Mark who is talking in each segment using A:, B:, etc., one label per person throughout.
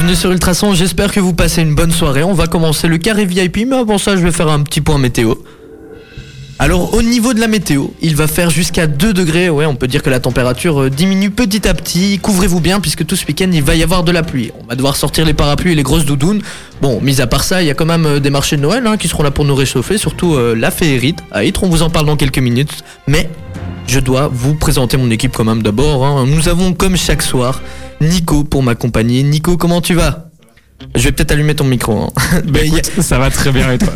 A: on est sur Ultrason, j'espère que vous passez une bonne soirée. On va commencer le carré VIP, mais avant ça, je vais faire un petit point météo. Alors au niveau de la météo, il va faire jusqu'à 2 degrés, ouais on peut dire que la température euh, diminue petit à petit, couvrez-vous bien puisque tout ce week-end il va y avoir de la pluie. On va devoir sortir les parapluies et les grosses doudounes. Bon, mis à part ça, il y a quand même euh, des marchés de Noël hein, qui seront là pour nous réchauffer, surtout euh, la féerite à Ytre, on vous en parle dans quelques minutes. Mais je dois vous présenter mon équipe quand même d'abord. hein. Nous avons comme chaque soir Nico pour m'accompagner. Nico, comment tu vas je vais peut-être allumer ton micro. hein.
B: Bah,
A: Mais il y a-
B: écoute, ça va très bien et toi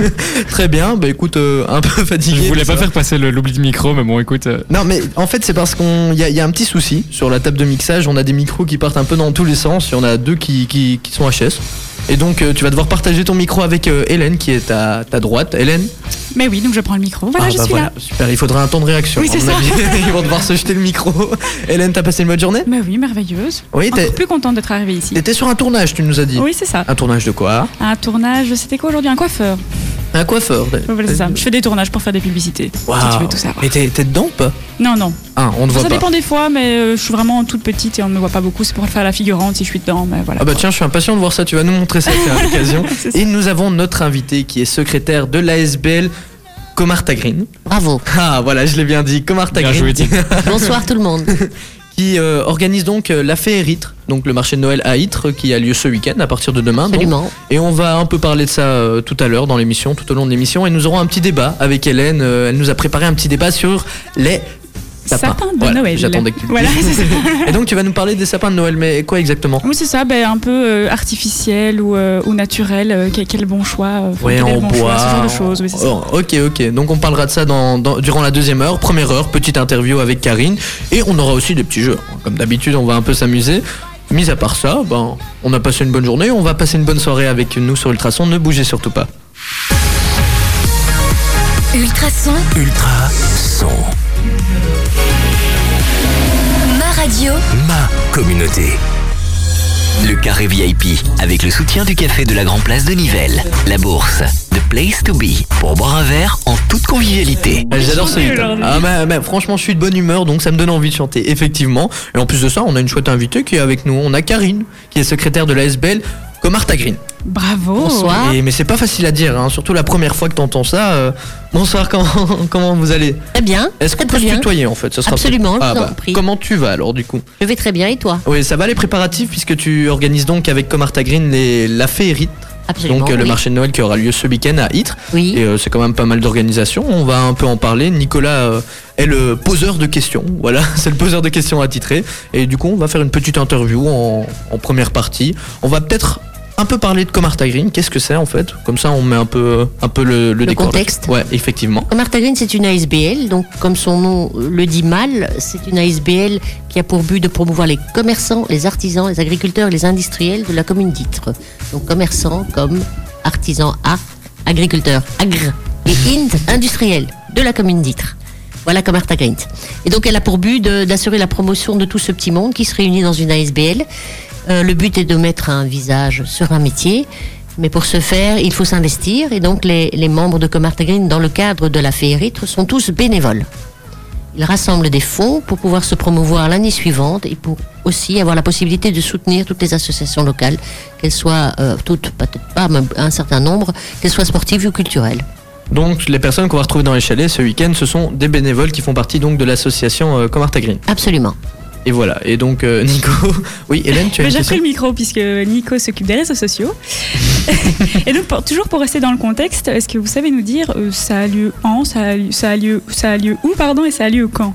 A: Très bien, bah écoute, euh, un peu fatigué.
B: Je voulais
A: mais ça
B: pas
A: va.
B: faire passer le- l'oubli de micro, mais bon, écoute. euh,
A: Non, mais en fait, c'est parce qu'on y a, y a un petit souci sur la table de mixage. On a des micros qui partent un peu dans tous les sens. Il y en a deux qui, qui, qui sont HS. Et donc, euh, tu vas devoir partager ton micro avec euh, Hélène, qui est à ta droite. Hélène
C: Mais oui, donc je prends le micro. Voilà,
A: Ah,
C: je
A: bah
C: suis là.
A: Super, il faudra un temps de réaction.
C: Oui,
A: à
C: c'est
A: mon
C: ça.
A: avis. Ils vont devoir se jeter le micro. Hélène, t'as passé une bonne journée
C: Mais oui, merveilleuse.
A: Oui, t'es-
C: Encore plus contente d'être arrivée ici.
A: t'étais sur un tournage, tu nous as dit.
C: Oui, c'est ça.
A: Un tournage de quoi
C: Un tournage, c'était quoi aujourd'hui Un coiffeur.
A: Un coiffeur.
C: Voilà, c'est ça. Je fais des tournages pour faire des publicités. Si tu veux tout savoir.
A: Et t'es t'es dedans ou pas
C: Non, non.
A: Ah, on ne voit
C: ça
A: pas.
C: dépend des fois, mais euh, je suis vraiment toute petite et on ne me voit pas beaucoup. C'est pour faire la figurante si je suis dedans. Mais voilà.
A: Ah bah tiens, je suis impatient de voir ça, tu vas nous montrer ça c'est à l'occasion.
C: C'est ça.
A: Et nous avons notre invité qui est secrétaire de l'ASBL, Comarta Green.
D: Bravo.
A: Ah voilà, je l'ai bien dit, Comarta
B: Bien
A: Green.
B: joué, Tim.
D: Bonsoir tout le monde.
A: Qui euh, organise donc euh, la Fée Eritre, donc le marché de Noël à Ytre qui a lieu ce week-end à partir de demain. donc.
D: Absolument.
A: Et on va un peu parler de ça euh, tout à l'heure dans l'émission, tout au long de l'émission. Et nous aurons un petit débat avec Hélène. Euh, elle nous a préparé un petit débat sur les sapins.
C: Sapin de
A: Voilà,
C: Noël.
A: J'attendais que tu le
C: Voilà,
A: dises.
C: c'est ça.
A: Et donc tu vas nous parler des sapins de Noël, mais quoi exactement
C: Oui, c'est ça, ben, un peu euh, artificiel ou, euh, ou naturel. euh, quel, quel bon choix. euh, enfin,
A: Ouais,
C: quel est
A: en
C: le bon
A: bois.
C: choix, ce genre de choses. oui, c'est ça.
A: Oh, ok, ok. Donc on parlera de ça dans, dans- durant la deuxième heure. Première heure, petite interview avec Karine. Et on aura aussi des petits jeux. Comme d'habitude, on va un peu s'amuser. Mis à part ça, ben, on a passé une bonne journée. On va passer une bonne soirée avec nous sur Ultrason. Ne bougez surtout pas.
E: Ultrason,
F: Ultra son
E: ma radio,
F: ma communauté. Le carré VIP avec le soutien du café de la Grand Place de Nivelles, la bourse, The Place to Be pour boire un verre en toute convivialité.
A: Ah, J'adore ce hit.
C: aujourd'hui.
A: Ah, bah, bah, franchement, je suis de bonne humeur, donc ça me donne envie de chanter, effectivement. Et en plus de ça, on a une chouette invitée qui est avec nous. On a Karine, qui est secrétaire de l'ASBL. Comme Arta Green.
C: Bravo.
D: Bonsoir.
A: Et- mais c'est pas facile à dire, hein, surtout la première fois que t'entends ça. euh, Bonsoir, comment, comment vous allez
D: Très bien.
A: Est-ce qu'on
D: Très
A: peut se
D: bien.
A: tutoyer en fait ce sera
D: Absolument,
A: peut-être-
D: je vous en
A: bah,
D: prie.
A: Comment tu vas alors du coup
D: Je vais très bien et toi
A: Oui, ça va les préparatifs puisque tu organises donc avec Comarta Green les, la féerie.
D: Absolument.
A: Donc euh, le
D: oui.
A: marché de Noël qui aura lieu ce week-end à Ytre.
D: Oui.
A: Et euh, c'est quand même pas mal d'organisation. On va un peu en parler. Nicolas euh, est le poseur de questions. Voilà, c'est le poseur de questions attitré. Et du coup, on va faire une petite interview en, en première partie. On va peut-être un peu parler de Comarta Green. Qu'est-ce que c'est en fait Comme ça, on met un peu, un peu le, le, décor.
D: contexte.
A: Ouais, effectivement.
D: Martha Green, c'est une ASBL, donc comme son nom euh, le dit mal, c'est une ASBL qui a pour but de promouvoir les commerçants, les artisans, les agriculteurs et les industriels de la commune d'Itre. Donc commerçants comme artisans A, agriculteurs agr et ind industriels de la commune d'Itre. Voilà comme Martha Green. Et donc elle a pour but de- d'assurer la promotion de tout ce petit monde qui se réunit dans une ASBL. Euh, le but est de mettre un visage sur un métier. Mais pour ce faire, il faut s'investir et donc les, les membres de Comarta Green, dans le cadre de la Féeritre, sont tous bénévoles. Ils rassemblent des fonds pour pouvoir se promouvoir l'année suivante et pour aussi avoir la possibilité de soutenir toutes les associations locales, qu'elles soient euh, toutes, peut-être pas mais un certain nombre, qu'elles soient sportives ou culturelles.
A: Donc les personnes qu'on va retrouver dans les chalets ce week-end, ce sont des bénévoles qui font partie donc de l'association euh, Comarta Green.
D: Absolument.
A: Et voilà. Et donc euh, Nico, oui Hélène, tu as
C: Mais
A: une
C: J'ai
A: question
C: pris le micro puisque Nico s'occupe des réseaux sociaux. et donc, pour- toujours pour rester dans le contexte, est-ce que vous savez nous dire euh, ça a lieu en, ça a lieu, ça a lieu, ça a lieu où, pardon, et ça a lieu quand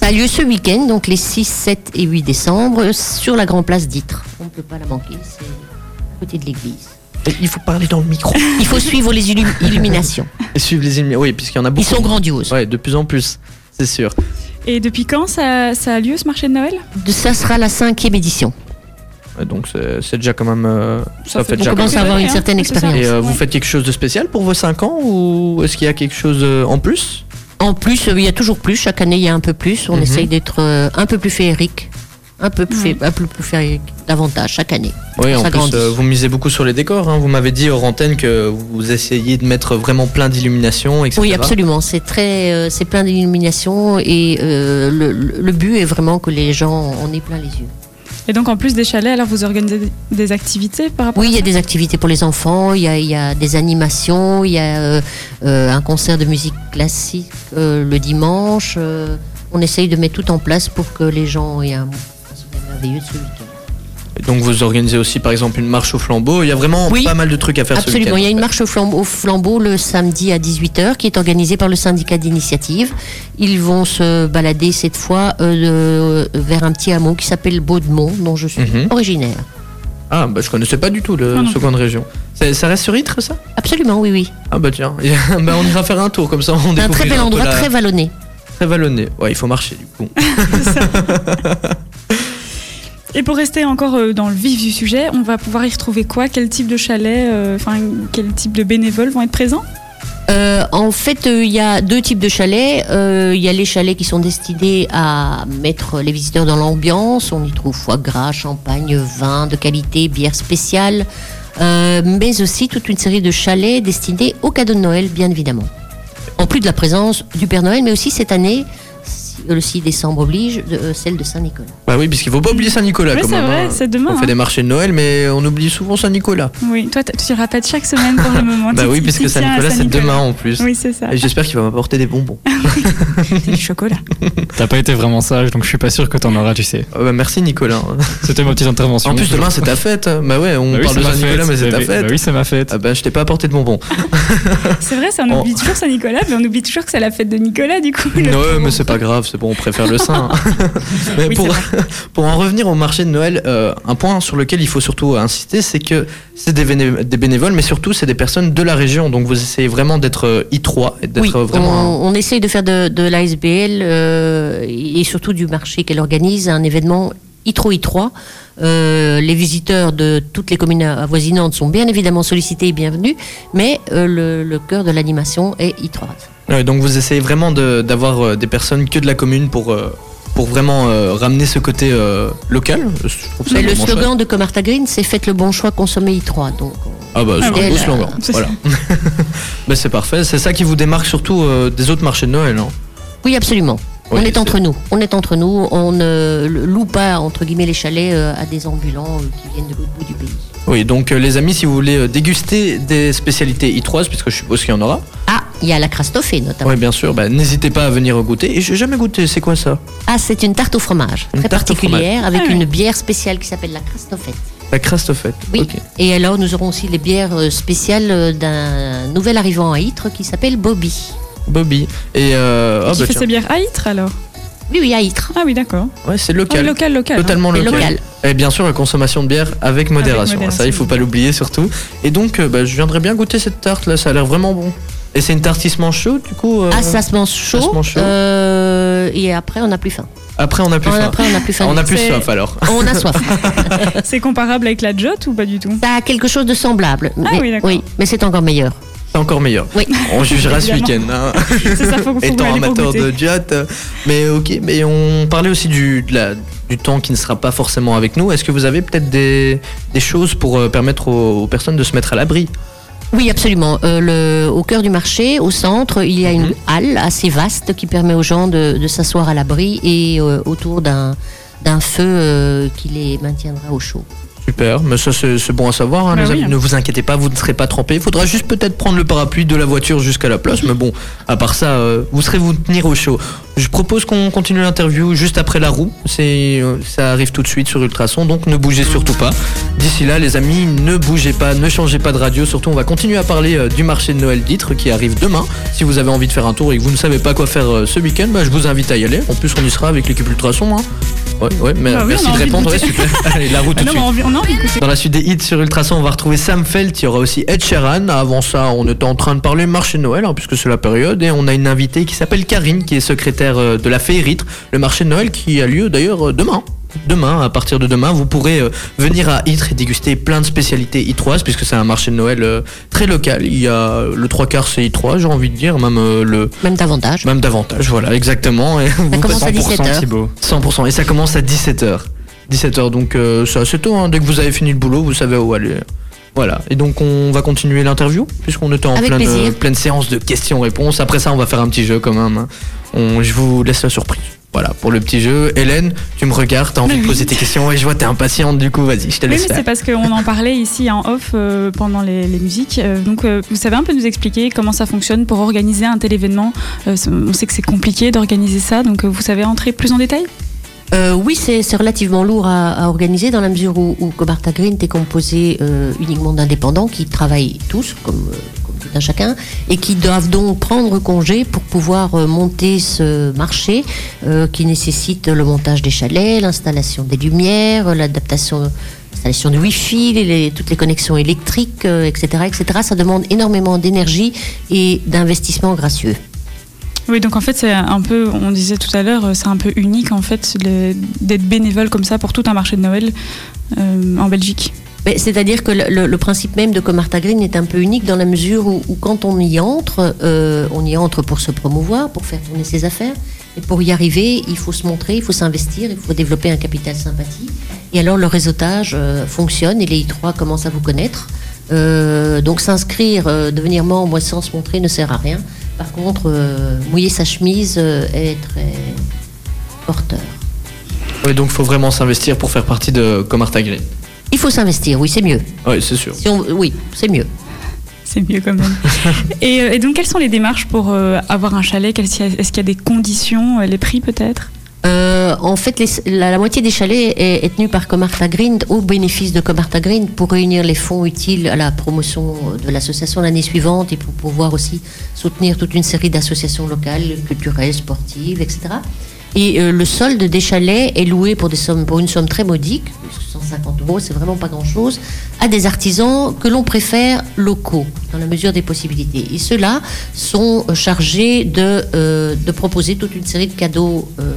D: Ça a lieu ce week-end, donc les 6, 7 et 8 décembre, euh, sur la Grand Place d'Itre. On ne peut pas la manquer, c'est à côté de l'église.
A: Eh, Il faut parler dans le micro.
D: Il faut suivre les illum- illuminations.
A: Et suivre les ennemis. Oui, puisqu'il y en a beaucoup.
D: Ils sont grandioses.
A: Ouais, de plus en plus, c'est sûr.
C: Et depuis quand ça, ça a lieu ce marché de Noël
D: De- Ça sera la cinquième édition.
A: Et donc c'est c'est déjà quand même. euh, ça,
C: Ça
A: fait
C: fait
A: déjà.
D: beaucoup
A: quand
D: commence à avoir une certaine
C: C'est ça.
D: expérience.
A: même. Et euh, vous
C: Ouais.
A: faites quelque chose de spécial pour vos 5 ans ou est-ce qu'il y a quelque chose euh, en plus
D: En plus, euh, il y a toujours plus. Chaque année, il y a un peu plus. On
A: Mhm.
D: essaye d'être euh, un peu plus féerique. Un peu plus, fé- un peu plus féerique davantage chaque année.
A: Oui, en
D: Ça
A: plus,
D: grandit.
A: euh, vous misez beaucoup sur les décors. hein. Vous m'avez dit hors antenne que vous essayez de mettre vraiment plein d'illuminations, etc.
D: Oui, absolument. C'est très, euh, c'est plein d'illumination et euh, le, le- le but est vraiment que les gens en aient plein les yeux.
C: Et donc, en plus des chalets, alors vous organisez des- des activités par rapport
D: Oui,
C: à
D: il y a
C: ça
D: des activités pour les enfants, il y a, il y a des animations, il y a euh, euh, un concert de musique classique euh, le dimanche. euh, on essaye de mettre tout en place pour que les gens aient un souvenir merveilleux de ce week-end.
A: Donc vous organisez aussi par exemple une marche au flambeau. Il y a vraiment
D: Oui.
A: pas mal de trucs à faire. ce
D: Absolument,
A: week-end.
D: il y a une marche au flambeau, au flambeau le samedi à 18h qui est organisée par le syndicat d'initiative. Ils vont se balader cette fois euh, de- vers un petit hameau qui s'appelle Baudemont, dont je suis
A: Mhm.
D: originaire.
A: Ah bah je connaissais pas du tout le
C: Non, non.
A: seconde région. Ça, ça reste sur Ytre ça
D: Absolument, oui, oui.
A: Ah bah tiens, bah on ira faire un tour comme ça. On
D: Un
A: découvrira
D: très bel
A: peu
D: endroit,
A: la-
D: très vallonné.
A: très vallonné. Ouais, il faut marcher du coup.
C: Et pour rester encore euh, dans le vif du sujet, on va pouvoir y retrouver quoi Quel type de chalet euh, Enfin, quel type de bénévoles vont être présents
D: Euh, en fait, euh, il y a deux types de chalets. Euh, Il y a les chalets qui sont destinés à mettre les visiteurs dans l'ambiance. On y trouve foie gras, champagne, vin de qualité, bière spéciale, Euh, mais aussi toute une série de chalets destinés aux cadeaux de Noël, bien évidemment. En plus de la présence du Père Noël, mais aussi cette année, si- euh, le 6 décembre oblige, de- euh, celle de Saint-Nicolas.
A: Bah oui, puisqu'il faut pas oublier Saint-Nicolas
C: Oui,
A: quand
C: c'est
A: même.
C: vrai,
A: hein.
C: c'est demain,
A: On fait des
C: hein.
A: marchés de Noël, mais on oublie souvent Saint-Nicolas.
C: Oui, toi, t- tu y répètes chaque semaine pour le moment.
A: Bah
C: Tu-
A: oui,
C: tu
A: puisque
C: tiens à
A: Saint-Nicolas c'est
C: Saint-Nicolas.
A: demain en plus.
C: Oui, c'est ça.
A: Et j'espère qu'il va m'apporter des bonbons.
C: C'est du chocolat.
B: T'as pas été vraiment sage, donc je suis pas sûr que t'en auras, tu sais.
A: Ah bah merci Nicolas.
B: C'était ma petite intervention.
A: En plus demain c'est ta fête. Bah ouais, on
B: Bah oui,
A: parle
B: c'est
A: de
B: ma
A: Saint-Nicolas
B: fête.
A: mais c'est ta
B: Bah oui,
A: fête.
B: Bah oui, c'est ma fête.
A: Ah bah je t'ai pas apporté de bonbons.
C: C'est vrai, ça, on
A: Oh.
C: oublie toujours Saint-Nicolas, mais on oublie toujours que c'est la fête de Nicolas, du coup. le
A: Non,
C: pauvre.
A: mais c'est pas grave, c'est bon, on préfère le sein. mais
C: Oui,
A: pour,
C: c'est
A: pour en revenir au marché de Noël, euh, un point sur lequel il faut surtout insister, c'est que c'est des, béné- des bénévoles, mais surtout c'est des personnes de la région. Donc vous essayez vraiment d'être euh, I3 et d'être
D: Oui,
A: euh, vraiment. un-
D: on, on essaye de faire de, de l'ASBL euh, et surtout du marché qu'elle organise un événement ITRO-I3. Euh, les visiteurs de toutes les communes avoisinantes sont bien évidemment sollicités et bienvenus, mais euh, le, le cœur de l'animation est I3.
A: Ouais, donc vous essayez vraiment de- d'avoir euh, des personnes que de la commune pour, euh, pour vraiment euh, ramener ce côté euh, local. Je trouve ça
D: Mais le
A: vraiment
D: slogan
A: chouette.
D: de Comarta Green, c'est Faites le bon choix, consommez I3. Donc,
A: Ah bah c'est
C: Ah
A: un
D: oui.
A: beau slogan.
C: C'est
A: Voilà. Bah, c'est parfait, c'est ça qui vous démarque surtout euh, des autres marchés de Noël. hein.
D: oui, absolument. on
A: Oui,
D: est
A: c'est-
D: entre nous. On est entre nous. On ne loue pas, entre guillemets, les chalets euh, à des ambulants euh, qui viennent de l'autre bout du pays.
A: Oui, donc euh, les amis, si vous voulez euh, déguster des spécialités itroises, puisque je suppose qu'il y en aura.
D: Ah, il y a la Crastoffée notamment.
A: Oui, bien sûr, bah, n'hésitez pas à venir goûter. Et j'ai jamais goûté, c'est quoi ça
D: Ah, c'est une tarte au fromage,
A: Une
D: très
A: tarte au
D: particulière, avec
C: Ah oui.
D: une bière spéciale qui s'appelle la Krastofette.
A: La Crastofette.
D: Oui.
A: Ok.
D: Et alors, nous aurons aussi les bières euh, spéciales euh, d'un nouvel arrivant à Ytre qui s'appelle Bobby.
A: Bobby. Et euh, ah,
C: Qui
A: bah,
C: fait
A: tiens.
C: ses bières à Ytre, alors
D: Oui, oui, à Ytre.
C: Ah oui, d'accord.
A: Ouais, c'est
C: Ah,
A: local.
C: Local, local. hein.
A: Totalement
D: Et
A: local.
D: local.
A: Et bien sûr, la consommation de bière avec modération.
C: modération.
A: Ça, il faut pas l'oublier surtout. Et donc, euh, bah, je viendrais bien goûter cette tarte là, ça a l'air vraiment bon. Et c'est une tarte qui se mange chaud, du coup. euh,
D: Ah, ça se mange chaud.
A: ça se mange chaud.
D: euh, et après, on n'a plus faim.
A: Après, on a plus
D: On-
A: faim. Ah,
D: après, on n'a plus faim.
A: on a plus
C: C'est-
A: soif alors.
D: On a soif.
C: C'est comparable avec la Jot ou pas du tout
D: Ça a quelque chose de semblable.
C: Ah
D: mais,
C: oui, d'accord.
D: mais c'est encore meilleur.
A: C'est encore meilleur.
D: Oui.
A: On jugera ce week-end. hein.
C: C'est ça, faut, faut
A: étant
C: aller pour
A: amateur
C: goûter.
A: de jet. euh, Mais ok, mais on parlait aussi du, de la- du temps qui ne sera pas forcément avec nous. Est-ce que vous avez peut-être des, des choses pour euh, permettre aux, aux personnes de se mettre à l'abri
D: Oui, absolument. Euh, le, au cœur du marché, au centre, il y a une halle assez vaste qui permet aux gens de, de s'asseoir à l'abri et euh, autour d'un d'un feu euh, qui les maintiendra au chaud.
A: Super, mais ça c'est c'est bon à savoir, hein,
C: Bah
A: les
C: oui.
A: amis. Ne vous inquiétez pas, vous ne serez pas trempés. Il faudra juste peut-être prendre le parapluie de la voiture jusqu'à la place. Mais bon, à part ça, euh, vous serez vous tenir au chaud. Je propose qu'on continue l'interview juste après la roue. C'est euh, ça arrive tout de suite sur Ultrason, donc ne bougez surtout pas. D'ici là, les amis, ne bougez pas, ne changez pas de radio. Surtout, on va continuer à parler euh, du marché de Noël d'Itre qui arrive demain. Si vous avez envie de faire un tour et que vous ne savez pas quoi faire euh, ce week-end, bah, je vous invite à y aller. En plus, on y sera avec l'équipe Ultrason. Hein. Ouais, ouais, mais
C: Bah oui,
A: merci
C: on a
A: de
C: envie de
A: répondre. ouais,
C: goûter.
A: super. Allez, la roue tout
C: Ah
A: de
C: non,
A: suite.
C: mais on, on a envie de goûter.
A: Dans la suite des hits sur Ultrason, on va retrouver Sam Felt, il y aura aussi Ed Sheeran. Avant ça, on était en train de parler marché de Noël, hein, puisque c'est la période, et on a une invitée qui s'appelle Karine, qui est secrétaire euh, de la Féeritre, le marché de Noël qui a lieu d'ailleurs euh, demain. Demain, à partir de demain, vous pourrez euh, venir à Ytre et déguster plein de spécialités itroises, puisque c'est un marché de Noël euh, très local. Il y a euh, le trois quarts, c'est itrois, j'ai envie de dire, même euh, le
D: Même davantage. Bah,
A: même davantage, voilà, exactement. Et vous
D: commence à 17 heures.
B: Thibaut.
A: 100%, et ça commence à 17h. 17h, donc euh, c'est assez tôt, hein. dès que vous avez fini le boulot, vous savez où aller. Voilà, et donc on va continuer l'interview, puisqu'on était en
D: Avec
A: pleine,
D: plaisir.
A: pleine séance de questions-réponses. Après ça, on va faire un petit jeu quand même. hein. On- je vous laisse la surprise. Voilà, pour le petit jeu. Hélène, tu me regardes, t'as envie
C: Mais
A: de poser
C: oui.
A: tes questions et je vois t'es impatiente, du coup, vas-y, je te
C: Oui,
A: laisse
C: mais
A: faire.
C: c'est parce qu'on en parlait ici en off euh, pendant les, les musiques. Euh, donc, euh, vous savez un peu nous expliquer comment ça fonctionne pour organiser un tel événement Euh, c'est- On sait que c'est compliqué d'organiser ça, donc euh, vous savez entrer plus en détail
D: Euh, oui, c'est c'est relativement lourd à, à organiser dans la mesure où, où Comarta Green est composé euh, uniquement d'indépendants qui travaillent tous, comme, euh, comme tout un chacun, et qui doivent donc prendre congé pour pouvoir euh, monter ce marché euh, qui nécessite le montage des chalets, l'installation des lumières, l'adaptation l'installation de Wi-Fi, les- les- toutes les connexions électriques, euh, etc., etc. Ça demande énormément d'énergie et d'investissement gracieux.
C: Oui, donc en fait, c'est un peu, on disait tout à l'heure, euh, c'est un peu unique en fait le- d'être bénévole comme ça pour tout un marché de Noël euh, en Belgique.
D: Ben, C'est-à-dire que le, le- le principe même de Comarta Green est un peu unique dans la mesure où, où quand on y entre, euh, on y entre pour se promouvoir, pour faire tourner ses affaires. Et pour y arriver, il faut se montrer, il faut s'investir, il faut développer un capital sympathie. Et alors le réseautage euh, fonctionne et les I3 commencent à vous connaître. Euh, donc s'inscrire, euh, devenir membre sans se montrer ne sert à rien. Par contre, euh, mouiller sa chemise euh, est très porteur.
A: Ouais, donc faut vraiment s'investir pour faire partie de Comarta Green.
D: Il faut s'investir, oui, c'est mieux.
A: Ouais, c'est sûr.
D: Si on, oui, c'est mieux.
C: C'est mieux quand même. et, euh, et donc, quelles sont les démarches pour euh, avoir un chalet Quelles- Est-ce qu'il y a des conditions euh, Les prix peut-être
D: Euh, en fait, les- la, la moitié des chalets est, est tenue par Comarta Green au bénéfice de Comarta Green pour réunir les fonds utiles à la promotion de l'association l'année suivante et pour pouvoir aussi soutenir toute une série d'associations locales, culturelles, sportives, etc. Et euh, le solde des chalets est loué pour, des sommes, pour une somme très modique, puisque 150 euros, c'est vraiment pas grand-chose, à des artisans que l'on préfère locaux, dans la mesure des possibilités. Et ceux-là sont euh, chargés de, euh, de proposer toute une série de cadeaux euh,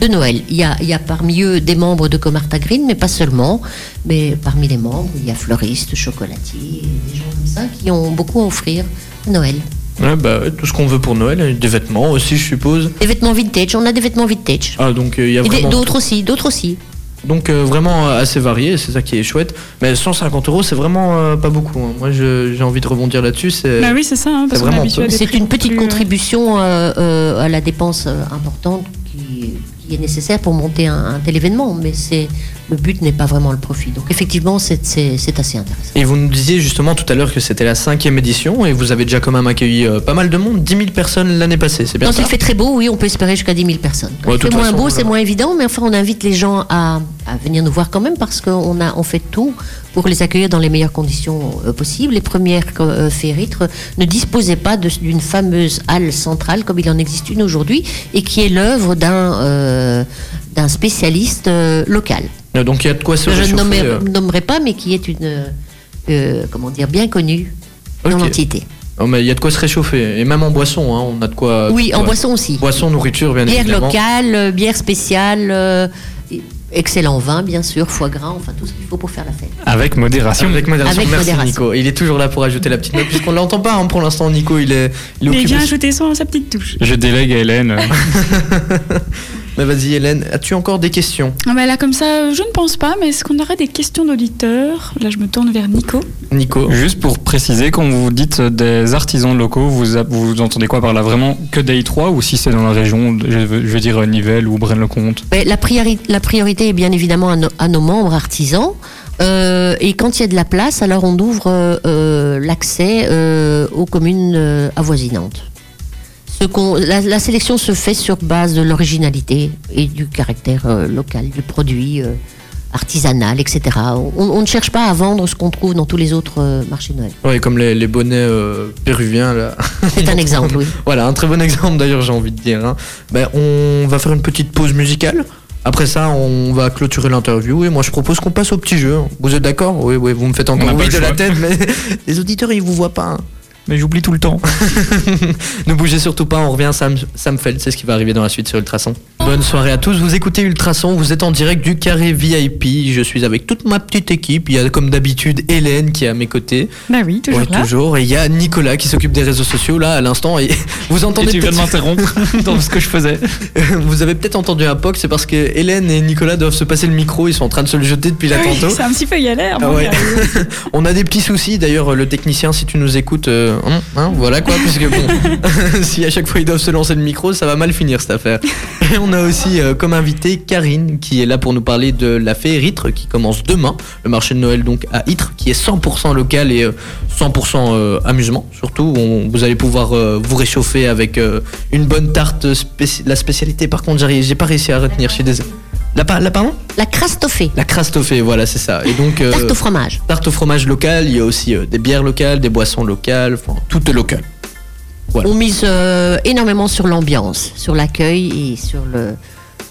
D: de Noël. Il y, a, il y a parmi eux des membres de Comarta Green, mais pas seulement. Mais parmi les membres, il y a fleuristes, chocolatiers, des gens comme ça qui ont beaucoup à offrir à Noël.
A: Ouais, bah, ouais, tout ce qu'on veut pour Noël, des vêtements aussi, je suppose.
D: Des vêtements vintage, on a des vêtements vintage.
A: Ah, donc il y a
D: Et des-
A: vraiment.
D: d'autres aussi, d'autres aussi.
A: Donc euh, vraiment euh, assez varié, c'est ça qui est chouette. Mais 150 euros, c'est vraiment euh, pas beaucoup. hein. Moi, je- j'ai envie de rebondir là-dessus. C'est
C: Bah oui, c'est ça, hein, parce
A: Euh, c'est
C: qu'on est
A: vraiment
C: habitué
A: peu.
C: à des
D: C'est
C: prix
D: une petite
C: plus, euh,
D: contribution euh, euh, à la dépense euh, importante qui, qui est nécessaire pour monter un, un tel événement, mais c'est le but n'est pas vraiment le profit. Donc effectivement, c'est c'est- c'est assez intéressant.
A: Et vous nous disiez justement tout à l'heure que c'était la cinquième édition et vous avez déjà quand même accueilli euh, pas mal de monde, 10 000 personnes l'année passée, c'est bien
D: Quand
A: ça
D: il fait très beau, oui, on peut espérer jusqu'à 10 000 personnes. Quand
A: Ouais,
D: il
A: de toute
D: fait moins
A: façon,
D: beau,
A: voilà.
D: c'est moins évident, mais enfin, on invite les gens à, à venir nous voir quand même parce qu'on a- on fait tout pour les accueillir dans les meilleures conditions euh, possibles. Les premières euh, féeritres ne disposaient pas de- d'une fameuse halle centrale comme il en existe une aujourd'hui et qui est l'œuvre d'un euh, d'un spécialiste euh, local.
A: Euh, Donc il y a de quoi se
D: que je ne
A: réchauffer.
D: nommerai,
A: euh.
D: nommerai pas, mais qui est une, euh, euh, comment dire, bien connue dans
A: Ok.
D: l'entité.
A: Oh, mais il y a de quoi se réchauffer. Et même en boisson, hein, on a de quoi.
D: oui,
A: de
D: en
A: quoi-
D: boisson aussi.
A: Boisson, nourriture, bien
D: bière
A: évidemment.
D: locale, euh, bière spéciale, euh, et- excellent vin, bien sûr, foie gras, enfin tout ce qu'il faut pour faire la fête.
B: Avec modération.
A: Ah, Avec modération,
D: Avec
A: merci
D: modération.
A: Nico. Il est toujours là pour ajouter la petite note, puisqu'on l'entend pas hein, pour l'instant, Nico. Il est, il est
C: Mais
A: occupé.
C: il vient ajouter son, sa petite touche.
B: Je délègue à Hélène. euh,
A: Mais vas-y, Hélène, as-tu encore des questions
C: Ah bah là, comme ça, euh, je ne pense pas, mais est-ce qu'on aurait des questions d'auditeurs Là, je me tourne vers Nico.
A: Nico
B: Juste pour préciser, quand vous dites des artisans locaux, vous, a- vous entendez quoi par là Vraiment que des I3 ou si c'est dans la région, je veux, je veux dire euh, Nivelles ou Braine-le-Comte
D: Mais la, priori- la priorité est bien évidemment à, nos- à nos membres artisans. euh, et quand il y a de la place, alors on ouvre euh, euh, l'accès euh, aux communes euh, avoisinantes. Ce qu'on- la, la sélection se fait sur base de l'originalité et du caractère euh, local du produit euh, artisanal, etc. On, on ne cherche pas à vendre ce qu'on trouve dans tous les autres euh, marchés de Noël.
A: Ouais, comme les, les bonnets euh, péruviens, là.
D: C'est un exemple, oui.
A: Voilà, un très bon exemple d'ailleurs, j'ai envie de dire. hein. Ben, on va faire une petite pause musicale. Après ça, on va clôturer l'interview et moi je propose qu'on passe au petit jeu. hein. Vous êtes d'accord Oui, oui, vous me faites
B: On
A: encore
B: n'a pas
A: oui
B: le
A: de
B: choix.
A: la tête, mais les auditeurs ils vous voient pas. hein.
B: Mais j'oublie tout le temps.
A: Ne bougez surtout pas, on revient Sam, Sam Feld, c'est ce qui va arriver dans la suite sur Ultrason. Bonne soirée à tous, vous écoutez Ultrason, vous êtes en direct du carré VIP, je suis avec toute ma petite équipe, il y a comme d'habitude Hélène qui est à mes côtés,
C: Bah oui, toujours
A: Ouais,
C: là.
A: toujours, et il y a Nicolas qui s'occupe des réseaux sociaux là à l'instant, et vous
B: Et
A: entendez
B: tu viens de
A: peut-être-
B: m'interrompre dans ce que je faisais.
A: vous avez peut-être entendu un POC, c'est parce que Hélène et Nicolas doivent se passer le micro, ils sont en train de se le jeter depuis la
C: Oui,
A: tantôt.
C: C'est un petit peu galère.
A: Ah
C: bon,
A: ouais.
C: bah,
A: On a des petits soucis, d'ailleurs le technicien si tu nous écoutes, euh, hein, hein, voilà quoi, puisque bon, si à chaque fois ils doivent se lancer le micro, ça va mal finir cette affaire. Et on a aussi euh, comme invité Karine, qui est là pour nous parler de la féerie Ytre, qui commence demain, le marché de Noël donc à Ytre, qui est 100% local et euh, 100% euh, amusement. Surtout, on- vous allez pouvoir euh, vous réchauffer avec euh, une bonne tarte, spéci- la spécialité par contre, j'arrive- j'ai pas réussi à retenir, je suis désolé. La, pa- la pardon
D: La crasse toffée.
A: La crastoffée, voilà, c'est ça. Et donc... euh,
D: Tarte au fromage.
A: tarte au fromage local, il y a aussi euh, des bières locales, des boissons locales, enfin, tout est local. voilà.
D: On mise euh, énormément sur l'ambiance, sur l'accueil et sur le,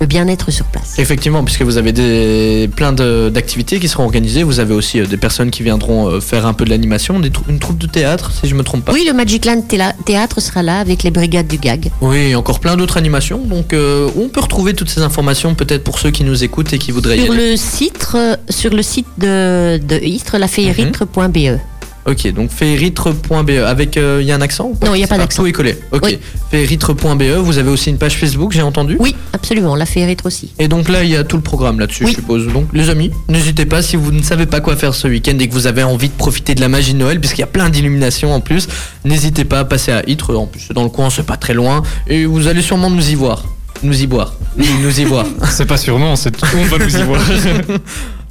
D: le bien-être sur place.
A: Effectivement, puisque vous avez des, plein de- d'activités qui seront organisées, vous avez aussi euh, des personnes qui viendront euh, faire un peu de l'animation, des trou- une troupe de théâtre, si je me trompe pas.
D: Oui, le Magic Land Théla- Théâtre sera là avec les brigades du gag.
A: Oui, et encore plein d'autres animations, donc euh, on peut retrouver toutes ces informations peut-être pour ceux qui nous écoutent et qui voudraient y
D: Sur
A: aller.
D: le site, euh, sur le site de, de Istres,
A: Mhm.
D: E. laféeritre.be.
A: Ok, donc féeritre.be, avec, euh, il y a un accent ou pas
D: Non, il y a
A: C'est
D: pas d'accent.
A: Tout est collé, ok.
D: Oui.
A: Féeritre.be, E, vous avez aussi une page Facebook, j'ai entendu
D: Oui, absolument, la féeritre aussi.
A: Et donc là, il y a tout le programme là-dessus,
D: Oui.
A: je suppose. Donc, les amis, n'hésitez pas si vous ne savez pas quoi faire ce week-end et que vous avez envie de profiter de la magie de Noël, puisqu'il y a plein d'illuminations en plus. N'hésitez pas à passer à Ytre. En plus, c'est dans le coin, c'est pas très loin, et vous allez sûrement nous y voir, nous y boire, nous, nous y voir,
B: C'est pas sûrement, c'est on va nous y voir.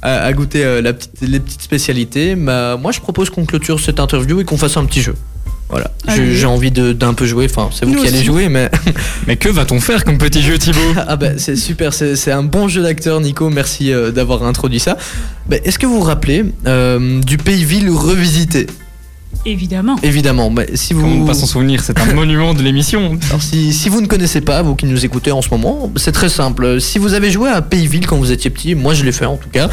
A: à, à goûter euh, la petite- les petites spécialités. Bah, moi, je propose qu'on clôture cette interview et qu'on fasse un petit jeu. Voilà, J'ai-
C: Allez.
A: j'ai envie de- d'un peu jouer. Enfin, c'est vous
C: Nous
A: qui allez
C: aussi.
A: jouer, mais
B: Mais que va-t-on faire comme petit jeu, Thibaut
A: Ah bah c'est super, c'est c'est un bon jeu d'acteur Nico, merci euh, d'avoir introduit ça. Bah, Est-ce que vous vous rappelez euh, du pays-ville revisité
C: Évidemment.
A: Évidemment, bah, si,
B: Comment ne
A: vous,
B: pas s'en souvenir, c'est un monument de l'émission.
A: alors, si, si vous ne connaissez pas, vous qui nous écoutez en ce moment, c'est très simple. Si vous avez joué à pays-ville quand vous étiez petit, moi je l'ai fait en tout cas,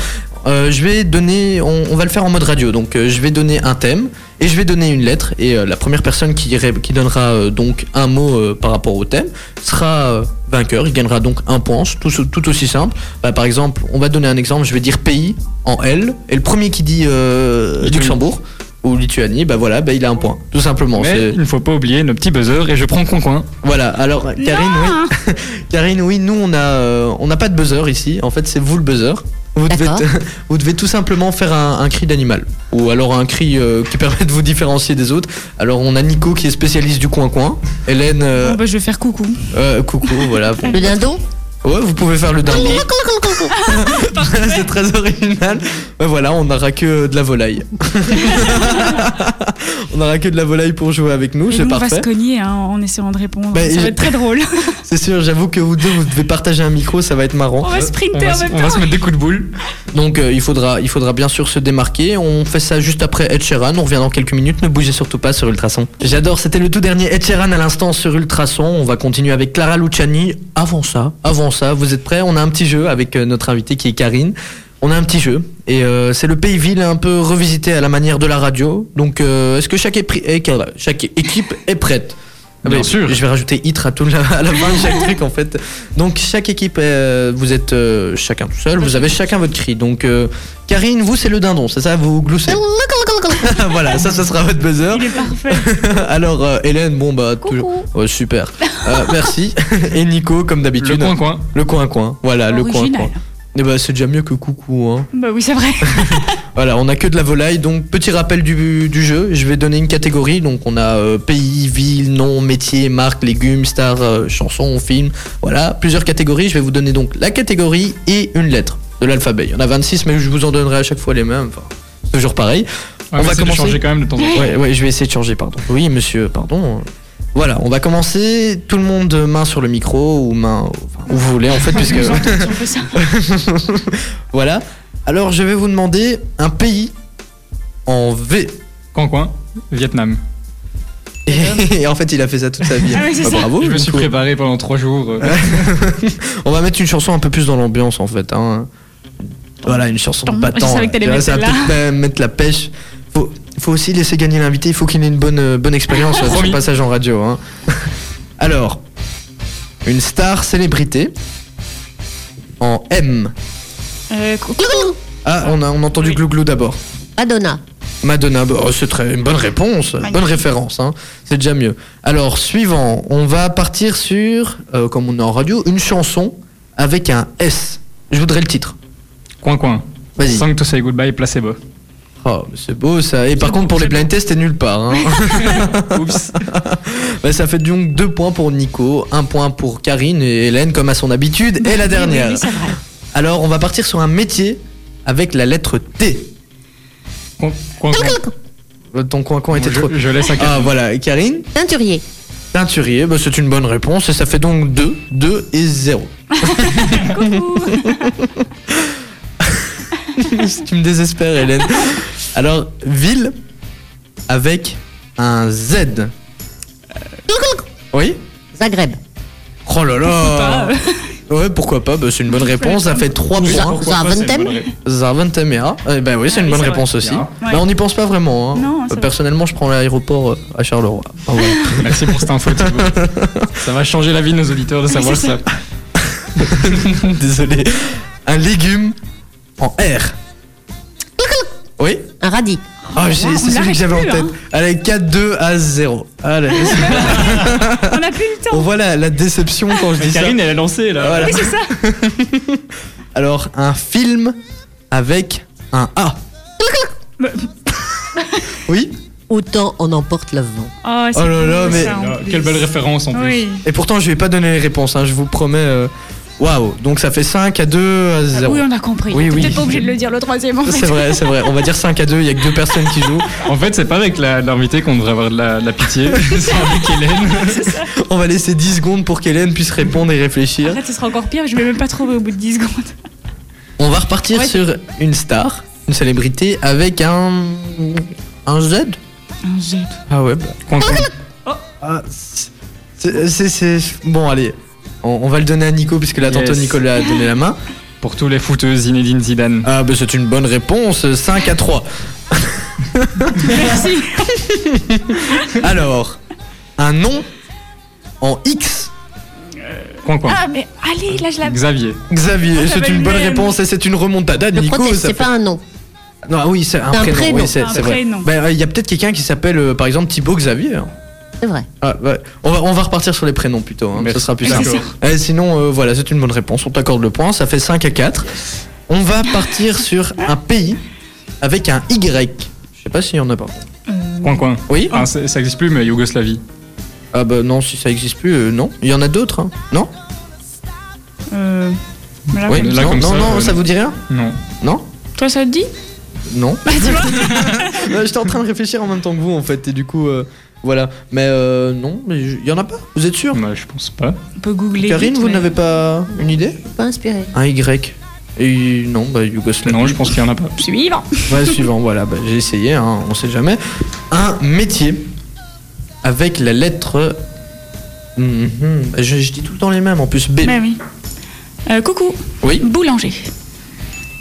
A: euh, je vais donner, on, on va le faire en mode radio, donc euh, je vais donner un thème et je vais donner une lettre et euh, la première personne qui, ré- qui donnera euh, donc un mot euh, par rapport au thème sera euh, vainqueur, il gagnera donc un point, C'est tout, tout aussi simple. Bah, par exemple, on va donner un exemple, je vais dire pays en L et le premier qui dit euh,
B: Lituanie.
A: Luxembourg ou Lituanie, bah voilà, bah, il a un point, tout simplement.
B: Mais
A: c'est-
B: il ne faut pas oublier nos petits buzzers et je prends concoin.
A: Voilà, alors Karine,
C: Ah.
A: oui. Karine, oui, nous on a, euh, on n'a pas de buzzer ici. En fait, c'est vous le buzzer. Vous devez,
D: D'accord.
A: vous devez tout simplement faire un, un cri d'animal ou alors un cri euh, qui permet de vous différencier des autres. Alors on a Nico qui est spécialiste du coin coin. Hélène, euh,
C: Bon, bah, je vais faire coucou.
A: euh, coucou, voilà. bon.
D: Le dindon
A: Ouais, vous pouvez faire le dindon. c'est très original. Ouais, voilà, on n'aura que de la volaille. on n'aura que de la volaille pour jouer avec nous.
C: Et
A: C'est
C: nous, on va
A: parfait.
C: se cogner hein, en essayant de répondre.
A: Bah,
C: ça
A: je-
C: va être très drôle.
A: C'est sûr, j'avoue que vous deux, vous devez partager un micro, ça va être marrant.
C: on va
B: On
C: sprinter
B: va,
C: en
B: se-
C: même
B: on va
C: temps.
B: se mettre des coups de boule.
A: Donc euh, il, faudra, il faudra bien sûr se démarquer. On fait ça juste après Ed Sheeran. On revient dans quelques minutes. Ne bougez surtout pas sur Ultrason. J'adore. C'était le tout dernier Ed Sheeran à l'instant sur Ultrason. On va continuer avec Clara Luciani. Avant ça, avant ça, vous êtes prêts On a un petit jeu avec euh, notre invitée qui est Karine. On a un petit jeu et euh, c'est le pays-ville un peu revisité à la manière de la radio. Donc euh, est-ce que chaque, épri- eh, Carla, chaque équipe est prête Ah
B: Bien
A: ben,
B: sûr.
A: Je vais rajouter itre à tout la, à la fin de chaque truc en fait. Donc chaque équipe, euh, vous êtes euh, chacun tout seul, vous avez chacun votre cri. Donc euh, Karine, vous c'est le dindon, c'est ça Vous gloussez. voilà, ça, ça sera votre buzzer.
C: Il est parfait.
A: Alors euh, Hélène, bon bah toujours. Ouais, super. Euh, merci. Et Nico, comme
B: Le
A: d'habitude.
B: coin coin.
A: Le coin coin. Voilà, Ah, le coin
C: Original.
A: coin. Et bah c'est déjà mieux que coucou. Hein.
C: Bah oui, c'est vrai.
A: Voilà, on a que de la volaille. Donc, petit rappel du, du jeu. Je vais donner une catégorie. Donc, on a euh, pays, ville, nom, métier, marque, légumes, star, euh, chanson, film. Voilà, plusieurs catégories. Je vais vous donner donc la catégorie et une lettre de l'alphabet. Il y en a 26, mais je vous en donnerai à chaque fois les mêmes. Enfin, c'est toujours pareil.
B: Ouais,
A: on
B: mais
A: va
B: c'est de
A: commencer.
B: changer quand même de temps en temps.
A: Ouais, ouais, je vais essayer de changer, pardon. Oui, monsieur, pardon. Voilà, on va commencer. Tout le monde euh, main sur le micro ou main enfin, où vous voulez, en fait, puisque.
C: J'entends si on fait ça.
A: voilà. Alors, je vais vous demander un pays en V.
B: Coin coin. Vietnam.
A: Et, et en fait, il a fait ça toute sa vie. Bah,
C: Ah oui, c'est ça.
A: bravo.
B: je me
A: donc,
B: suis
A: ouais.
B: préparé pendant trois jours. euh,
A: On va mettre une chanson un peu plus dans l'ambiance en fait. hein. Voilà, une chanson de
C: Tom.
A: battant.
C: Je savais que t'allais
A: tu vois,
C: mettre
A: ça va
C: celle-là.
A: peut-être mettre la pêche. Faut, faut aussi laisser gagner l'invité. Il faut qu'il ait une bonne, euh, bonne expérience euh, de son
B: Promis.
A: passage en radio. hein. Alors, une star célébrité en M.
C: Euh, coucou.
A: Ah, on a, on a entendu
C: Oui.
A: glouglou d'abord.
D: Madonna.
A: Madonna, bah, oh, c'est très une bonne réponse, bonne référence, hein. c'est déjà mieux. Alors suivant, on va partir sur, euh, comme on est en radio, une chanson avec un S. Je voudrais le titre.
B: Coin coin.
A: Vas-y.
B: Song to say goodbye, placebo.
A: Oh, mais c'est beau ça. Et par contre, pour les blind tests, t'es nulle part. hein.
B: Oups.
A: Bah, ça fait donc deux points pour Nico, un point pour Karine et Hélène, comme à son habitude, et la dernière.
C: Oui, c'est vrai.
A: Alors, on va partir sur un métier avec la lettre T.
B: Coin, coin, coin.
A: Mhm. Ton coin-coin était
B: Je-
A: trop.
B: Je laisse à
A: Ah, voilà. Karine
D: Teinturier.
A: Teinturier, bah, c'est une bonne réponse et ça fait donc 2, 2 et 0. tu me désespères, Hélène. Alors, ville avec un Z. Oui
D: Zagreb.
A: Oh là là Ouais, pourquoi pas, bah, c'est une bonne réponse, ça fait 3
D: Zar-
A: points.
D: Zarventem
A: Zarventemea, eh ben oui, c'est une
C: Ah,
A: bonne
C: c'est
A: réponse
B: vrai.
A: aussi.
B: Bien.
A: Bah, on n'y pense pas vraiment. hein.
C: Non,
A: Euh,
C: c'est vrai.
A: Personnellement, je prends l'aéroport euh, à Charleroi. Ah, voilà.
B: Merci pour cette info, Thibaut. Ça va changer la vie de nos auditeurs de savoir ça.
A: Désolé. Un légume en R. Oui
D: Un radis.
A: Ah, j'ai- c'est
C: on
A: celui que
C: l'arrête
A: j'avais en
C: plus,
A: tête.
C: hein.
A: Allez, 4, 2 à 0. Allez, c'est-
C: On n'a plus le
A: on
C: temps.
A: voit la, la déception quand je dis ça.
B: Karine, elle a lancé là.
A: Voilà.
C: Oui, c'est ça.
A: Alors, un film avec un A. Oui
D: Autant on emporte le vent.
C: Oh, c'est
A: Oh là
C: cool,
A: là, mais-
C: ça, en
B: Ah,
C: plus.
B: Quelle belle référence en plus.
C: Oui.
A: Et pourtant, je vais pas donner les réponses, hein, je vous promets. euh, Waouh Donc ça fait 5 à 2 à 0.
C: Oui, on a compris.
A: Oui,
C: T'es
A: oui.
C: peut-être pas obligé de le dire le troisième en fait.
A: C'est vrai, c'est vrai. On va dire 5 à 2, il y a que deux personnes qui jouent.
B: En fait, c'est pas avec la- l'invité qu'on devrait avoir de la, la pitié. c'est avec Hélène.
A: On va laisser 10 secondes pour qu'Hélène puisse répondre et réfléchir.
C: Après, ce sera encore pire, je vais même pas trouver au bout de 10 secondes.
A: On va repartir
C: Ouais.
A: sur une star, une célébrité avec un un Z.
C: Un jet.
A: Ah ouais. bah.
B: Coin, coin.
A: Ah, c'est euh, c'est- c'est- bon allez. On, on va le donner à Nico puisque là tantôt
B: Yes.
A: Nicolas a donné la main.
B: Pour tous les fouteux Zinedine Zidane.
A: Ah bah c'est une bonne réponse, 5 à 3.
C: Merci.
A: Alors, un nom en X.
B: Coin, coin.
C: Ah, mais allez, là je la.
B: Xavier.
A: Xavier,
C: Oh,
A: c'est
C: j'avais
A: une
C: le
A: bonne
C: même.
A: réponse et c'est une remontada de
D: Le
A: Nico.
D: proteste,
A: ça
D: c'est
A: fait-
D: pas un nom.
A: Non, ah oui, c'est un,
D: C'est un
A: prénom.
D: prénom.
A: oui, c'est
C: Un
A: c'est vrai.
C: prénom.
A: Ben, euh, Il y a peut-être quelqu'un qui s'appelle, euh, par exemple, Thibaut Xavier.
D: C'est vrai.
A: Ah, ouais. on, va, on va repartir sur les prénoms plutôt, hein,
B: Merci.
A: ce sera plus
C: D'accord.
A: simple. Eh, sinon, euh, voilà, c'est une bonne réponse, on t'accorde le point, ça fait 5 à 4. On va partir sur un pays avec un Y. Je sais pas s'il y en a pas.
B: Coin, coin.
A: Oui
C: Oh.
B: Ah, c'est- ça existe plus, mais Yougoslavie.
A: Ah bah non, si ça existe plus, euh, non. Il y en a d'autres, hein. non
C: Euh. Voilà,
A: Oui,
C: comme-
B: là,
A: non,
B: comme
A: non,
B: ça,
A: non,
B: euh,
A: ça vous dit rien
B: Non.
A: Non
C: Toi, ça te dit
A: Non.
C: Bah, tu vois.
A: Non, J'étais en train de réfléchir en même temps que vous en fait, et du coup, euh, voilà. Mais euh, non, mais j- il y en a pas, vous êtes sûr
B: Bah, je pense pas.
C: On peut googler.
A: Karine,
C: vite,
A: vous
C: mais-
A: n'avez pas une idée
D: Pas inspiré.
A: Un Y. Et non, bah Yougoslavie.
B: Non, je pense qu'il y en a pas.
C: Suivant.
A: Ouais, suivant, voilà, bah, j'ai essayé, hein, on sait jamais. Un métier avec la lettre. Mhm, je, je dis tout le temps les mêmes en plus. B.
C: Bah oui. Euh, coucou,
A: Oui.
C: boulanger.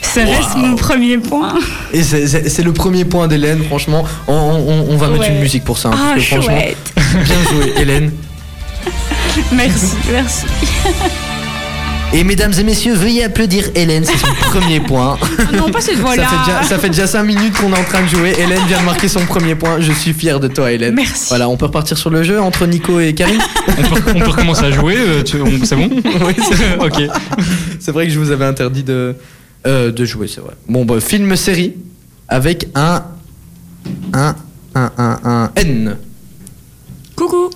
C: Ça reste mon premier point.
A: Et c'est- c'est c'est le premier point d'Hélène, franchement. On, on- on va mettre
C: Ouais.
A: une musique pour ça. hein, parce
C: Ah,
A: que franchement,
C: chouette.
A: bien joué, Hélène.
C: Merci, merci.
A: Et mesdames et messieurs, veuillez applaudir Hélène, c'est son premier point.
C: Ah non, pas cette voix-là.
A: Ça, fait déjà, ça fait déjà 5 minutes qu'on est en train de jouer. Hélène vient de marquer son premier point. Je suis fier de toi, Hélène.
C: Merci.
A: Voilà, on peut repartir sur le jeu entre Nico et Karine.
B: On peut, on peut recommencer à jouer, euh, tu- on- c'est bon
A: oui, c'est
B: Ok.
A: C'est vrai que je vous avais interdit de, euh, de jouer, c'est vrai. Bon, bah, film série avec un. Un. Un. Un. un N.
C: Coucou,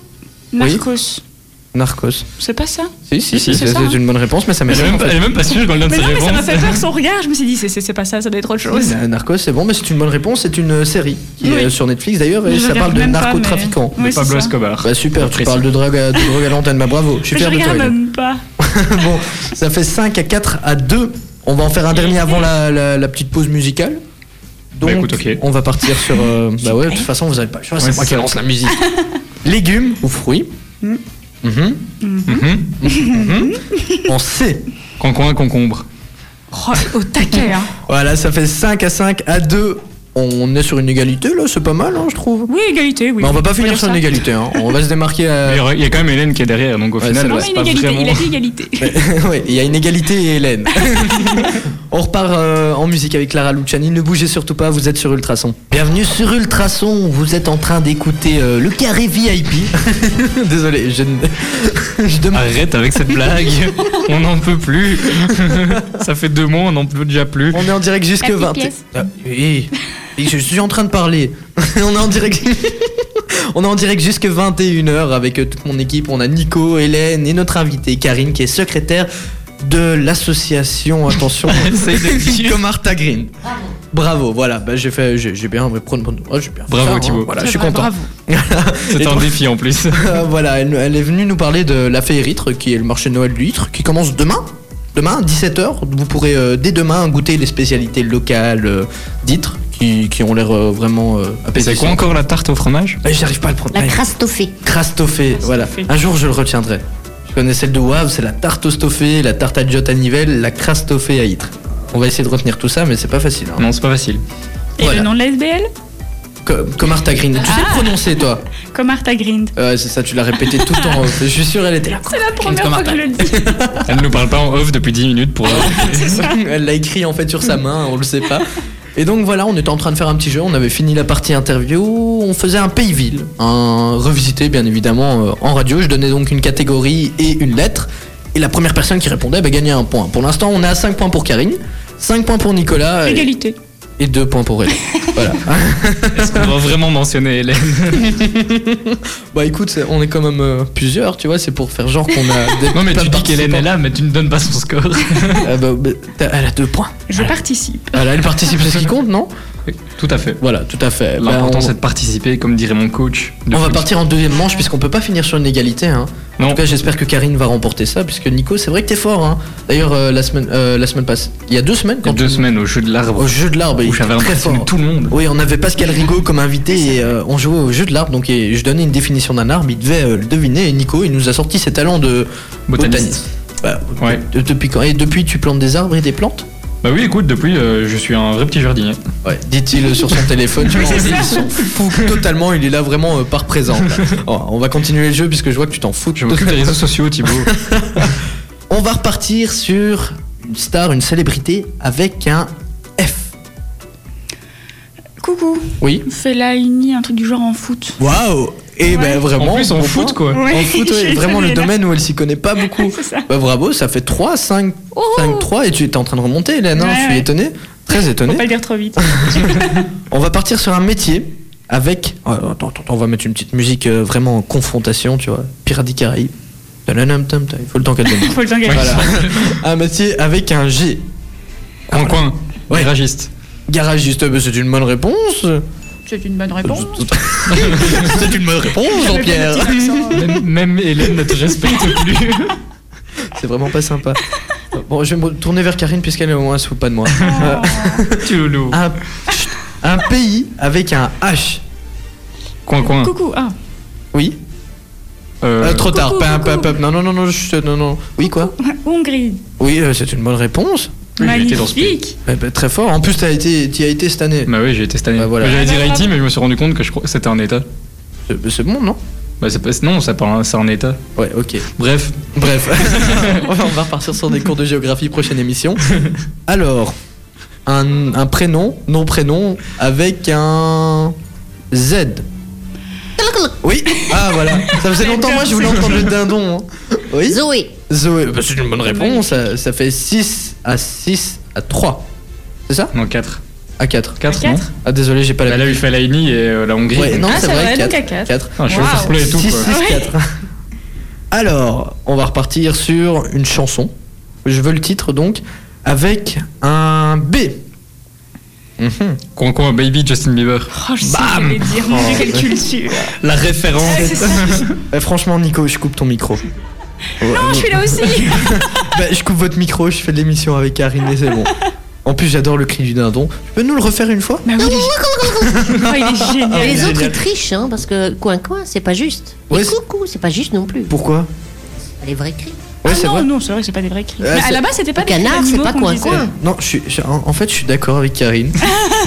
C: Marcos.
A: Narcos.
C: C'est pas ça
A: Si, si, si,
C: c'est
A: c'est
C: ça, hein.
A: une bonne réponse, mais ça
B: Elle est
A: m'énerve.
B: même,
A: en
B: pas- elle
A: fait.
B: est même pas sûre qu'on le donne
C: Mais
B: ses
C: non, mais ça m'a
B: réponses.
C: fait peur son regard. Je me suis dit, c'est- c'est c'est pas ça, ça doit être autre chose.
A: Euh, Narcos, c'est bon, mais c'est une bonne réponse. C'est une série qui
C: Oui.
A: est euh, sur Netflix d'ailleurs, et
C: Je
A: ça parle
C: regarde
A: de
C: même pas,
A: narcotrafiquants.
C: mais- Oui, c'est
B: Pablo
C: ça.
B: Escobar.
A: Bah super, tu
B: Précis.
A: parles de drogue à, de drogue à l'antenne, bah bravo, je suis
C: Mais Je
A: fier de toi.
C: regarde
A: Hélène.
C: même pas.
A: bon, ça fait 5 à 4 à 2. On va en faire un dernier avant la, la- la petite pause musicale. Donc,
B: Bah écoute, ok.
A: on va partir sur. euh, bah ouais, de toute façon, vous avez pas le choix,
B: Ouais,
A: c'est moi
B: c'est
A: qui
B: ça.
A: lance la musique. Légumes ou fruits
C: Mm. Mm-hmm.
A: Mhm.
B: Mhm.
A: Mm-hmm. On sait.
B: Cancoin, concombre.
C: Oh, au taquet, hein.
A: Voilà, ça fait 5 à 5 à 2. On est sur une égalité là, c'est pas mal, hein, je trouve.
C: Oui, égalité, oui.
A: Mais on va pas
C: Faut
A: finir
C: dire
A: sur
C: ça.
A: une égalité, hein. on va se démarquer à.
B: Mais Il y a- il y a quand même Hélène qui est derrière, donc au
A: Ouais, c'est
B: final,
C: Non,
A: vrai.
B: c'est
C: mais
B: pas
C: une égalité, il a
B: vraiment.
C: dit égalité.
A: oui, il y a une égalité et Hélène. On repart euh, en musique avec Clara Luciani. Ne bougez surtout pas, vous êtes sur Ultrason. Bienvenue sur Ultrason, vous êtes en train d'écouter euh, le carré VIP. Désolé, je, ne- je demande.
B: Arrête avec
A: Ah,
B: cette blague, on n'en peut plus. ça fait deux mois, on n'en peut déjà plus.
A: On est en direct jusque
E: La petite
A: 20.
E: pièce.
A: Ah, oui. Et je suis en train de parler. on est en direct. on est en direct jusque 21h avec euh, toute mon équipe. On a Nico, Hélène et notre invitée Karine qui est secrétaire de l'association Attention Comarta Green. Bravo, voilà, bah, j'ai fait, j'ai oh, j'ai bien hein. prononcé.
B: Bravo, Thibaut.
A: voilà,
C: C'est
A: je suis
C: vrai,
A: content.
C: bravo.
A: Et
B: C'est un
A: toi
B: défi en plus.
A: Euh, voilà, elle, elle est venue nous parler de la Féerie Ytre, qui est le marché de Noël du Ytre, qui commence demain. Demain, 17h, vous pourrez euh, dès demain goûter les spécialités locales euh, d'Ytre, qui, qui ont l'air euh, vraiment euh,
B: C'est quoi
A: appétissantes.
B: encore la tarte au fromage
A: Euh, J'arrive pas à le prendre.
D: La
A: Ouais.
D: crasse toffée.
A: Crasse toffée, voilà. Un jour, je le retiendrai. Je connais celle de Wavre, c'est la tarte au stoffée, la tarte à Jot à Nivelles, la crasse toffée à Ytre. On va essayer de retenir tout ça, mais c'est pas facile. Hein.
B: Non, c'est pas facile.
C: Et
A: Voilà.
C: le nom de la SBL
B: Mm.
A: Comme, comme Arta Green. Tu sais le prononcer, toi
C: Comme Arta Grind.
A: Ouais, C'est ça, tu l'as répété tout le temps. Je suis sûr, elle était là.
C: C'est la première
A: Comme
C: fois
A: Arta.
C: que je le dis.
B: Elle nous parle pas en off depuis 10 minutes pour. euh,
A: Elle l'a écrit en fait sur sa main, on le sait pas. Et donc voilà, on était en train de faire un petit jeu, on avait fini la partie interview, on faisait un pays-ville, un revisité bien évidemment euh, en radio. Je donnais donc une catégorie et une lettre, et la première personne qui répondait bah, gagnait un point. Pour l'instant, on a 5 points pour Karine, 5 points pour Nicolas et,
C: Égalité.
A: 2 points pour elle. voilà.
B: Est-ce qu'on va vraiment mentionner Hélène
A: Bah écoute, c'est- on est quand même euh, plusieurs, tu vois, c'est pour faire genre qu'on a des.
B: Non, mais
A: plein
B: tu
A: de
B: dis qu'Hélène est
A: participants.
B: là, mais tu ne donnes pas son score.
A: Ah bah, bah, t'as- elle a 2 points.
C: Je participe.
A: Voilà, elle participe, c'est ce qui compte, non
B: Tout à fait.
A: Voilà, tout à fait. Bah,
B: L'important,
A: on-
B: c'est de participer, comme dirait mon coach. de
A: On va
B: foot.
A: partir en deuxième manche puisqu'on peut pas finir sur une égalité. Hein. En
B: Non,
A: tout cas, j'espère que Karine va remporter ça puisque Nico, c'est vrai que t'es fort. Hein. D'ailleurs, euh, la semaine, euh, la semaine passe. Il y a deux semaines,
B: il y a
A: quand
B: deux
A: on-
B: semaines au jeu de l'arbre,
A: au jeu de l'arbre, il
B: où j'avais
A: était très
B: impressionné
A: fort.
B: tout le monde.
A: Oui, on avait Pascal Rigaud comme invité et euh, on jouait au jeu de l'arbre. Donc, et je donnais une définition d'un arbre, il devait euh, le deviner. Et Nico, il nous a sorti ses talents de botaniste.
B: Botaniste.
A: Bah,
B: Ouais.
A: de- depuis quand Et depuis, tu plantes des arbres et des plantes
B: Bah oui, écoute, depuis, euh, je suis un vrai petit jardinier.
A: Ouais, dit-il sur son téléphone. Tu vois, il s'en fout totalement, il est là vraiment euh, par présent. là. Oh, on va continuer le jeu puisque je vois que tu t'en fous.
B: Je m'occupe des réseaux sociaux, Thibaut.
A: On va repartir sur une star, une célébrité avec un F.
C: Coucou.
A: Oui.
C: Fellaini, un truc du genre en foot.
A: Waouh Et ben vraiment.
B: en plus, on
A: bon
B: foot,
A: point.
B: quoi.
C: Ouais,
A: En foot, ouais,
C: j'ai
A: vraiment le
C: donné la-
A: domaine où elle s'y connaît pas beaucoup.
C: C'est ça.
A: Bah bravo, ça fait 3, 5,
B: Oh.
A: 5, 3 et tu étais en train de remonter Hélène, hein,
C: Ouais,
A: je suis
C: ouais.
A: étonné. Très
C: Faut
A: étonné.
C: pas le dire trop vite.
A: On va partir sur un métier avec... oh, attends, attends, on va mettre une petite musique euh, vraiment en confrontation, tu vois. Pirates des Caraïbes. Tadadam-tam-tam, Il faut le temps qu'elle demande.
C: Faut le dire
A: Voilà. un métier avec un G.
B: Coin, coin,
A: Ouais.
B: garagiste.
A: Garage juste, bah, c'est une bonne réponse.
C: C'est une bonne réponse.
A: C'est une bonne réponse, Jean-Pierre.
B: Même, même Hélène ne te respecte plus.
A: C'est vraiment pas sympa. Bon, je vais me tourner vers Karine puisqu'elle est au moins sous pas de moi. Euh,
B: tu loulou.
A: un, un pays avec un H.
B: Coin, coin.
C: Coucou. Ah,
A: Oui.
B: Euh,
A: Euh, trop tard.
C: coucou,
A: Pas,
C: coucou.
A: pas, pas- non, non, non, non, je- non, non. Oui quoi
C: Hongrie.
A: Oui, euh, c'est une bonne réponse.
B: Oui, j'ai été dans ce pays.
C: Magnifique.
A: Eh ben, très fort. En plus, t'as été, t'y as été cette année.
B: Bah oui, j'ai été cette année.
A: Bah voilà.
B: J'allais
C: Ah,
B: dire Haïti, mais je me suis rendu compte que je crois c'était un état.
A: C'est- C'est bon, non
B: Bah c'est pas... non, ça parle- c'est un état.
A: Ouais, ok.
B: Bref,
A: Bref, on va- on va repartir sur des cours de géographie prochaine émission. Alors, un, un prénom, non prénom, avec un Z. Oui. Ah voilà. Ça faisait longtemps moi je voulais entendre le dindon. hein. Oui.
D: Zoé.
A: Zoé. Bah, c'est une bonne réponse. Ça, ça fait 6 à 6 à 3. C'est ça
B: non, 4.
A: À 4.
B: 4, non
C: Quatre
A: Ah désolé, j'ai pas
B: Bah,
A: la.
B: Là, il fait l'Aïni et euh, la Hongrie.
A: Ouais,
B: donc-
A: non,
C: Ah,
A: c'est
C: c'est
A: vrai,
C: vrai, donc
A: 4.
C: à quatre.
A: Oh,
B: Ah, je suis
C: Wow.
B: au complet et tout,
A: Six,
B: quoi.
A: six,
C: Ouais.
A: quatre. Alors, on va repartir sur une chanson. Je veux le titre donc avec un B. Mhm.
B: Coin, coin, baby, Justin Bieber.
C: Oh, je sais ce que j'allais dire. Mon dieu, quelle culture.
A: Oh,
B: La référence.
C: Ouais, c'est ça.
A: Eh, franchement, Nico, je coupe ton micro.
C: Non, je suis là aussi.
A: Bah, je coupe votre micro, je fais de l'émission avec Karine et c'est bon. En plus, j'adore le cri du dindon. Tu peux nous le refaire une fois
C: Bah oui, il est- Oh, il est
A: Ah,
D: Et
C: génial.
D: les
A: génial.
D: autres, ils trichent, hein, parce que coin-coin, c'est pas juste.
A: Ouais,
D: Et
A: c'est-
D: coucou, c'est pas juste non plus.
A: Pourquoi
D: Les vrais cris.
A: Ouais,
C: Ah
A: c'est
C: non,
A: vrai.
C: non, c'est vrai que c'est pas des vrais cris.
A: Euh,
C: Mais
A: c'est-
C: à la base, c'était pas
D: Le
C: des cris
D: canard, c'est
C: d'animaux
D: pas
C: qu'on
D: coin,
C: disait.
D: coin.
A: Euh, Non, je suis, je- en en fait, je suis d'accord avec Karine.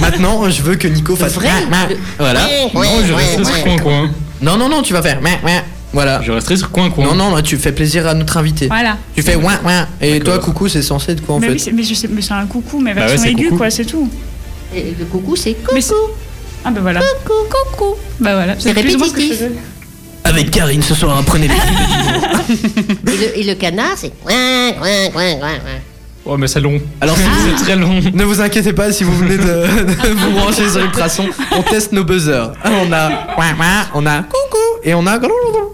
A: Maintenant, je veux que Nico fasse.
D: vrai
A: Mouah, mouah. Voilà.
C: Oh,
B: non, je resterai sur coin, coin.
A: Non, non, non, tu vas faire. Mouah, mouah. Voilà.
B: Je resterai sur coin, coin.
A: Non, non, là, tu fais plaisir à notre invité.
C: Voilà.
A: Tu fais ouin ouin et toi
B: D'accord.
A: coucou c'est censé être quoi en
C: mais oui,
A: fait
C: c'est- mais je sais- mais c'est un coucou, mais
B: Bah ouais,
C: version
B: c'est
C: aiguë,
B: coucou.
C: quoi, c'est tout.
D: Et le coucou, c'est coucou.
C: Mais c'est- Ah bah voilà.
D: Coucou.
C: Bah voilà.
D: C'est
C: plus ou moins ce que je
D: répétitif.
C: faisais.
A: Avec Karine ce soir, prenez les
D: Et le, et le canard, c'est coin, coin, coin, coin, coin.
B: Oh, mais c'est long.
A: Alors, si vous
B: C'est très long.
A: êtes- ne vous inquiétez pas si vous venez de, de vous brancher sur Ultrason. On teste nos buzzers. Ah, On a. ouah, ouah, On a coucou. Et on a.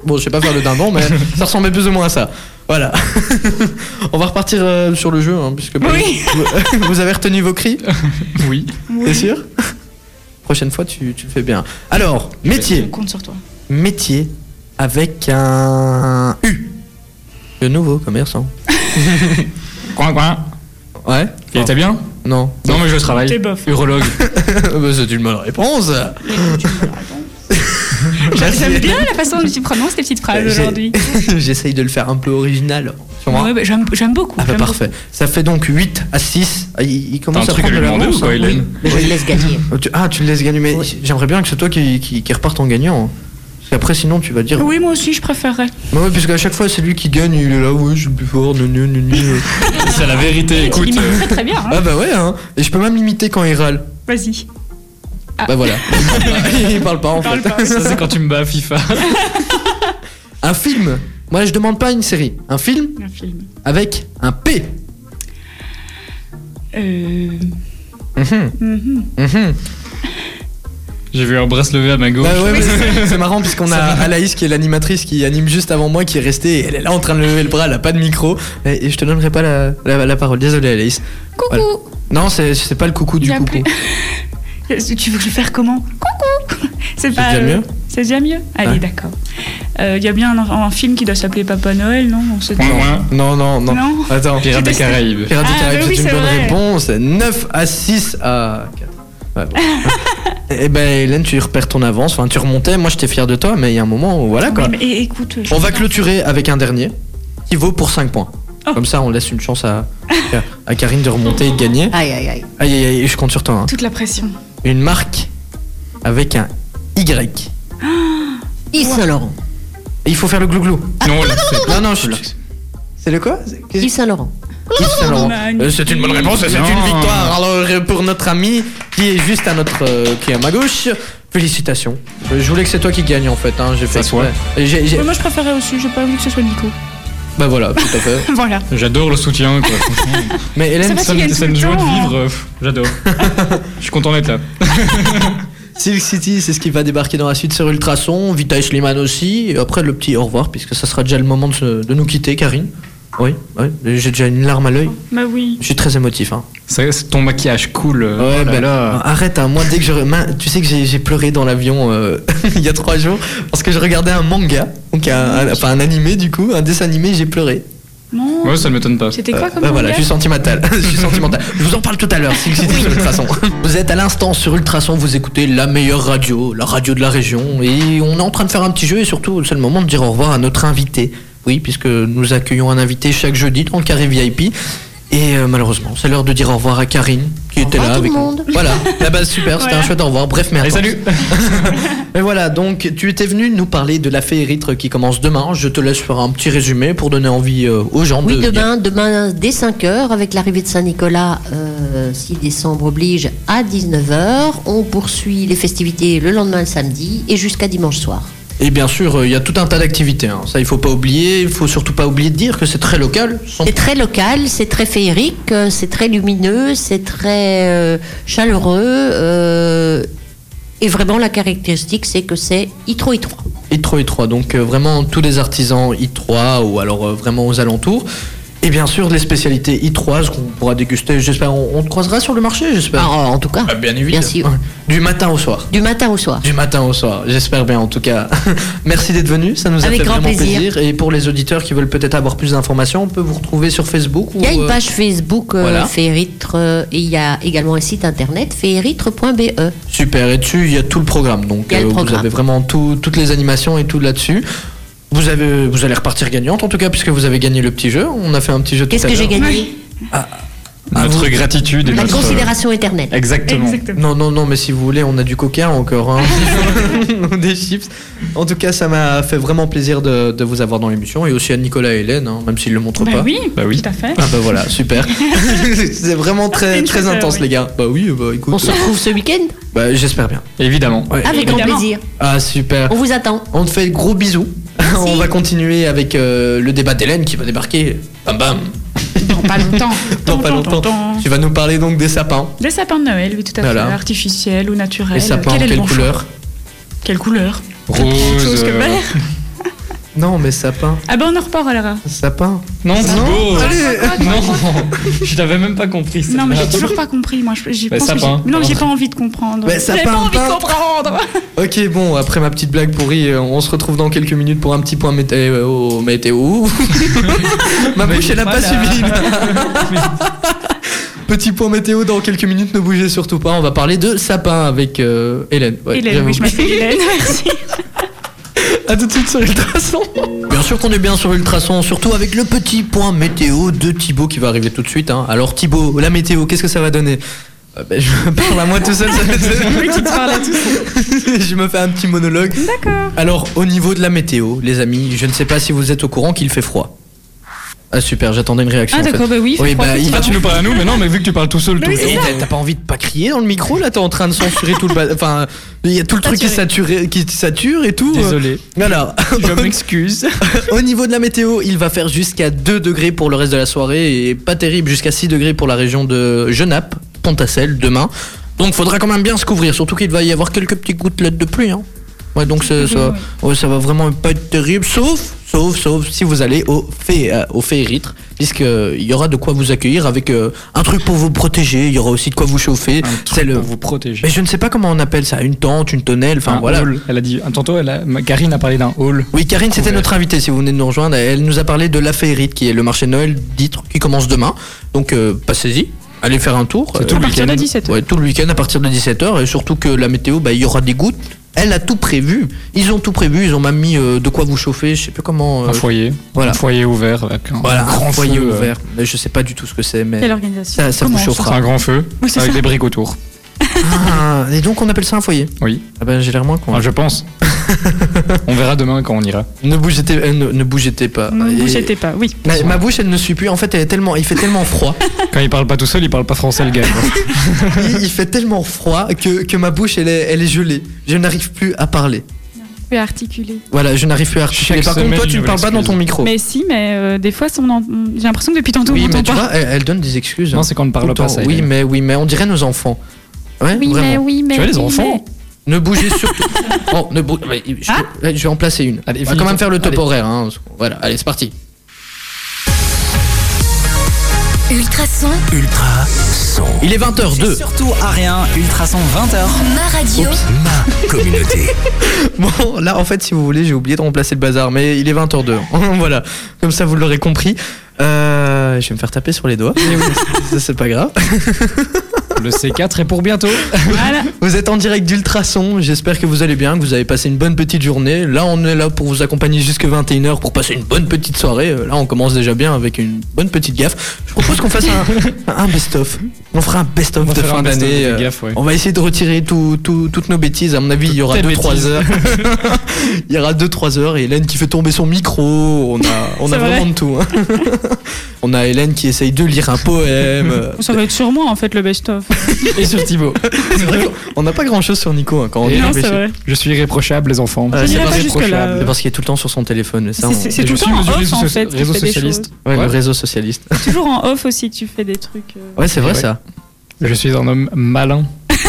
A: Bon, je sais pas faire le dindon, mais ça ressemblait plus ou moins à ça. Voilà. on va repartir euh, sur le jeu, hein, puisque.
C: Oui.
A: Vous- vous avez retenu vos cris
B: Oui.
A: T'es sûr Prochaine fois, tu, tu le fais bien. Alors,
C: On
A: métier.
C: compte sur toi.
A: Métier avec un U. Le nouveau commerçant.
B: Coin, coin.
A: Ouais
B: Il était bien
A: Non.
B: Non, mais je
C: T'es
B: travaille.
C: bof.
B: Urologue.
A: Bah, C'est une bonne réponse. Merci.
C: J'aime bien la façon dont tu prononces tes petites phrases
A: Bah, J'ai-
C: aujourd'hui.
A: J'essaye de le faire un peu original. Tu vois
C: Ouais, bah, J'aime j'aime beaucoup.
A: Ah bah
C: j'aime
A: parfait. Ça fait donc 8 à 6. Ah, Il, il commence
B: T'as un
A: à
B: truc à
A: prendre
B: lui
A: de
B: demander
A: l'avance,
B: ou quoi,
A: hein.
B: Hélène
A: Oui.
D: Mais je le laisse gagner.
A: Oh, tu- Ah, tu le laisses gagner, mais
D: Oui.
A: j'aimerais bien que c'est toi qui, qui, qui reparte en gagnant. hein. Parce qu'après, sinon, tu vas dire.
C: beaucoup. Oui, moi aussi, je préférerais.
A: Bah ouais, parce qu'à chaque fois, c'est lui qui gagne, il est là, ouais, je suis plus fort, non, non, non, non.
B: Ah. C'est la vérité, écoute.
C: Il me très très bien. hein.
A: Ah bah ouais, hein. Et je peux même l'imiter quand il râle.
C: Vas-y.
A: Bah voilà. il parle pas en
C: Parle
A: fait.
C: pas.
B: Ça, c'est quand tu me bats à FIFA.
A: Un film. Moi, je demande pas une série. Un film
C: Un film.
A: avec un P.
C: Euh,
A: Mhm,
C: mhm.
A: mhm.
B: J'ai vu un bras se lever à ma gauche.
A: Bah ouais, mais c'est- c'est marrant puisqu'on a Alaïs qui est l'animatrice qui anime juste avant moi qui est restée. et Elle est là en train de lever le bras, elle a pas de micro. Et, et je te donnerai pas la, la- la parole. Désolé Alaïs.
C: Coucou.
A: Voilà. Non, c'est c'est pas le coucou du
C: Il y a
A: coucou.
C: Tu veux que je fasse comment Coucou C'est pas.
A: déjà
C: euh,
A: mieux
C: C'est déjà mieux Allez,
A: Ouais.
C: d'accord. Euh, Il y a bien un, un film qui doit s'appeler Papa Noël, non On se dit.
B: Coin, coin.
A: Non, non, non.
C: Non.
A: Attends.
B: Pirates des
C: testé.
B: Caraïbes.
A: Pirates des
C: Ah,
A: Caraïbes,
C: bah oui,
A: c'est une
C: c'est
A: bonne
C: vrai.
A: réponse. 9 à 6 à 4. Et ben Hélène, tu repères ton avance. Enfin, tu remontais. Moi, j'étais fier de toi, mais il y a un moment où voilà quoi.
C: Oui, mais é- écoute. je-
A: On va clôturer avec un dernier qui vaut pour 5 points.
C: Oh.
A: Comme ça, on laisse une chance à, à Karine de remonter et de
C: Ah.
A: gagner.
D: Aïe, aïe, aïe.
A: Aïe, aïe, aïe, je compte sur toi. hein.
C: Toute la pression.
A: Une marque avec un Y.
D: Yves Saint-Laurent.
A: Et il faut faire le glouglou.
B: Non, là, c'est
A: Non, non, je... C'est le quoi C'est- qu'est-ce-
D: Yves Saint-Laurent.
A: Yves Saint Laurent.
C: Magnifique.
A: Euh, C'est une bonne réponse, et c'est une
B: Non.
A: victoire alors, euh, pour notre ami qui est juste à notre euh, qui est à ma gauche. Félicitations. Euh, Je voulais que c'est toi qui gagne en fait. Hein. J'ai fait
B: Ça se voit.
A: exprès. Et j'ai- j'ai-
C: Ouais, moi, je préférais aussi. J'ai pas voulu que ce soit Nico.
A: Bah voilà, tout à fait.
C: voilà.
B: J'adore le soutien, quoi. franchement.
A: Mais Hélène,
C: va,
B: ça,
C: tu
B: me-
C: gagnes
B: ça
C: tout
B: me
C: le
B: joie de
C: temps, hein.
B: vivre. euh, pff, J'adore. Je suis content d'être là.
A: Silk City, c'est ce qui va débarquer dans la suite sur Ultrason. Vita Sliman aussi. Et après le petit au revoir, puisque ça sera déjà le moment de, se- de nous quitter, Karine. Oui, oui. J'ai déjà une larme à l'œil.
C: Bah oui.
A: Je suis très émotif. Hein.
B: Ça, C'est ton maquillage cool. euh,
A: Ouais,
B: oh là
C: ben
A: bah,
B: là.
A: non, Arrête, hein, moi dès que je. Main, tu sais que j'ai j'ai pleuré dans l'avion euh, il y a trois jours parce que je regardais un manga, donc un, un- enfin un animé du coup, un dessin animé, j'ai pleuré.
C: Non.
B: Ouais, ça ne m'étonne pas.
C: C'était quoi comme
A: Bah voilà, je
C: manga
A: suis sentimental. je suis sentimental. Je vous en parle tout à l'heure, si c'est sur Ultrason. Vous êtes à l'instant sur Ultrason, vous écoutez la meilleure radio, la radio de la région, et on est en train de faire un petit jeu et surtout c'est le moment de dire au revoir à notre invité. Oui, puisque nous accueillons un invité chaque jeudi dans le carré VIP. Et euh, malheureusement, c'est l'heure de dire au revoir à Karine, qui
D: Au
A: était
D: revoir
A: là
D: tout
A: avec
D: le
A: nous.
D: monde.
A: Voilà, la base super, c'était
C: Voilà.
A: un chouette au revoir. Bref, merci.
B: Allez, salut
A: Mais voilà, donc tu étais venu nous parler de la féeritre qui commence demain. Je te laisse faire un petit résumé pour donner envie euh, aux gens
D: Oui,
A: de. venir.
D: demain, demain dès 5h, avec l'arrivée de Saint-Nicolas, euh, 6 décembre oblige, à 19h. On poursuit les festivités le lendemain, le samedi, et jusqu'à dimanche soir.
A: Et bien sûr, euh, il y a tout un tas d'activités. hein. Ça, il faut pas oublier. Il faut surtout pas oublier de dire que c'est très local. Sans-
D: C'est très local, c'est très féerique, euh, c'est très lumineux, c'est très euh, chaleureux. euh, et vraiment, la caractéristique, c'est que c'est ITRO ITRO.
A: Et 3 et 3. Donc euh, vraiment tous les artisans I3 ou alors euh, vraiment aux alentours. Et bien sûr les spécialités I3 qu'on pourra déguster. J'espère on, on te croisera sur le marché.
D: Ah,
A: J'espère.
D: en tout cas,
A: Ah, bien évidemment.
D: bien sûr.
A: Ouais. Du matin au soir.
D: du matin au soir.
A: Du matin au soir, j'espère bien en tout cas. Merci d'être venu, ça nous a
D: Avec
A: fait
D: grand
A: vraiment plaisir.
D: plaisir.
A: Et pour les auditeurs qui veulent peut-être avoir plus d'informations, on peut vous retrouver sur Facebook ou,
D: Il y a une
A: euh,
D: page Facebook euh,
A: voilà.
D: Féeritre, euh, et il y a également un site internet féeritre.be.
A: Super, et dessus, il y a tout le programme. Donc, euh,
D: Il y a le
A: vous
D: programme.
A: avez vraiment tout- toutes les animations et tout là-dessus. Vous, avez, vous allez repartir gagnante, en tout cas, puisque vous avez gagné le petit jeu. On a fait un petit jeu tout
D: Qu'est-ce
A: à
D: que j'ai
A: l'heure.
D: gagné
A: Ah,
B: Notre
A: vous-
B: gratitude et
D: La
B: notre.
D: considération éternelle.
B: Exactement.
C: Exactement.
A: Non, non, non, mais si vous voulez, on a du coca encore. hein. Ou des chips. En tout cas, ça m'a fait vraiment plaisir de, de vous avoir dans l'émission. Et aussi à Nicolas et Hélène, hein, même s'ils ne le montrent
C: Bah
A: pas.
C: oui,
B: Bah oui.
C: tout à fait.
A: Ah bah voilà, super. C'est vraiment très,
C: Une
A: très
C: chaussure,
A: intense,
C: oui.
A: les gars. Bah oui, bah écoute.
D: On se retrouve ce week-end
A: Bah, J'espère bien.
B: Évidemment.
A: Ouais.
D: avec grand
C: Évidemment.
D: plaisir.
A: Ah, super.
D: On vous attend.
A: On te fait de gros bisous. On va continuer avec euh, le débat d'Hélène qui va débarquer. Bam bam.
G: Dans pas longtemps.
A: Dans pas
C: Tan, tan,
A: longtemps.
C: tan, tan.
A: Tu vas nous parler donc des sapins.
C: Des sapins de Noël, oui, tout à
A: Voilà.
C: fait. Artificiels ou naturels.
A: Les sapins,
C: Quel est le
A: quelle
C: bon choix
A: couleur
C: Quelle couleur Autre
B: Rose.
C: chose que
B: euh,
C: vert.
A: Non, mais sapin.
C: Ah ben on en repart alors.
A: Sapin.
B: Non, Thibaut.
A: Allez
B: Non, je t'avais même pas compris.
C: Non mais
B: celle-là.
C: j'ai toujours pas compris. Moi, je- j'y
B: Bah,
C: pense que
B: sapin.
C: j'ai- Non, j'ai pas envie de comprendre.
A: Bah,
C: J'ai
A: sapin,
C: pas envie de
A: pain.
C: comprendre.
A: Ok, bon, après ma petite blague pourrie, euh, on se retrouve dans quelques minutes pour un petit point météo. météo. ma bouche, elle a pas
B: voilà.
A: suivi. Petit point météo dans quelques minutes, ne bougez surtout pas. On va parler de sapin avec euh, Hélène. Ouais,
C: Hélène,
A: j'avoue.
C: oui, je m'appelle Hélène. Merci.
A: À tout de suite sur Ultrason. Bien sûr qu'on est bien sur Ultrason, surtout avec le petit point météo de Thibaut qui va arriver tout de suite. hein. Alors Thibaut, la météo, qu'est-ce que ça va donner Euh, ben, Je me parle à moi tout seul. ça fait-
C: Oui, tu te parles à tous.
A: je me fais un petit monologue.
C: D'accord.
A: Alors au niveau de la météo, les amis, je ne sais pas si vous êtes au courant qu'il fait froid. Ah super, j'attendais une réaction.
C: Ah
A: en fait.
C: d'accord, bah oui.
A: Oui, bah, il-
B: Ah, tu nous parles à nous, mais non, mais vu que tu parles tout seul, tout
C: Mais oui, c'est
A: Et
C: ça.
A: t'as- T'as pas envie de pas crier dans le micro là T'es en train de censurer tout le ba- Enfin, il y a tout le truc qui, saturé, qui sature et tout.
B: Désolé,
A: Voilà.
B: je m'excuse.
A: Au niveau de la météo, il va faire jusqu'à 2 degrés pour le reste de la soirée et pas terrible, jusqu'à 6 degrés pour la région de Genappe, Pontacelle, demain. Donc faudra quand même bien se couvrir, surtout qu'il va y avoir quelques petites gouttelettes de pluie. Hein. Ouais, donc ça, ça, ouais, ça va vraiment pas être terrible, sauf, sauf, sauf si vous allez au, fé, euh, au féeritre, puisqu'il y aura de quoi vous accueillir avec euh, un truc pour vous protéger, il y aura aussi de quoi vous chauffer.
B: Un
A: C'est
B: truc
A: le...
B: pour vous protéger.
A: Mais je ne sais pas comment on appelle ça, une tente, une tonnelle, enfin
B: Un
A: voilà.
B: hall. Elle a dit, tantôt, elle a, Karine a parlé d'un hall.
A: Oui, Karine, c'était
B: Couvert.
A: notre invitée. Si vous venez de nous rejoindre, elle nous a parlé de la féerite, qui est le marché de Noël d'Itre, qui commence demain. Donc, euh, passez-y, allez faire un tour.
B: C'est
A: Euh,
B: tout
C: À
B: le
C: partir de
B: week-end.
C: 17
A: ouais, tout le week-end à partir de 17h. Et surtout que la météo, bah, il y aura des gouttes. Elle a tout prévu. Ils ont tout prévu. Ils ont même mis euh, de quoi vous chauffer. Je sais plus comment. euh,
B: Un foyer.
A: voilà.
B: Un foyer ouvert. Avec un
A: Voilà,
B: grand
A: un foyer
B: feu, euh,
A: ouvert. Mais je sais pas du tout ce que c'est,
C: Quelle
A: mais.
C: organisation
A: Ça, ça vous
C: Comment ça
A: chauffera.
B: Un grand feu.
C: Oui, c'est
B: avec
C: ça.
B: des briques autour.
A: Ah, et donc, on appelle ça un foyer
B: Oui.
A: Ah ben, j'ai l'air moins con.
B: Enfin, je pense. on verra demain quand on ira.
A: Ne bougez, euh, ne, ne bougez pas.
C: Ne
A: Et-
C: bougez pas, oui.
A: Ma, ma bouche, elle ne suit plus. En fait, elle est tellement, il fait tellement froid.
B: Quand il parle pas tout seul, il parle pas français, le gars.
A: Il, il fait tellement froid que, que ma bouche, elle est, elle est gelée. Je n'arrive plus à parler.
C: Je peux articuler.
A: Voilà, je n'arrive plus à articuler.
B: Chaque
A: Par contre,
B: semaine,
A: toi, tu ne
B: nouvelle
A: parles pas dans ton
B: excuse.
A: micro.
C: Mais si, mais euh, des fois, on en- j'ai l'impression que depuis tantôt,
A: Oh. oui,
C: on
A: mais
C: m'entend
A: tu
C: pas.
A: vois, elle, elle donne des excuses.
B: non,
A: hein,
B: c'est quand on ne
A: tout le
B: parle
A: temps.
B: pas, ça.
A: oui,
B: Hélène.
A: mais oui, mais on dirait nos enfants. Ouais,
C: Oui,
A: vraiment.
C: mais oui, mais.
B: Tu vois, les
C: oui,
B: enfants.
A: Ne bougez surtout. oh, ne bou- mais je,
C: Ah.
A: je vais en placer une.
B: Allez,
A: On va
B: finis
A: quand même
B: ton-
A: faire le top
B: allez.
A: horaire. hein. Voilà, allez, c'est parti.
E: Ultrason,
F: Ultra son.
A: Il est 20h02.
H: Surtout à rien, Ultrason 20h.
E: ma radio.
F: Ma communauté.
A: Bon, là, en fait, si vous voulez, j'ai oublié de remplacer le bazar, mais il est 20h02. voilà, comme ça, vous l'aurez compris. Euh, je vais me faire taper sur les doigts. Ça, c'est pas grave.
B: Le C4 est pour bientôt.
C: Voilà.
A: Vous êtes en direct d'Ultrason, j'espère que vous allez bien, que vous avez passé une bonne petite journée. Là, on est là pour vous accompagner jusque 21h pour passer une bonne petite soirée. Euh, Là, on commence déjà bien avec une bonne petite gaffe. Je propose qu'on fasse un, un best-of. On fera un
B: On
A: best-of
B: va
A: de
B: faire
A: fin
B: un best-of
A: d'année.
B: des
A: euh,
B: gaffes, ouais.
A: On va essayer de retirer tout- tout- toutes nos bêtises. À mon avis, il y aura
B: tes
A: 2-3
B: bêtises.
A: heures. il y aura 2-3 heures et Hélène qui fait tomber son micro. On a, on a
C: C'est vrai.
A: vraiment de tout. hein. on a Hélène qui essaye de lire un poème. euh,
C: Ça va être sur moi, en fait, le best-of.
B: Et sur Thibaut.
A: C'est vrai qu'on- on n'a pas grand-chose sur Nico hein, quand on
B: Et
A: est
C: non,
A: empêché.
C: c'est vrai.
B: Je suis irréprochable, les enfants.
A: Euh, c'est
C: n'irai
A: parce-
C: pas jusque-là.
A: c'est parce qu'il est tout le temps sur son téléphone. mais ça,
C: C'est-
A: on-
C: c'est- c'est
B: Et
C: tout
B: je
C: le
B: suis
C: temps en
B: le
C: off,
B: réseau
C: en
B: soci-
C: fait. qu'il
B: réseau
C: fait des
B: socialiste.
C: choses.
A: Ouais,
B: Ouais.
A: le réseau socialiste.
C: Toujours en off aussi que tu fais des trucs. euh.
A: Ouais, c'est vrai
B: Ouais.
A: ça.
B: Je suis un homme malin.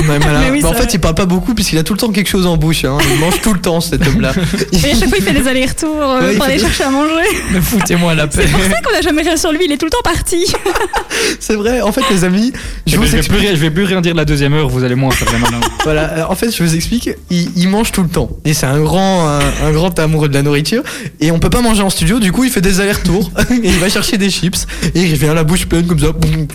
A: Ouais, malin.
C: Mais oui,
A: Bah, en
C: c'est
A: fait,
C: vrai.
A: il parle pas beaucoup puisqu'il a tout le temps quelque chose en bouche. hein. Il mange tout le temps cet homme-là.
C: Et à chaque fois, il fait des allers-retours euh,
A: Ouais, il
C: pour
A: fait
C: aller
A: des-
C: chercher à manger.
A: Mais foutez-moi la paix.
C: C'est pour ça qu'on n'a jamais rien sur lui, il est tout le temps parti.
A: C'est vrai. En fait, les amis, je
B: Eh ben,
A: vous
B: Je vais, plus,
A: explique.
B: rien- je vais plus rien dire la deuxième heure, vous allez moins faire les malins.
A: Voilà. euh, En fait, je vous explique. Il, il mange tout le temps. Et c'est un grand, un, un grand amoureux de la nourriture. Et on peut pas manger en studio. Du coup, il fait des allers-retours. Et il va chercher des chips. Et il revient la bouche pleine comme ça.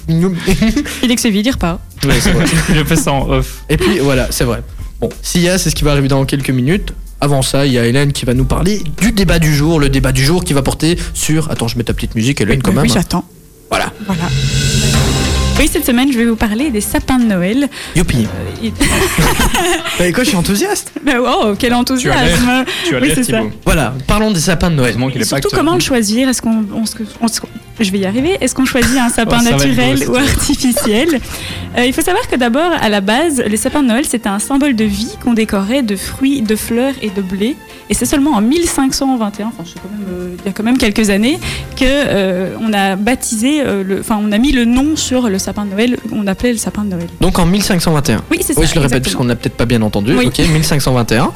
C: Il est que c'est vide, il repart.
B: je fais ça en off.
A: Et puis voilà, c'est vrai. Bon, Sia, c'est ce qui va arriver dans quelques minutes. Avant ça, il y a Hélène qui va nous parler du débat du jour. Le débat du jour qui va porter sur. Attends, je mets ta petite musique, Hélène, quand
C: Oui,
A: même.
C: j'attends.
A: Voilà.
C: Voilà. Oui, cette semaine, je vais vous parler des sapins de Noël.
A: Youpi.
B: Euh,
C: Et-
A: Bah, quoi, je suis enthousiaste.
C: Mais Bah, wow, quel enthousiasme
B: Tu as
C: Oui,
B: l'air,
C: c'est ça.
B: Thibaut.
A: Voilà, parlons des sapins de Noël.
B: Heureusement qu'il est pas
C: Surtout,
B: acteur.
C: comment le choisir Est-ce qu'on on se- on se- Je vais y arriver. Est-ce qu'on choisit un sapin
B: Oh, ça va être beau,
C: naturel
B: cette
C: ou artificiel Euh, Il faut savoir que d'abord, à la base, les sapins de Noël, c'était un symbole de vie qu'on décorait de fruits, de fleurs et de blé. Et c'est seulement en 1521, enfin, je sais quand même, euh, il y a quand même quelques années, que euh, on a baptisé, euh, le- enfin, on a mis le nom sur le sapin de Noël. On appelait le sapin de Noël.
A: Donc en 1521.
C: Oui, c'est ça.
A: Oui, je le répète
C: exactement.
A: puisqu'on n'a peut-être pas bien entendu.
C: Oui.
A: Ok, 1521.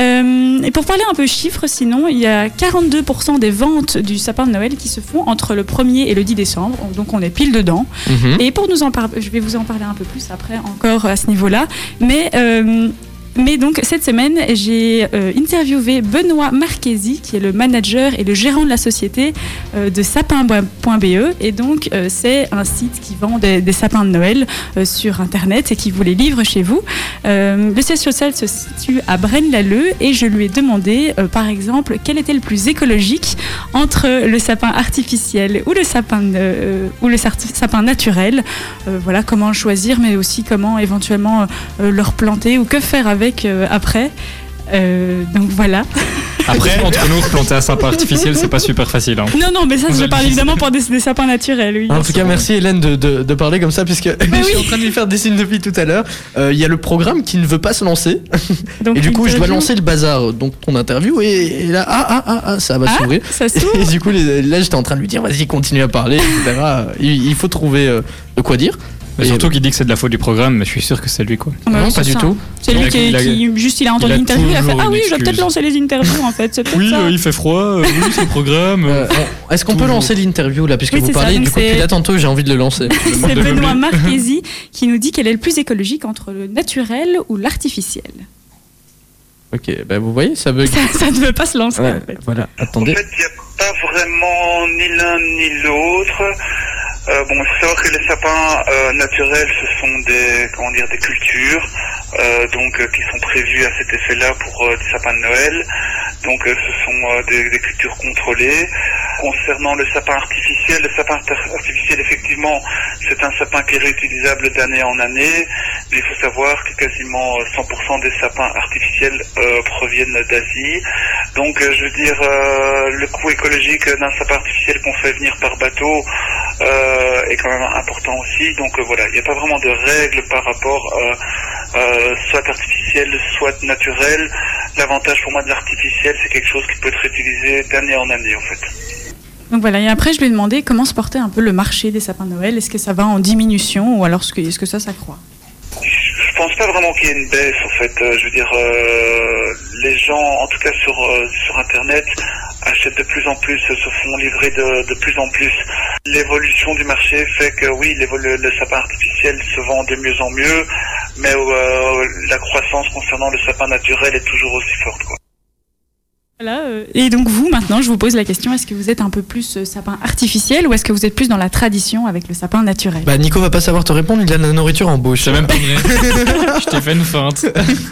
C: Euh, et pour parler un peu chiffres, sinon, il y a 42% des ventes du sapin de Noël qui se font entre le 1er et le 10 décembre. Donc on est pile dedans.
A: Mhm.
C: Et pour nous en parler, je vais vous en parler un peu plus après encore à ce niveau-là. Mais, euh, mais donc cette semaine, j'ai euh, interviewé Benoît Marchesi, qui est le manager et le gérant de la société euh, de sapin.be. Et donc euh, c'est un site qui vend des, des sapins de Noël euh, sur Internet et qui vous les livre chez vous. Euh, le siège social se situe à Braine-l'Alleud et je lui ai demandé, euh, par exemple, quel était le plus écologique entre le sapin artificiel ou le sapin, euh, ou le sar- sapin naturel. Euh, voilà comment le choisir, mais aussi comment éventuellement euh, le replanter ou que faire avec euh, après. Euh, donc voilà.
B: Après, entre nous, planter un sapin artificiel, c'est pas super facile. hein.
C: Non, non, mais ça,
B: Vous
C: je
B: allez-
C: parle évidemment pour des, des sapins naturels, oui.
A: Ah, En tout cas, merci Hélène de, de- de parler comme ça, puisque
C: Bah
A: je suis en train de lui faire des signes depuis tout à l'heure. Euh, Il y a le programme qui ne veut pas se lancer,
C: Donc,
A: et du coup, je dois
C: interview-
A: lancer le bazar, donc ton interview, et, et là, ah, ah, ah, ah, ça va
C: Ah,
A: s'ouvrir.
C: ça
A: Et
C: s'ouvre.
A: du coup, les- là, j'étais en train de lui dire, vas-y, continue à parler, etc. il, il faut trouver euh, de quoi dire.
B: Mais
A: Et-
B: surtout qu'il dit que c'est de la faute du programme, mais je suis sûr que c'est lui quoi.
C: Ah, bah,
A: non,
C: c'est
A: pas du
C: ça.
A: tout.
C: C'est lui
B: Il a-
C: qui,
B: il a-
C: qui- juste, il a entendu
B: il a
C: l'interview, il a fait
B: toujours
C: Ah
B: une
C: oui, je vais peut-être
B: excuse.
C: lancer les interviews en fait. c'est peut-être ça.
B: euh, il fait froid, euh, oui, c'est le programme. euh,
A: Euh, on- Est-ce qu'on peut
B: Toujours.
A: lancer l'interview là, puisque
C: Oui,
A: vous
C: c'est ça,
A: parlez
C: donc
A: du
C: c'est-
A: cocu là tantôt, j'ai envie de le lancer.
C: C'est
B: de
C: Benoît
B: meublé.
C: Marchesi qui nous dit quel est le plus écologique entre le naturel ou l'artificiel.
A: ok, bah vous voyez, ça veut.
C: Ça, ça ne veut pas se lancer en fait.
A: voilà,
G: En
A: attendez.
G: fait, il n'y a pas vraiment ni l'un ni l'autre. Euh, bon, il faut savoir que les sapins euh, naturels, ce sont des, comment dire, des cultures, euh, donc euh, qui sont prévues à cet effet-là pour euh, des sapins de Noël. Donc, euh, ce sont euh, des, des cultures contrôlées. Concernant le sapin artificiel, le sapin arti- artificiel, effectivement, c'est un sapin qui est réutilisable d'année en année, mais il faut savoir que quasiment euh, 100% des sapins artificiels euh, proviennent d'Asie. Donc, euh, je veux dire, euh, le coût écologique d'un sapin artificiel qu'on fait venir par bateau euh, est quand même important aussi. Donc euh, voilà, il n'y a pas vraiment de règles par rapport euh, euh, soit artificiel, soit naturel. L'avantage pour moi de l'artificiel, c'est quelque chose qui peut être utilisé d'année en année en fait.
C: Donc voilà, et après je lui ai demandé comment se portait un peu le marché des sapins de Noël. Est-ce que ça va en diminution ou alors est-ce que, est-ce que ça, ça croît
G: je pense pas vraiment qu'il y ait une baisse en fait. Euh, je veux dire, euh, les gens, en tout cas sur euh, sur internet, achètent de plus en plus, euh, se font livrer de, de plus en plus. L'évolution du marché fait que oui, l'évo- le, le sapin artificiel se vend de mieux en mieux, mais euh, la croissance concernant le sapin naturel est toujours aussi forte. Quoi.
C: Voilà, euh, et donc vous, maintenant, je vous pose la question, est-ce que vous êtes un peu plus euh, sapin artificiel ou est-ce que vous êtes plus dans la tradition avec le sapin naturel
A: Bah Nico va pas savoir te répondre, il a de la nourriture en bouche.
B: Je sais même pas vrai. Je t'ai fait une feinte.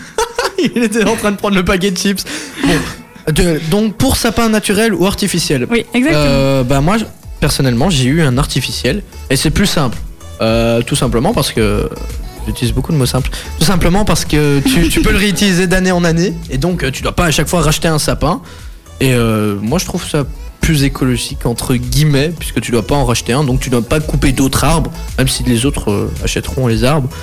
A: il était en train de prendre le paquet de chips. Bon, de- donc pour sapin naturel ou artificiel
C: Oui, exactement.
A: Euh, Bah moi, je- personnellement, j'ai eu un artificiel et c'est plus simple. Euh, tout simplement parce que j'utilise beaucoup de mots simples. Tout simplement parce que tu, tu peux le réutiliser d'année en année et donc euh, tu dois pas à chaque fois racheter un sapin. Et euh, moi, je trouve ça plus écologique entre guillemets puisque tu dois pas en racheter un, donc tu dois pas couper d'autres arbres, même si les autres euh, achèteront les arbarbres.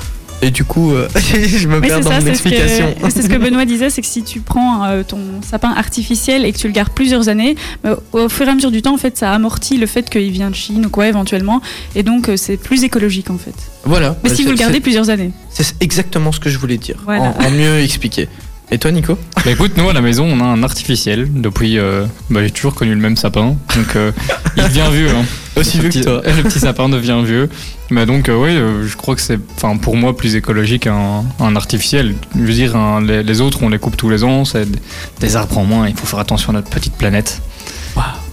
A: Et du coup, euh, je me
C: Oui,
A: perds
C: c'est
A: dans
C: ça,
A: mon
C: c'est ce,
A: explication.
C: que, c'est ce que Benoît disait, c'est que si tu prends euh, ton sapin artificiel et que tu le gardes plusieurs années, euh, au fur et à mesure du temps, en fait, ça amortit le fait qu'il vient de Chine ou quoi éventuellement, et donc euh, c'est plus écologique en fait.
A: Voilà.
C: Mais si
A: C'est-
C: vous le gardez
A: c'est-
C: plusieurs années.
A: C'est exactement ce que je voulais dire.
C: Voilà.
A: En, en mieux expliqué. Et toi, Nico
B: Bah écoute, nous à la maison, on a un artificiel. Depuis, euh, bah, j'ai toujours connu le même sapin. Donc euh, il devient vieux. hein.
A: Aussi
B: le
A: vieux que
B: petit,
A: toi.
B: Le petit sapin devient vieux. Mais donc, euh, oui, euh, je crois que c'est enfin, pour moi plus écologique un, un artificiel. Je veux dire, un- les, les autres, on les coupe tous les ans. C'est d- des arbres en moins. Il faut faire attention à notre petite planète.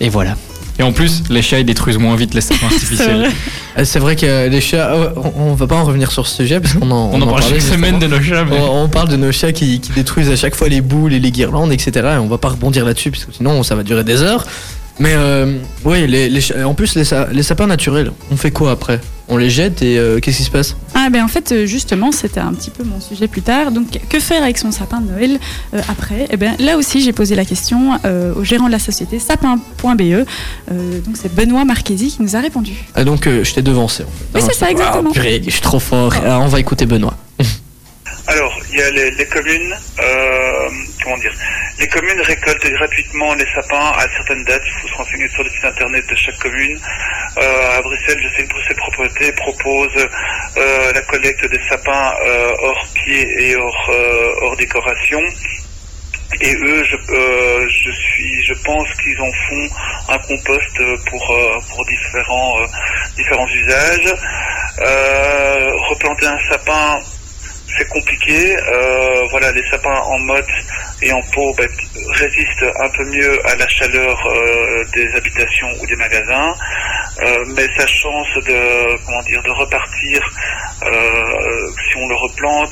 B: Et voilà. Et en plus, les chats, ils détruisent moins vite les sapins artificiels.
A: Euh, C'est vrai que euh, les chats. euh, on, on va pas en revenir sur ce sujet parce qu'on en,
B: on, en parle chaque
A: justement. Oh.
B: semaine de nos chats. mais-
A: On, on parle de nos chats qui, qui détruisent à chaque fois les boules et les guirlandes, etc. Et on va pas rebondir là-dessus parce que sinon ça va durer des heures. Mais euh, oui, les, les cha- en plus les, sa- les sapins naturels, on fait quoi après On les jette et euh, qu'est-ce qui se passe
C: Ah ben en fait euh, justement c'était un petit peu mon sujet plus tard. Donc que faire avec son sapin de Noël euh, après Eh ben là aussi j'ai posé la question euh, au gérant de la société sapin.be. Euh, donc c'est Benoît Marchesi qui nous a répondu.
A: Ah donc euh, je t'ai devancé. en fait.
C: Oui,
A: Ah,
C: c'est ça, exactement.
A: Ah, purée, je suis trop fort. Ah, on va écouter Benoît.
G: Alors, il y a les, les communes, euh, comment dire, les communes récoltent gratuitement les sapins à certaines dates. Il faut se renseigner sur le site internet de chaque commune. Euh, à Bruxelles, je sais que Bruxelles Propriété propose euh, la collecte des sapins euh, hors pied et hors, euh, hors décoration. Et eux, je, euh, je suis, je pense qu'ils en font un compost euh, pour euh, pour différents euh, différents usages. Euh, replanter un sapin, c'est compliqué. Euh, voilà, les sapins en motte et en pot bah, résistent un peu mieux à la chaleur euh, des habitations ou des magasins, Euh, mais sa chance de comment dire de repartir euh, si on le replante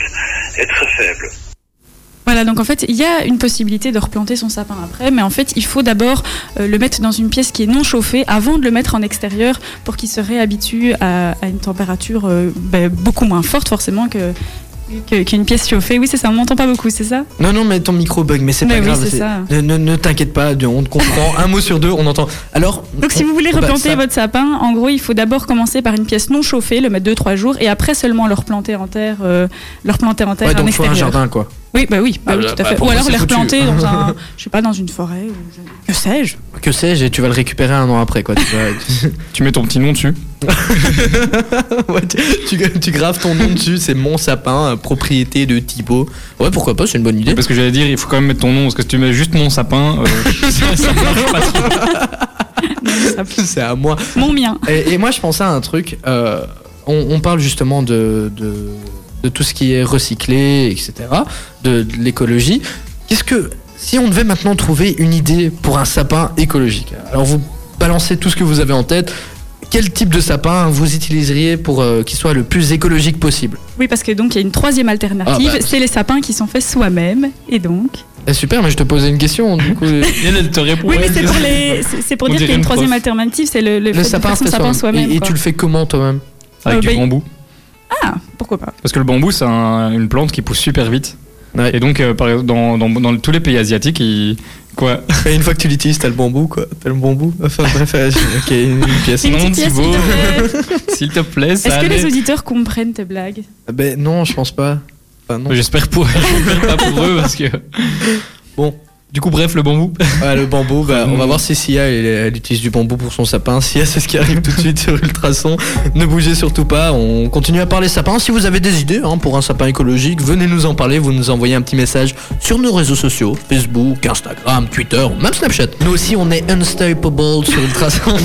G: est très faible.
C: Voilà, donc en fait, il y a une possibilité de replanter son sapin après, mais en fait, il faut d'abord euh, le mettre dans une pièce qui est non chauffée avant de le mettre en extérieur pour qu'il se réhabitue à, à une température euh, ben, beaucoup moins forte forcément que que- qu'une pièce chauffée. Oui, c'est ça, on m'entend pas beaucoup, c'est ça
A: Non, non, mais ton micro bug, mais c'est
C: Mais
A: pas
C: oui,
A: grave.
C: c'est
A: c'est-
C: ça.
A: Ne, ne- ne t'inquiète pas, on te comprend. un mot sur deux, on entend. Alors.
C: Donc si vous voulez
A: bah,
C: replanter
A: ça-
C: votre sapin, en gros, il faut d'abord commencer par une pièce non chauffée, le mettre 2-3 jours, et après seulement le replanter en terre, euh, le replanter en terre
A: Ouais,
C: en
A: donc faut
C: extérieur.
A: un jardin, quoi.
C: Oui, bah oui, bah
A: Ah,
C: oui,
A: bah,
C: tout à
A: bah,
C: fait.
A: pour
C: Ou
A: moi,
C: alors
A: c'est
C: les
A: foutu.
C: replanter dans un, je sais pas, dans une forêt ou je- que sais-je.
A: Que sais-je, et tu vas le récupérer un an après, quoi. Tu, vas-
B: Tu mets ton petit nom dessus.
A: Ouais, tu, tu- tu graves ton nom dessus, c'est mon sapin, euh, propriété de Thibaut. Ouais, pourquoi pas, c'est une bonne idée.
B: Parce que j'allais dire, il faut quand même mettre ton nom, parce que si tu mets juste mon sapin, euh, ça, ça marche pas trop.
A: c'est à moi.
C: Mon mien.
A: Et, et moi, je pensais à un truc. euh, on, on parle justement de, de, de tout ce qui est recyclé, etc., de, de l'écologie. Qu'est-ce que. Si on devait maintenant trouver une idée pour un sapin écologique, alors vous balancez tout ce que vous avez en tête. Quel type de sapin vous utiliseriez pour euh, qu'il soit le plus écologique possible
C: Oui, parce que donc il y a une troisième alternative,
A: Ah, bah.
C: c'est les sapins qui sont faits soi-même. Et donc.
A: Eh, Super, mais je te posais une question. Du coup,
B: Elle, elle te répond.
C: Oui, mais
B: elle,
C: c'est
B: elle-
C: pour, les... c'est- c'est pour
B: On
C: dire qu'il y
B: dirait
C: a une
B: une
C: troisième
B: prof.
C: alternative, c'est le, le fait
A: le
C: de
A: sapin
C: faire son
A: fait
C: sapin
A: soi-même.
C: soi-même.
A: Et, et
C: quoi.
A: tu le fais comment toi-même
B: Avec
C: Euh,
B: du
C: bah,
B: bambou.
C: Ah, pourquoi pas
B: Parce que le bambou, c'est un- une plante qui pousse super vite.
A: Ouais.
B: Et donc, euh, par exemple, dans, dans- dans tous les pays asiatiques, ils- quoi
A: Une fois que tu l'utilises, t'as le bambou, quoi. T'as le bambou. Enfin, bref, euh, ok, une pièce.
C: Une
B: Non,
C: petite pièce,
B: Thibaut. S'il
C: s'il te plaît.
B: te plaît, ça.
C: Est-ce que les
B: allait.
C: auditeurs comprennent tes blagues
A: Ben non, je pense pas. Enfin, non.
B: J'espère pour, j'espère pas pour eux parce que.
A: Bon.
B: Du coup, bref, le bambou.
A: Ouais, le bambou, bah, on va voir si Sia elle, elle utilise du bambou pour son sapin. Sia, c'est ce qui arrive tout de suite sur Ultrason. Ne bougez surtout pas, on continue à parler sapin. Si vous avez des idées hein, pour un sapin écologique, venez nous en parler. Vous nous envoyez un petit message sur nos réseaux sociaux Facebook, Instagram, Twitter, même Snapchat. Nous aussi, on est unstoppable sur Ultrason.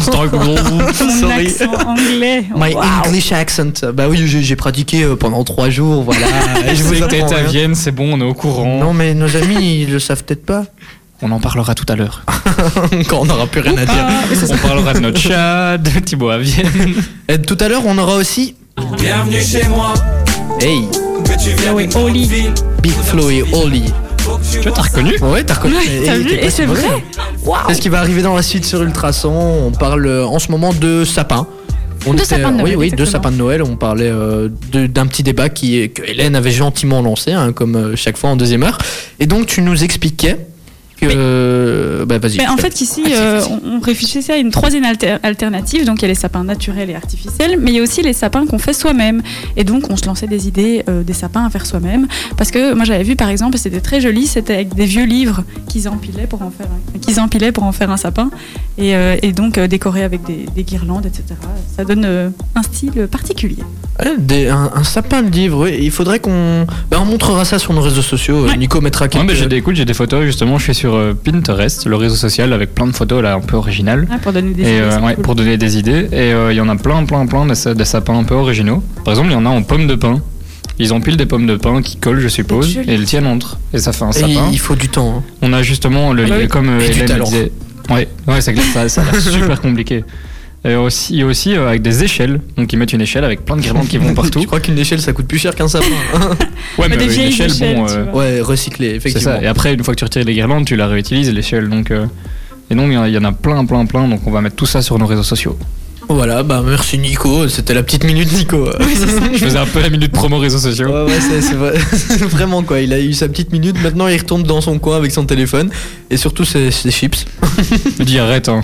C: Mon
A: Sorry.
C: accent anglais.
A: My
C: Wow.
A: English accent. Bah oui, j'ai j'ai pratiqué euh, pendant trois jours, voilà. Et je
B: Je sais
A: vous
B: que
A: apprends
B: t'es à
A: rien.
B: Vienne, c'est bon, on est au courant.
A: Non, mais nos amis, ils le savent peut-être pas.
B: On en parlera tout à l'heure.
A: Ah, Quand on n'aura plus rien à dire.
C: Ah, mais c'est-
B: On parlera de notre chat, de Thibaut à Vienne.
A: Et tout à l'heure, on aura aussi.
H: Bienvenue chez moi.
A: Hey,
H: Que tu viennes
C: Chloé
H: d'une grande
C: Oli.
H: ville,
A: Big Flo et Oli.
H: faut que tu
B: Tu vois, t'as reconnu
A: Ouais, t'as reconnu.
C: Ouais, t'as
A: Hey,
C: vu
A: t'es pas
C: Et
A: si
C: c'est
A: mauvais.
C: vrai
A: C'est ce qui va arriver dans la suite sur Ultrason. On parle euh, en ce moment de sapin. On euh,
C: De sapin de
A: oui,
C: Noël,
A: oui, de
C: exactement.
A: sapin de Noël. On parlait euh, de- d'un petit débat qui est, que Hélène avait gentiment lancé, hein, comme euh, chaque fois en deuxième heure. Et donc, tu nous expliquais que. euh, bah, vas-y.
C: Mais en
A: fais.
C: fait, ici,
A: Vas-y,
C: euh,
A: vas-y.
C: on, on réfléchissait à une troisième alter- alternative. Donc, il y a les sapins naturels et artificiels, mais il y a aussi les sapins qu'on fait soi-même. Et donc, on se lançait des idées euh, des sapins à faire soi-même. Parce que moi, j'avais vu, par exemple, c'était très joli, c'était avec des vieux livres qu'ils empilaient pour en faire, un- qu'ils empilaient pour en faire un sapin. Et, euh, et donc, euh, décoré avec des, des guirlandes, etc. Ça donne euh, un style particulier.
A: Ouais, Eh, des- un, un sapin de livre, oui. Il faudrait qu'on. bah, on montrera ça sur nos réseaux sociaux. euh,
C: Ouais.
A: Nico mettra
B: Ouais,
A: quelques.
B: mais j'ai des, écoute, j'ai des photos justement, je suis sur euh, Pinterest, le réseau social avec plein de photos là un peu originales.
C: hein, pour donner des
B: Et
C: idées.
B: euh,
C: c'est
B: ouais,
C: cool.
B: pour donner des idées. Et euh, il y en a plein, plein, plein de, sa- de sapins un peu originaux. Par exemple, il y en a en pommes de pin. Ils empilent des pommes de pin qui collent, je suppose,
C: joli.
B: et le tiennent entre. Et ça fait un
A: Et
B: sapin.
A: il faut du temps. hein.
B: On a justement le,
A: Ah bah oui.
B: comme euh,
A: Et du
B: Hélène
A: talent.
B: disait. Ouais, ouais, c'est clair, ça, ça a l'air super compliqué. Et aussi, il y a aussi euh, avec des échelles. Donc ils mettent une échelle avec plein de guirlandes qui vont partout.
A: Je crois qu'une échelle ça coûte plus cher qu'un sapin. hein.
B: Ouais,
C: Mais des
B: euh,
C: vieilles échelles,
B: bon,
C: tu vois.
A: ouais, recyclé,
B: c'est
A: effectivement.
B: ça. Et après, une fois que tu retires les guirlandes, tu la réutilises l'échelle. Donc euh, et donc il y en a- il y en a plein, plein, plein. Donc on va mettre tout ça sur nos réseaux sociaux.
A: Voilà, bah merci Nico, c'était la petite minute Nico.
B: Je faisais un peu la minute promo réseaux sociaux.
A: Ouais, ouais, c'est, c'est vrai- c'est vraiment quoi. Il a eu sa petite minute, maintenant il retourne dans son coin avec son téléphone et surtout ses, ses chips.
B: Je dis arrête, hein.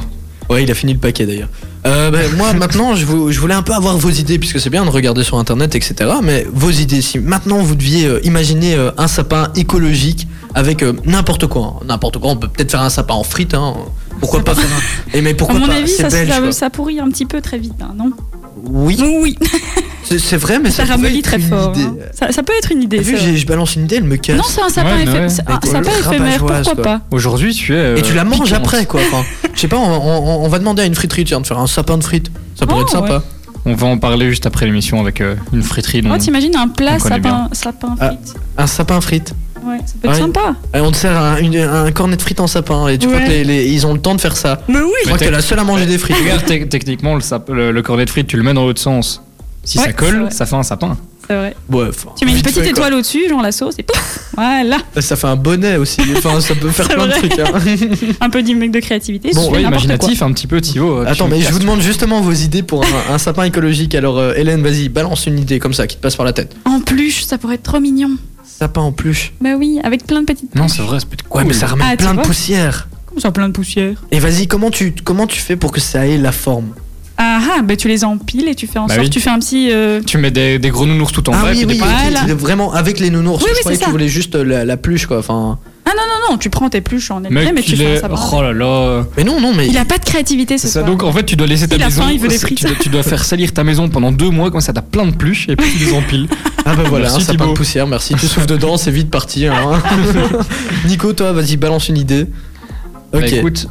A: Ouais, il a fini le paquet d'ailleurs. Euh, bah, moi maintenant, je, vou- je voulais un peu avoir vos idées puisque c'est bien de regarder sur internet, etc. Mais vos idées, si maintenant vous deviez euh, imaginer euh, un sapin écologique avec euh, n'importe quoi, hein. n'importe quoi, on peut peut-être faire un sapin en frites, hein. Pourquoi pas faire un. Et mais pourquoi
C: à mon
A: pas
C: avis,
A: C'est
C: ça,
A: belge,
C: ça-
A: quoi.
C: ça pourrit un petit peu très vite, hein, non
A: Oui,
C: Oui,
A: c'est, c'est vrai, mais
C: ça
A: ça, pourrait
C: ramollit
A: être
C: très
A: une
C: fort.
A: idée.
C: hein. Ça, ça peut être une idée.
A: T'as vu,
C: ça.
A: j'ai- je balance une idée, elle me casse.
C: Non, c'est un sapin,
B: Ouais,
C: éphémère-
B: ouais.
C: c'est un
A: École-
C: sapin éphémère,
A: rabat-joie,
C: pourquoi
A: quoi.
C: pas
B: Aujourd'hui, tu es. euh,
A: Et tu la manges
B: piquante.
A: après quoi. Enfin, je sais pas, on, on- on va demander à une friterie tiens, de faire un sapin de frites. Ça pourrait
C: Oh,
A: être sympa.
B: On va en parler juste après l'émission avec euh, une friterie. dont-
C: Oh, t'imagines un
B: On
C: plat
B: connaît
C: sapin, sapin
A: Ah.
C: frites
A: Un sapin frites.
C: Ouais, ça peut être
A: Ouais.
C: sympa.
A: Et on te sert un, une- un cornet de frites en sapin et tu
C: Ouais.
A: crois que les- les- ils ont le temps de faire ça.
C: Mais oui
A: Je crois que
B: t'es-
A: t'es la seule à manger des frites.
B: Regarde, tec- techniquement, le, sap- le- le cornet de frites, tu le mets dans l'autre sens. Si
C: Ouais,
B: ça
C: c'est
B: colle,
C: vrai.
B: ça fait un sapin.
C: C'est vrai.
A: Ouais, enfin,
C: Tu mets une
A: vite
C: petite
A: fait, quoi.
C: étoile au-dessus, genre la sauce, et pouf Voilà
A: Ça fait un bonnet aussi. Enfin, ça peut faire
C: C'est
A: plein de
C: vrai.
A: trucs. hein.
C: Un peu d'immé- de créativité,
B: Bon,
C: tu fais
B: ouais,
C: n'importe
B: imaginatif, un petit peu, Thibaut. euh,
A: Attends, mais je vous demande justement vos idées pour un, un sapin écologique. Alors, euh, Hélène, vas-y, balance une idée comme ça qui te passe par la tête.
C: quoi. En plus, ça pourrait être trop mignon.
A: Sapin en pluche.
C: Bah oui, avec plein de petites.
B: Non, c'est vrai, c'est peut-être
A: Ouais, mais ça ramène
C: Ah, tu
A: plein de
C: vois
A: poussière.
C: Comme ça, plein de poussière.
A: Et vas-y, comment tu, comment tu fais pour que ça ait la forme
C: Ah ah, bah tu les empiles et tu fais en
B: Bah
C: sorte,
B: oui.
C: tu fais un petit. euh,
B: Tu mets des, des gros nounours tout en
A: Ah
B: bas. et
A: oui,
B: puis
A: oui,
B: des-
A: ok,
C: Voilà.
A: c'est vraiment avec les nounours.
C: Oui,
A: je croyais
C: oui, c'est
A: que tu
C: ça.
A: voulais juste euh, la, la pluche, quoi. Enfin,
C: Non, non, tu prends tes pluches en
B: Mec,
C: elle-même et tu
B: il
C: fais un
B: est-
C: sapin.
B: Oh là là.
A: mais non, non, mais
C: Il a pas de créativité ce
B: C'est ça,
C: soir.
B: donc en fait, tu dois laisser ta
C: Il a
B: maison.
C: faim, il veut des frites.
B: Tu dois, tu dois faire salir ta maison pendant deux mois, comme ça, t'as plein de pluches et puis tu les empiles.
A: ah bah voilà,
B: Merci,
A: hein, ça parle
B: Thibaut.
A: poussière. Merci, tu souffles dedans, c'est vite parti. hein. Nico, toi, vas-y, balance une idée.
B: Bah,
A: Ok.
B: écoute,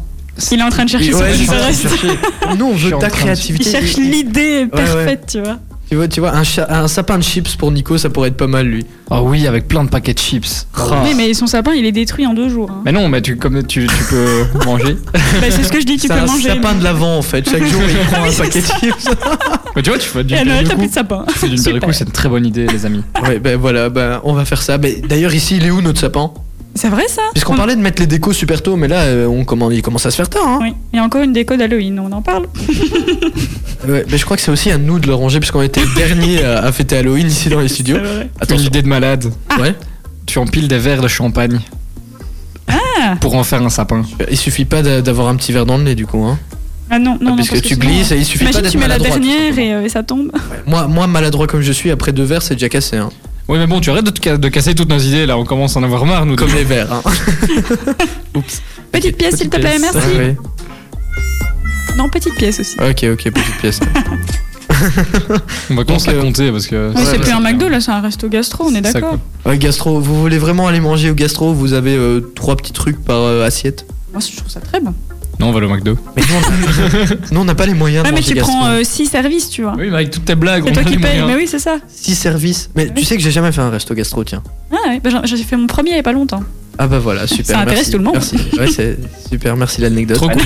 C: Il est en train de chercher
A: Ouais, je
C: ce
A: suis
C: qui
A: en train de
C: reste.
A: Nous, on
B: Je suis
A: veut
B: en
A: ta
B: train de-
C: Il
A: créativité.
C: cherche l'idée
A: ouais.
C: parfaite, tu vois.
A: Tu vois, tu vois, un, cha- un sapin de chips pour Nico, ça pourrait être pas mal lui.
B: Ah oui, avec plein de paquets de chips. Ah.
C: Oui, mais son sapin, il est détruit en deux jours. hein.
B: Mais non, mais tu, comme tu, tu peux manger.
C: Bah, c'est ce que je dis, tu
A: C'est
C: peux
A: un
C: manger.
A: sapin
C: mais-
A: de l'avant en fait. Chaque jour, il prend un paquet de chips.
B: Mais tu vois, tu fais d'une
C: Et à
B: paire
C: Noël,
B: de
C: Eh Ah, t'as plus de
B: coups.
C: sapin.
B: Tu fais d'une paire de
C: Super.
B: coups, c'est une très bonne idée, les amis.
A: Ouais, ben voilà, ben on va faire ça. Mais d'ailleurs, ici, il est où notre sapin
C: C'est vrai ça
A: Puisqu'on
C: On-
A: parlait de mettre les décos super tôt, mais là, euh, on commence, il commence à se faire tard. Hein.
C: Oui, il y a encore une déco d'Halloween, on en parle.
A: Ouais, mais je crois que c'est aussi à nous de le ranger puisqu'on était le dernier à, à fêter Halloween ici dans les studios.
C: C'est vrai.
A: Attends,
B: une idée de malade.
A: ouais.
B: Tu empiles des verres de champagne.
C: Ah.
B: Pour en faire un sapin.
A: Euh, Il suffit pas d'a- d'avoir un petit verre dans le nez du coup, hein.
C: Ah non, non, non,
A: parce que
C: parce
A: tu
C: sinon,
A: glisses et il suffit pas
C: Imagine,
A: d'être
C: tu mets la
A: maladroit.
C: dernière et, euh, et ça tombe.
A: Moi, moi maladroit comme je suis, après deux verres, c'est déjà cassé, hein.
B: Oui, mais bon, tu arrêtes de, te ca- de casser toutes nos idées là, on commence à en avoir marre, nous.
A: Comme les verres, hein.
C: Petite pièce, s'il te plaît,
B: pièce.
C: merci.
A: Ouais,
C: Non, petite pièce aussi.
A: ouais. Ok, ok, petite pièce.
B: On va commencer à
A: euh,
B: compter parce que.
C: Mais
A: ouais,
C: c'est plus
A: ouais,
C: un McDo, là, c'est un resto gastro, on est
B: Ça
C: d'accord.
B: coûte.
A: Ouais, Euh, gastro, vous voulez vraiment aller manger au gastro Vous avez euh, trois petits trucs par euh, assiette.
C: Moi, je trouve ça très bon.
B: Non, on va le McDo.
A: Mais nous, on a- nous, on n'a pas les moyens
C: Ah,
A: de
C: mais
A: manger
C: tu
A: gastro.
C: prends euh, six services, tu vois.
B: Oui, mais avec toutes tes blagues,
C: C'est
B: on
C: toi
B: a
C: qui
B: les
C: payes,
B: moyens.
C: mais oui, c'est ça.
A: Six services. Mais tu
C: oui.
A: sais que j'ai jamais fait un resto gastro, tiens.
C: Ah ouais, bah, j'en- j'ai fait mon premier il y a pas longtemps.
A: Ah bah voilà, super.
C: Ça intéresse
A: merci,
C: tout le monde.
A: Merci. Ouais, c'est super, merci l'anecdote.
B: Trop cool.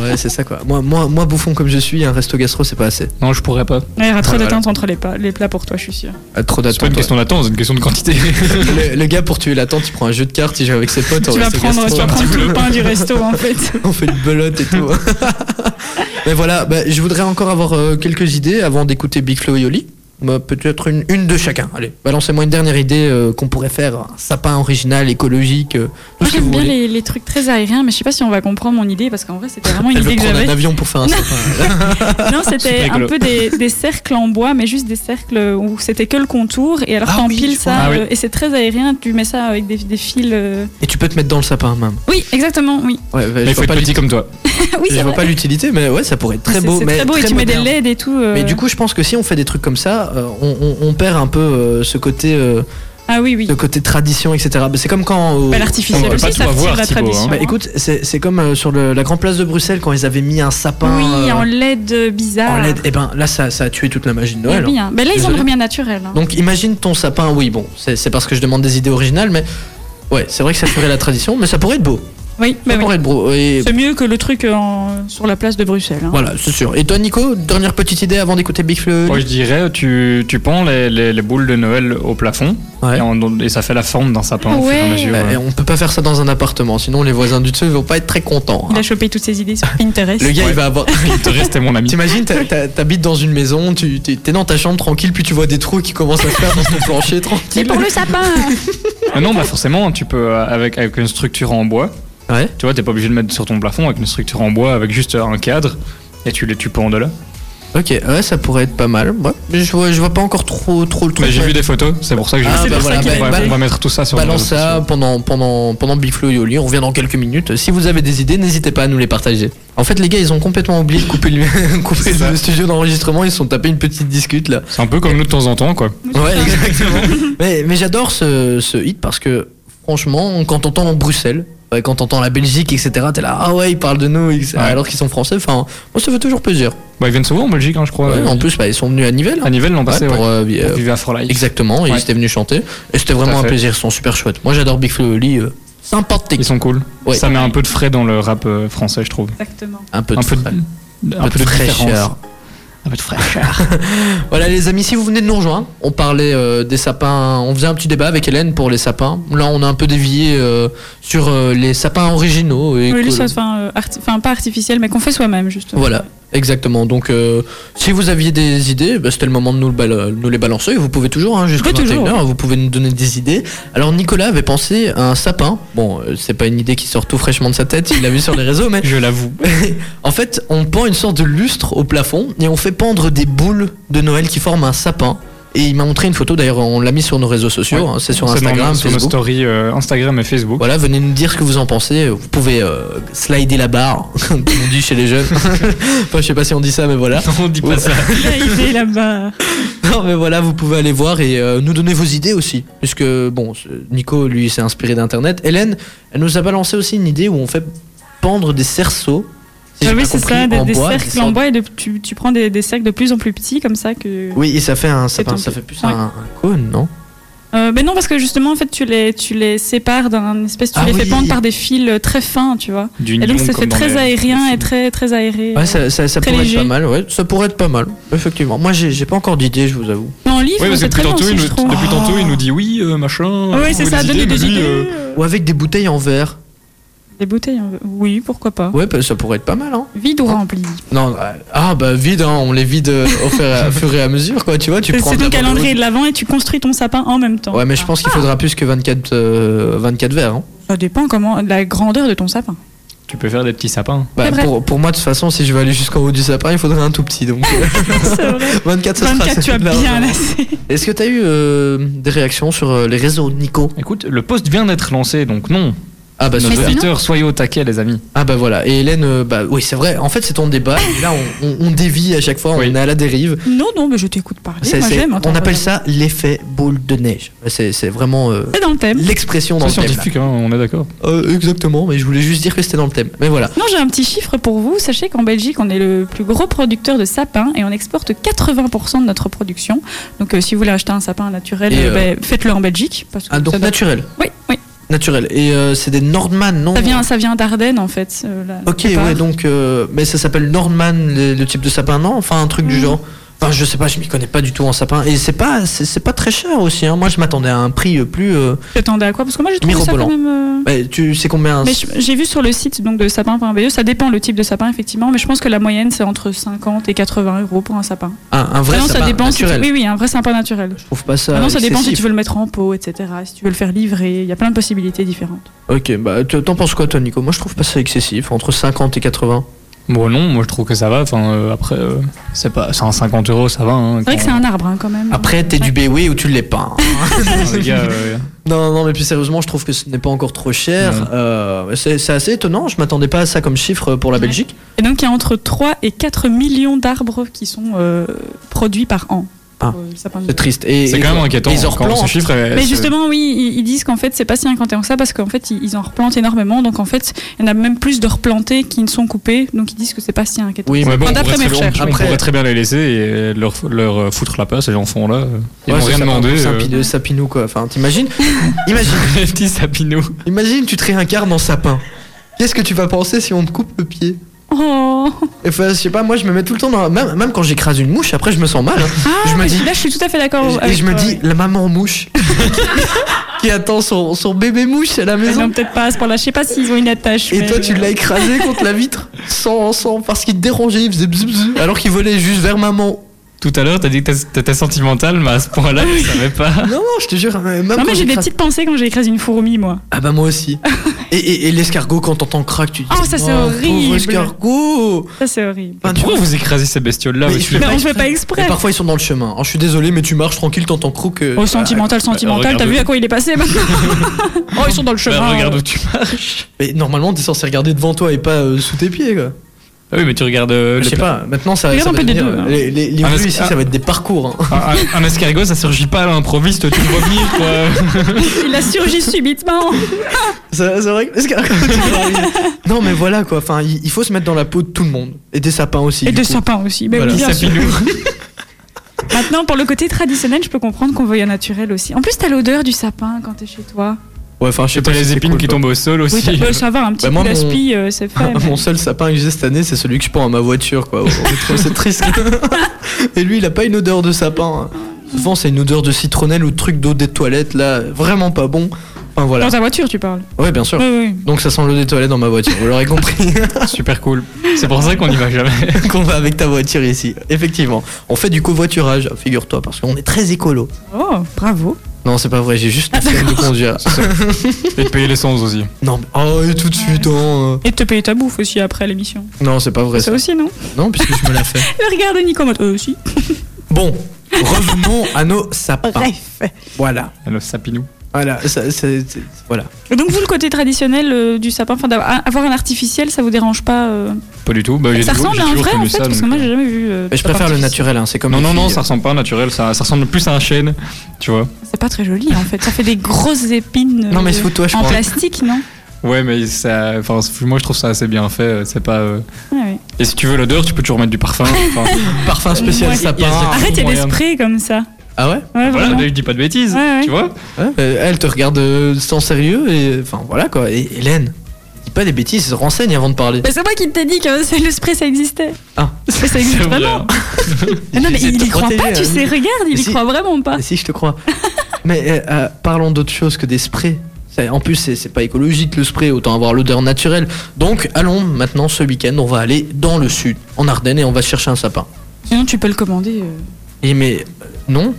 A: Ouais, c'est ça quoi. Moi, moi, moi, bouffon comme je suis, un resto gastro, c'est pas assez.
B: Non, je pourrais pas.
C: Ouais, Il y aura trop
A: Voilà.
C: d'attentes entre les, pas- les plats pour Bah, toi, Bah, je suis sûr.
A: Ah, trop
B: C'est pas
A: d'attente.
B: une question d'attente, c'est une question de quantité.
A: ouais. Le, le gars, pour tuer l'attente, il prend un jeu de cartes, il joue avec ses potes. au
C: Tu vas
A: resto
C: prendre,
A: gastro,
C: tu vas
A: un
C: prendre
A: petit
C: tout
A: peu.
C: le pain du resto, en fait.
A: On fait une belote et tout. Mais voilà, bah, je voudrais encore avoir euh, quelques idées avant d'écouter Big Flo et Oli. Bah, Peut-être une, une de chacun. Allez, balancez-moi une dernière idée euh, qu'on pourrait faire. Un sapin original, écologique. euh, tout
C: Moi
A: ce que
C: j'aime
A: vous
C: bien
A: voulez.
C: les, les trucs très aériens, mais je sais pas si on va comprendre mon idée parce qu'en vrai c'était vraiment une
A: Elle veut
C: idée que
A: prendre
C: j'avais.
A: un avion pour faire un sapin.
C: Non,
B: Super
C: c'était un
B: écolo.
C: peu des, des cercles en bois, mais juste des cercles où c'était que le contour et alors
A: Ah oui,
C: t'empiles
A: je
C: ça
B: vois. Ah oui.
C: euh, et c'est très aérien. Tu mets ça avec des, des fils. euh.
A: et tu peux te mettre dans le sapin même.
C: Oui, exactement, oui.
A: Ouais, bah, je
B: Mais il faut
A: vois
B: être
A: pas
B: petit comme toi.
C: oui,
A: je
C: c'est
A: vois
C: vrai.
A: pas l'utilité, mais ouais, ça pourrait être très
C: C'est-
A: beau.
C: C'est
A: mais
C: très beau et
A: très
C: tu mets des
A: moderne.
C: LED et tout. euh.
A: Mais du coup, je pense que si on fait des trucs comme ça, euh, on, on- on perd un peu euh, ce côté, euh,
C: ah oui, oui.
A: ce côté tradition, etc. Mais C'est comme quand. au-
C: Bah,
B: on
C: L'artificiel
B: va
C: aussi,
B: pas
C: ça
B: tout avoir,
C: retire la
B: Thibaut, hein.
C: tradition.
A: Bah,
C: hein.
A: écoute, c'est c'est comme euh, sur le- la grande place de Bruxelles quand ils avaient mis un sapin
C: oui,
A: euh,
C: en LED
A: en
C: bizarre.
A: LED. Et ben là, ça, ça a tué toute la magie de
C: Eh
A: Noël. hein.
C: bien. Bah, là, ils ont
A: Désolé.
C: le remis à naturel. hein.
A: Donc imagine ton sapin. Oui, bon, c'est c'est parce que je demande des idées originales, mais ouais, c'est vrai que ça ferait la tradition, mais ça pourrait être beau.
C: Oui, bah
A: Ça
C: oui.
A: pourrait être beau. Et
C: C'est mieux que le truc euh, en- sur la place de Bruxelles. hein.
A: voilà, c'est sûr. Et toi, Nico, dernière petite idée avant d'écouter Big Fleu
B: Moi, je dirais, tu, tu pends les, les- les boules de Noël au plafond
A: Ouais.
B: et, on- et ça fait la forme d'un sapin
C: Ah
B: au fur et à
C: ouais.
B: mesure.
A: Bah, et On peut pas faire ça dans un appartement, sinon les voisins du dessus vont pas être très contents. hein.
C: Il a chopé toutes ses idées sur Pinterest.
A: Le gars, il va avoir.
B: Il te reste, t'es euh, mon ami.
A: T'imagines, t'as- t'as- t'habites dans une maison, tu t'es t'es dans ta chambre tranquille, puis tu vois des trous qui commencent à se faire dans ton plancher
C: C'est
A: tranquille.
C: pour le sapin
B: Mais non, bah forcément, tu peux euh, avec, avec une structure en bois.
A: Ouais.
B: Tu vois, t'es pas obligé de mettre sur ton plafond avec une structure en bois, avec juste un cadre. Et tu les tu pends de là.
A: Ok, ouais, ça pourrait être pas mal. Ouais. Mais je vois, je vois pas encore trop, trop le truc.
B: Bah, j'ai vu des photos, c'est pour ça que je
A: Ah,
B: me suis
A: bah,
B: dit,
A: voilà,
B: on,
A: bah,
B: va,
A: bah,
B: on va mettre tout ça sur les
A: Balance
B: réseaux
A: ça pendant, pendant, pendant Big Flo et Oli. On revient dans quelques minutes. Si vous avez des idées, n'hésitez pas à nous les partager. En fait, les gars, ils ont complètement oublié de couper le, couper
B: C'est ça.
A: le studio d'enregistrement. Ils se sont tapés une petite discute là.
B: sociaux. C'est un peu comme nous de temps en temps, quoi.
A: Ouais, exactement. mais mais j'adore ce, ce hit parce que, franchement, quand on entend Bruxelles, ouais, quand on entend la Belgique, etc., t'es là, ah ouais, ils parlent de nous, etc.,
B: Ouais.
A: alors qu'ils sont français. Enfin, moi, ça fait toujours plaisir.
B: Bah, ils viennent souvent en Belgique, hein, je crois.
A: Ouais, en plus, bah, ils sont venus à Nivelles.
B: à Nivelles l'an
A: Ouais,
B: passé,
A: pour,
B: ouais.
A: euh, euh,
B: On vivait à Forlife.
A: exactement, et
B: Ouais.
A: ils étaient venus chanter. Et c'était vraiment
B: à
A: un
B: fait.
A: plaisir, ils sont super chouettes. Moi, j'adore Big Flo et Oli. euh, sympathique.
B: Ils sont cool.
A: Ouais.
B: Ça met un peu de frais dans le rap euh, français, je trouve.
C: Exactement.
A: Un peu de,
B: Un peu de,
A: frais.
B: un peu de différence.
A: fraîcheur.
B: Un peu de fraîcheur.
A: Voilà les amis, si vous venez de nous rejoindre, on parlait euh, des sapins, on faisait un petit débat avec Hélène pour les sapins. Là, on a un peu dévié euh, sur euh, les sapins originaux et
C: Oui, lui,
A: que-
C: ça, enfin, euh, arti- enfin, pas artificiel, mais qu'on fait soi-même, justement.
A: Voilà, exactement. Donc, euh, si vous aviez des idées, bah, c'était le moment de nous, le bal- nous les balancer. Et Vous pouvez toujours, hein, jusqu'à
C: Oui, toujours.
A: 21h, vous pouvez nous donner des idées. Alors, Nicolas avait pensé à un sapin. Bon, euh, c'est pas une idée qui sort tout fraîchement de sa tête, il l'a vu sur les réseaux, mais
B: Je l'avoue.
A: en fait, on pend une sorte de lustre au plafond et on fait pendre des boules de Noël qui forment un sapin. Et il m'a montré une photo, d'ailleurs, on l'a mis sur nos réseaux sociaux,
B: Ouais.
A: hein, c'est sur
B: C'est dans-
A: Instagram,
B: sur nos
A: Facebook.
B: stories euh, Instagram et Facebook.
A: Voilà, venez nous dire ce que vous en pensez. Vous pouvez euh, slider la barre, comme on dit chez les jeunes. enfin, je sais pas si on dit ça, mais voilà.
B: On dit
A: Ouais.
B: pas ça.
C: Il a idée là-bas.
A: Non mais voilà, vous pouvez aller voir et euh, nous donner vos idées aussi. Puisque, bon, ce- Nico, lui, s'est inspiré d'Internet. Hélène, elle nous a balancé aussi une idée où on fait pendre des cerceaux. si
C: Ah
A: j'ai
C: oui,
A: pas
C: c'est
A: compris,
C: ça, des,
A: en
C: des
A: bois,
C: cercles
A: sortes-
C: en bois et de- tu, tu prends des, des cercles de plus en plus petits comme ça que.
A: Oui, et ça fait un sapin,
C: tant
A: ça
C: pis.
A: fait plus
C: Ouais.
A: un, un cône, non
C: Euh, mais non, parce que justement, en fait, tu les, tu les sépares d'un espèce, tu
A: Ah
C: les fais
A: oui.
C: pendre par des fils euh, très fins, tu vois.
B: Du
C: Et donc,
B: nylon
C: ça
B: comme
C: fait
B: dans
C: très
B: les-
C: aérien
B: les
C: et très, très aéré.
A: Ouais, ça, ça, ça
C: Très
A: pourrait être
C: léger.
A: pas mal, ouais. Ça pourrait être pas mal, effectivement. Moi, j'ai j'ai pas encore d'idée, je vous avoue.
C: Mais en livre,
B: Oui, parce que
C: c'est
B: depuis
C: très bon
B: tantôt, il
C: aussi,
B: nous,
C: je trouve.
B: depuis tantôt, il nous dit oui, euh, machin.
C: oui, c'est
B: trouvez
C: ça, donner
B: mais
C: des
B: lui,
C: idées.
B: euh,
A: Ou avec des bouteilles en verre.
C: Des bouteilles, euh, oui, pourquoi pas.
A: Ouais, bah, ça pourrait être pas mal, hein.
C: Vide ou rempli
A: Non, euh, ah bah vide, hein, on les vide euh, au fur, au fur et à mesure, quoi, tu vois. Tu
C: C'est
A: prends
C: c'est ton
A: d'abord le-
C: calendrier de l'avant et tu construis ton sapin en même temps.
A: Ouais, mais je pense qu'il faudra plus que 24, euh, 24 verres. hein.
C: Ça dépend comment, de la grandeur de ton sapin.
B: Tu peux faire des petits sapins.
A: Bah,
C: C'est vrai.
A: pour, pour moi, de toute façon, si je veux aller jusqu'en haut du sapin, il faudrait un tout petit. Donc euh,
C: C'est vrai.
A: 24, ça sera
C: 24, tu as
A: assez large. hein.
C: bien lassé.
A: Est-ce que t'as eu euh, des réactions sur euh, les réseaux, Nico
B: Écoute, le poste vient d'être lancé, donc non.
A: Ah bah,
B: Nos
A: super.
B: auditeurs, soyez au taquet, les amis.
A: ah bah voilà. Et Hélène, euh, bah oui, c'est vrai. En fait, c'est ton débat. Et là, on, on- on dévie à chaque fois,
B: Oui.
A: on est à la dérive.
C: Non, non, mais je t'écoute parler.
A: C'est-
C: Moi,
A: c'est-
C: j'aime.
A: on
C: entendre-
A: appelle ça l'effet boule de neige. C'est c'est vraiment euh,
C: C'est dans le thème.
A: l'expression dans
B: C'est
A: le thème. là.
B: scientifique, hein, on est d'accord.
A: Euh, exactement, mais je voulais juste dire que c'était dans le thème. Mais voilà.
C: Non, j'ai un petit chiffre pour vous. Sachez qu'en Belgique, on est le plus gros producteur de sapins et on exporte 80% de notre production. Donc, euh, si vous voulez acheter un sapin naturel,
A: Et,
C: euh, ben, faites-le en Belgique. Parce que
A: Ah, donc
C: ça, doit-
A: naturel.
C: Oui, oui.
A: Naturel. Et euh, c'est des Nordman, non
C: Ça vient, ça vient d'Ardennes, en fait. euh, la- la
A: Ok,
C: plupart.
A: ouais, donc. euh, mais ça s'appelle Nordman, le, le type de sapin, non Enfin, un truc du
C: Hmm.
A: genre. Enfin, je sais pas, je m'y connais pas du tout en sapin. Et c'est pas, c'est, c'est pas très cher aussi. Hein. Moi, je m'attendais à un prix euh, plus. euh,
C: T'attendais à quoi Parce que moi, j'ai trouvé ça
A: Mirobolant.
C: quand même. euh,
A: bah, tu sais combien
C: Mais je- j'ai vu sur le site donc de sapin.be, ça dépend le type de sapin effectivement, mais je pense que la moyenne c'est entre 50 et 80 euros pour un sapin.
A: un, un vrai
C: Ah non,
A: sapin
C: ça dépend. si tu-
A: naturel
C: Oui, oui, un vrai sapin naturel.
A: Je trouve pas ça.
C: Ah non, ça dépend si
A: excessif.
C: tu veux le mettre en pot, etc. Si tu veux le faire livrer, il y a plein de possibilités différentes.
A: Ok, bah tu- t'en penses quoi, toi, Nico Moi, je trouve pas ça excessif, entre 50 et 80.
B: Bon, non, moi je trouve que ça va. Enfin, euh, après, euh, c'est pas 150 euros, ça va. Hein,
C: C'est vrai que c'est un arbre hein, quand
B: Mmh.
C: même.
A: Après, t'es du BW ou tu l'es pas. hein.
B: les gars, euh,
A: Non, non, mais plus sérieusement, je trouve que ce n'est pas encore trop cher.
B: Non.
A: Euh, c'est c'est assez étonnant, je m'attendais pas à ça comme chiffre pour la
C: Ouais.
A: Belgique.
C: Et donc il y a entre 3 et 4 millions d'arbres qui sont euh, produits par an.
A: Ah. euh,
C: pour euh, le sapin de
A: C'est triste. Et,
B: c'est
A: et-
B: quand même inquiétant. hein,
A: ils en
B: quand
A: replantent.
B: ce chiffre est-
C: Mais
B: c'est-
C: justement, oui, ils- ils disent qu'en fait, c'est pas si inquiétant que ça parce qu'en fait, ils ils en replantent énormément. Donc en fait, il y en a même plus de replantés qui ne sont coupés. Donc ils disent que c'est pas si inquiétant.
A: Oui,
B: Ouais, bon,
C: Enfin,
B: on
C: d'après
B: pourrait
C: mes
B: très bien-
C: recherches.
B: on
A: Après-
B: pourrait très bien les laisser et leur, leur euh, foutre la passe, les enfants là. euh, Ils
A: Ouais,
B: n'ont
A: c'est
B: rien
A: ça,
B: demandé.
A: un
B: euh,
A: sapi de sapinou, quoi. Enfin, t'imagines Imagine,
B: Les petits sapinous.
A: imagine, tu te réincarnes en sapin. Qu'est-ce que tu vas penser si on te coupe le pied
C: Oh.
A: Enfin, je sais pas, moi je me mets tout le temps dans. la- Même, même quand j'écrase une mouche, après je me sens mal. hein.
C: Ah,
A: Je me
C: mais
A: dis-
C: Là, je suis tout à fait d'accord.
A: et
C: avec
A: je me
C: toi,
A: dis,
C: ouais.
A: la maman mouche qui attend son, son bébé mouche à la
C: Ils
A: maison.
C: n'ont peut-être pas à ce point-là. Je sais pas s'ils ont une attache.
A: Et
C: mais-
A: toi, tu l'as écrasé contre la vitre sans, sans parce qu'il te dérangeait, il faisait bzz, bzz, alors qu'il volait juste vers maman.
B: Tout à l'heure, t'as dit que t'as- t'étais sentimental, mais à ce point-là, je savais pas.
A: Non, non, je te jure, même
C: Non,
A: quand
C: mais j'ai des
A: j'écrase-
C: petites pensées quand j'écrase une fourmi, moi.
A: Ah bah moi aussi. et et, et l'escargot, quand t'entends craque, tu dis.
C: Oh, ça, c'est
A: pauvre
C: horrible.
A: escargot
C: Ça, c'est horrible.
A: Enfin, tu
B: Pourquoi
A: vois,
B: vous écrasez ces bestioles-là
A: Mais je
B: Parce que-
A: fais
C: Mais
A: pas
C: on fait pas
A: et
C: exprès.
A: parfois Bah, ils sont dans le chemin. Oh, je suis désolé, mais tu marches tranquille, t'entends euh, croc. que-
C: Oh, sentimental, sentimental.
B: regarde.
C: T'as vu à quoi il est passé maintenant Oh, ils sont dans le chemin.
B: Bah, regarde où tu marches.
A: Mais normalement, t'es censé regarder devant toi et pas euh, sous tes pieds, quoi.
B: Ah oui, mais tu regardes. euh,
A: Je
B: le-
A: sais pas, maintenant ça,
C: Regarde
A: ça
C: un
A: va
C: peu des
A: devenir- euh,
C: deux, hein.
A: Les, les, les
B: Ah,
A: rues
B: parce-
A: ici,
B: ah.
A: ça va être des parcours. hein.
B: Un, un- un escargot, ça surgit pas à l'improviste, tu le vois venir, quoi.
C: Il a surgi subitement.
A: Ça- C'est vrai que l'escargot, tu vois, il- Non, mais voilà, quoi. Enfin, il il faut se mettre dans la peau de tout le monde. Et des sapins aussi.
C: Et
A: du
C: de
A: coup.
C: sapins aussi. Mais
B: Voilà.
C: oui, bien sûr.
B: Sapinou.
C: Maintenant, pour le côté traditionnel, je peux comprendre qu'on veuille un naturel aussi. En plus, t'as l'odeur du sapin quand t'es chez toi.
A: Ouais, enfin, je sais
B: Et t'as
A: pas. si
B: les
A: c'est
B: épines
A: cool,
B: qui
A: quoi.
B: tombent au sol
C: Oui,
B: aussi.
C: t'as- euh, ça va, un petit
A: Bah,
C: coup
A: moi, mon-
C: d'aspi, euh, c'est fait. mais-
A: Mon seul sapin usé cette année, c'est celui que je prends à ma voiture, quoi. Je trouve c'est triste. Et lui, il a pas une odeur de sapin. hein. Souvent, c'est une odeur de citronnelle ou de truc d'eau des toilettes, là. Vraiment pas bon. Enfin, voilà.
C: Dans ta voiture, tu parles.
A: Ouais, bien sûr.
C: Oui, oui.
A: Donc, ça sent l'eau des toilettes dans ma voiture. Vous l'aurez compris.
B: Super cool. C'est pour ça qu'on y va jamais.
A: qu'on va avec ta voiture ici. Effectivement, on fait du covoiturage, figure-toi, parce qu'on est très écolo.
C: Oh, bravo.
A: Non, c'est pas vrai, j'ai
C: Ah,
A: juste la flemme de conduire.
B: Et de payer l'essence aussi.
A: Non, mais- oh, et tout de suite, hein,
C: Et de te payer ta bouffe aussi après l'émission.
A: euh. Non, c'est pas vrai.
C: Ça
A: Ça.
C: aussi, non
A: Non, puisque je me la fais.
C: Le regard de Nico en mode, euh, aussi.
A: Bon, revenons à nos sapins.
C: Bref.
A: Voilà.
B: Alors, sapinou.
A: Voilà, ça- c'est- c'est- voilà.
C: Et Donc vous, le côté traditionnel euh, du sapin, enfin, d'avoir- avoir un artificiel, ça vous dérange pas euh
B: Pas du tout. Bah, j'ai
C: Ça
B: toujours-
C: ressemble
B: j'ai
C: à un
B: toujours
C: vrai en
B: connu ça,
C: fait, parce que
B: donc,
C: moi j'ai
B: euh,
C: jamais vu. euh,
A: Mais je
C: sapin
A: préfère le
C: artificiel.
A: naturel, hein, c'est comme.
B: Non,
A: les
B: non, non,
A: filles.
B: ça ressemble pas à un naturel, ça, ça ressemble plus à un chêne, tu vois.
C: C'est pas très joli en fait, ça fait des grosses épines.
A: Non, mais
C: euh,
A: fous-toi, je
C: En
A: crois.
C: plastique, non
B: Ouais, mais ça, enfin, moi je trouve ça assez bien fait. euh, C'est pas. euh,
C: Ouais, Ah ouais.
B: Et si tu veux l'odeur, tu peux toujours mettre du parfum. enfin,
A: Parfum spécial
C: Ouais.
A: sapin.
C: Arrête, il y a des
B: moyen.
C: sprays comme ça.
A: Ah ouais,
C: Ouais,
B: voilà,
C: vraiment.
B: là, je dis pas de bêtises,
C: Ouais, ouais.
B: tu vois.
A: Ouais, euh, Elle te regarde euh, sans sérieux et. Enfin, voilà quoi. Et Hélène, dis pas des bêtises, renseigne avant de parler.
C: Mais c'est moi qui t'ai dit que c'est- le spray ça existait.
A: Ah. hein.
C: Mais ça
B: C'est
C: existe
B: vrai.
C: vraiment. Mais non, mais
A: J'essaie de
C: il
A: te
C: y croit pas,
A: protéger,
C: tu
A: hein.
C: sais, regarde, il y
A: Si.
C: croit vraiment pas.
A: Ah, Si, je te crois. Mais euh, euh, parlons d'autre chose que des sprays. Ça- En plus, c'est c'est pas écologique le spray, autant avoir l'odeur naturelle. Donc, allons maintenant ce week-end, on va aller dans le sud, en Ardennes, et on va chercher un sapin.
C: Sinon, tu peux le commander. euh.
A: Et mais euh, non,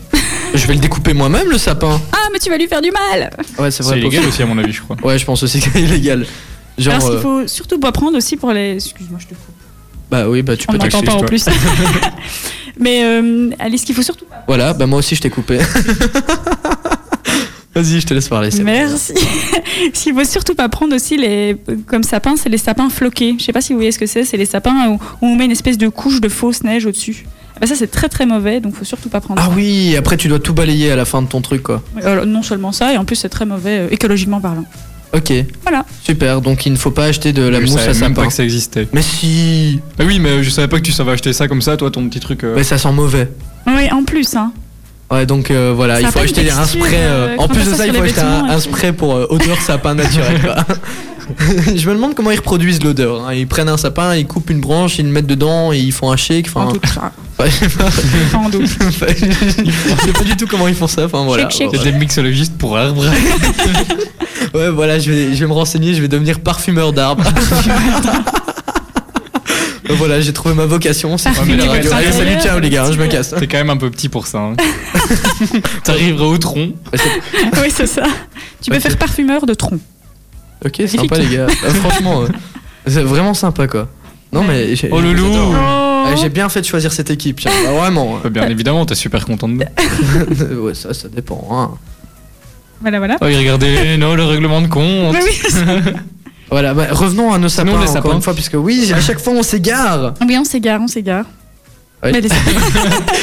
A: je vais le découper moi-même le sapin.
C: Ah, mais tu vas lui faire du mal
A: Ouais, c'est
B: C'est
A: vrai. pour
B: illégal aussi, à mon avis, je crois.
A: ça. Ouais, je pense aussi que c'est illégal. Genre,
C: Alors, ce qu'il
A: euh,
C: faut surtout pas prendre aussi pour les. Excuse-moi, je te coupe.
A: bah oui, bah tu
C: On
A: peux.
B: te
C: m'entend pas en plus. Mais euh, allez, ce qu'il faut surtout pas.
A: Voilà, bah moi aussi je t'ai coupé. Vas-y, je te laisse parler. c'est bon.
C: Merci. ce qu'il faut surtout pas prendre aussi les comme sapin, c'est les sapins floqués. Je sais pas si vous voyez ce que c'est. C'est les sapins où, où on met une espèce de couche de fausse neige au-dessus. Ah bah ça c'est très très mauvais, donc faut surtout pas prendre.
A: Ah
C: ça.
A: oui, après tu dois tout balayer à la fin de ton truc quoi.
C: Ouais, alors, non seulement ça, et en plus c'est très mauvais euh, écologiquement parlant.
A: Ok.
C: Voilà.
A: Super, donc il ne faut pas acheter de la
B: je
A: mousse
B: savais
A: à
B: même
A: sapin.
B: pas que ça existait.
A: Mais si
B: Bah oui, mais je savais pas que tu savais acheter ça comme ça, toi, ton petit truc. euh.
A: Ouais, ça sent mauvais.
C: Oui, en plus hein.
A: Ouais, donc euh, voilà,
C: Ça
A: il
C: a
A: faut
C: pas une
A: acheter un
C: texture,
A: spray. euh,
C: euh,
A: en
C: quand
A: plus
C: on
A: de
C: passe
A: ça,
C: sur
A: il
C: les
A: faut acheter un,
C: vêtements et
A: un
C: tout.
A: spray pour euh, odeur sapin naturel. quoi. Je me demande comment ils reproduisent l'odeur. hein. Ils prennent un sapin, ils coupent une branche, ils le mettent dedans et ils font un shake. Enfin,
C: En doute. ça.
A: je sais pas
C: En doute.
A: je sais pas du tout comment ils font ça. Enfin voilà.
C: Shake, shake.
B: C'est des mixologistes pour arbres.
A: Ouais, voilà, je vais, je vais me renseigner, je vais devenir parfumeur d'arbres. voilà, j'ai trouvé ma vocation. C'est
C: Ouais, mais
A: la
C: tu vas
A: radio.
C: te
A: Allez,
C: travailler,
A: salut, ciao les gars, hein, je me
C: tu-
A: casse.
B: T'es quand même un peu petit pour ça. hein. T'arriverais au tronc.
C: oui c'est ça. Tu peux
A: Ok.
C: faire parfumeur de tronc.
A: Ok, sympa les gars. Euh, franchement, euh, c'est vraiment sympa quoi. Non mais j'ai-
B: Oh le loup
A: j'adore.
C: Oh.
A: Ah, j'ai bien fait de choisir cette équipe, tiens. Bah, vraiment. hein.
B: Bah, Bien évidemment, t'es super content de nous.
A: ouais, ça, ça dépend. hein.
C: Voilà voilà.
B: Oh, et regardez, non, le règlement de compte.
C: Mais oui, c'est ça.
A: Voilà, bah, revenons à nos sapins
B: Sinon, les
A: encore
B: sapins.
A: une fois, puisque oui, à chaque fois on s'égare.
C: oui, on s'égare, on s'égare.
A: Oui.
C: Mais les sapins,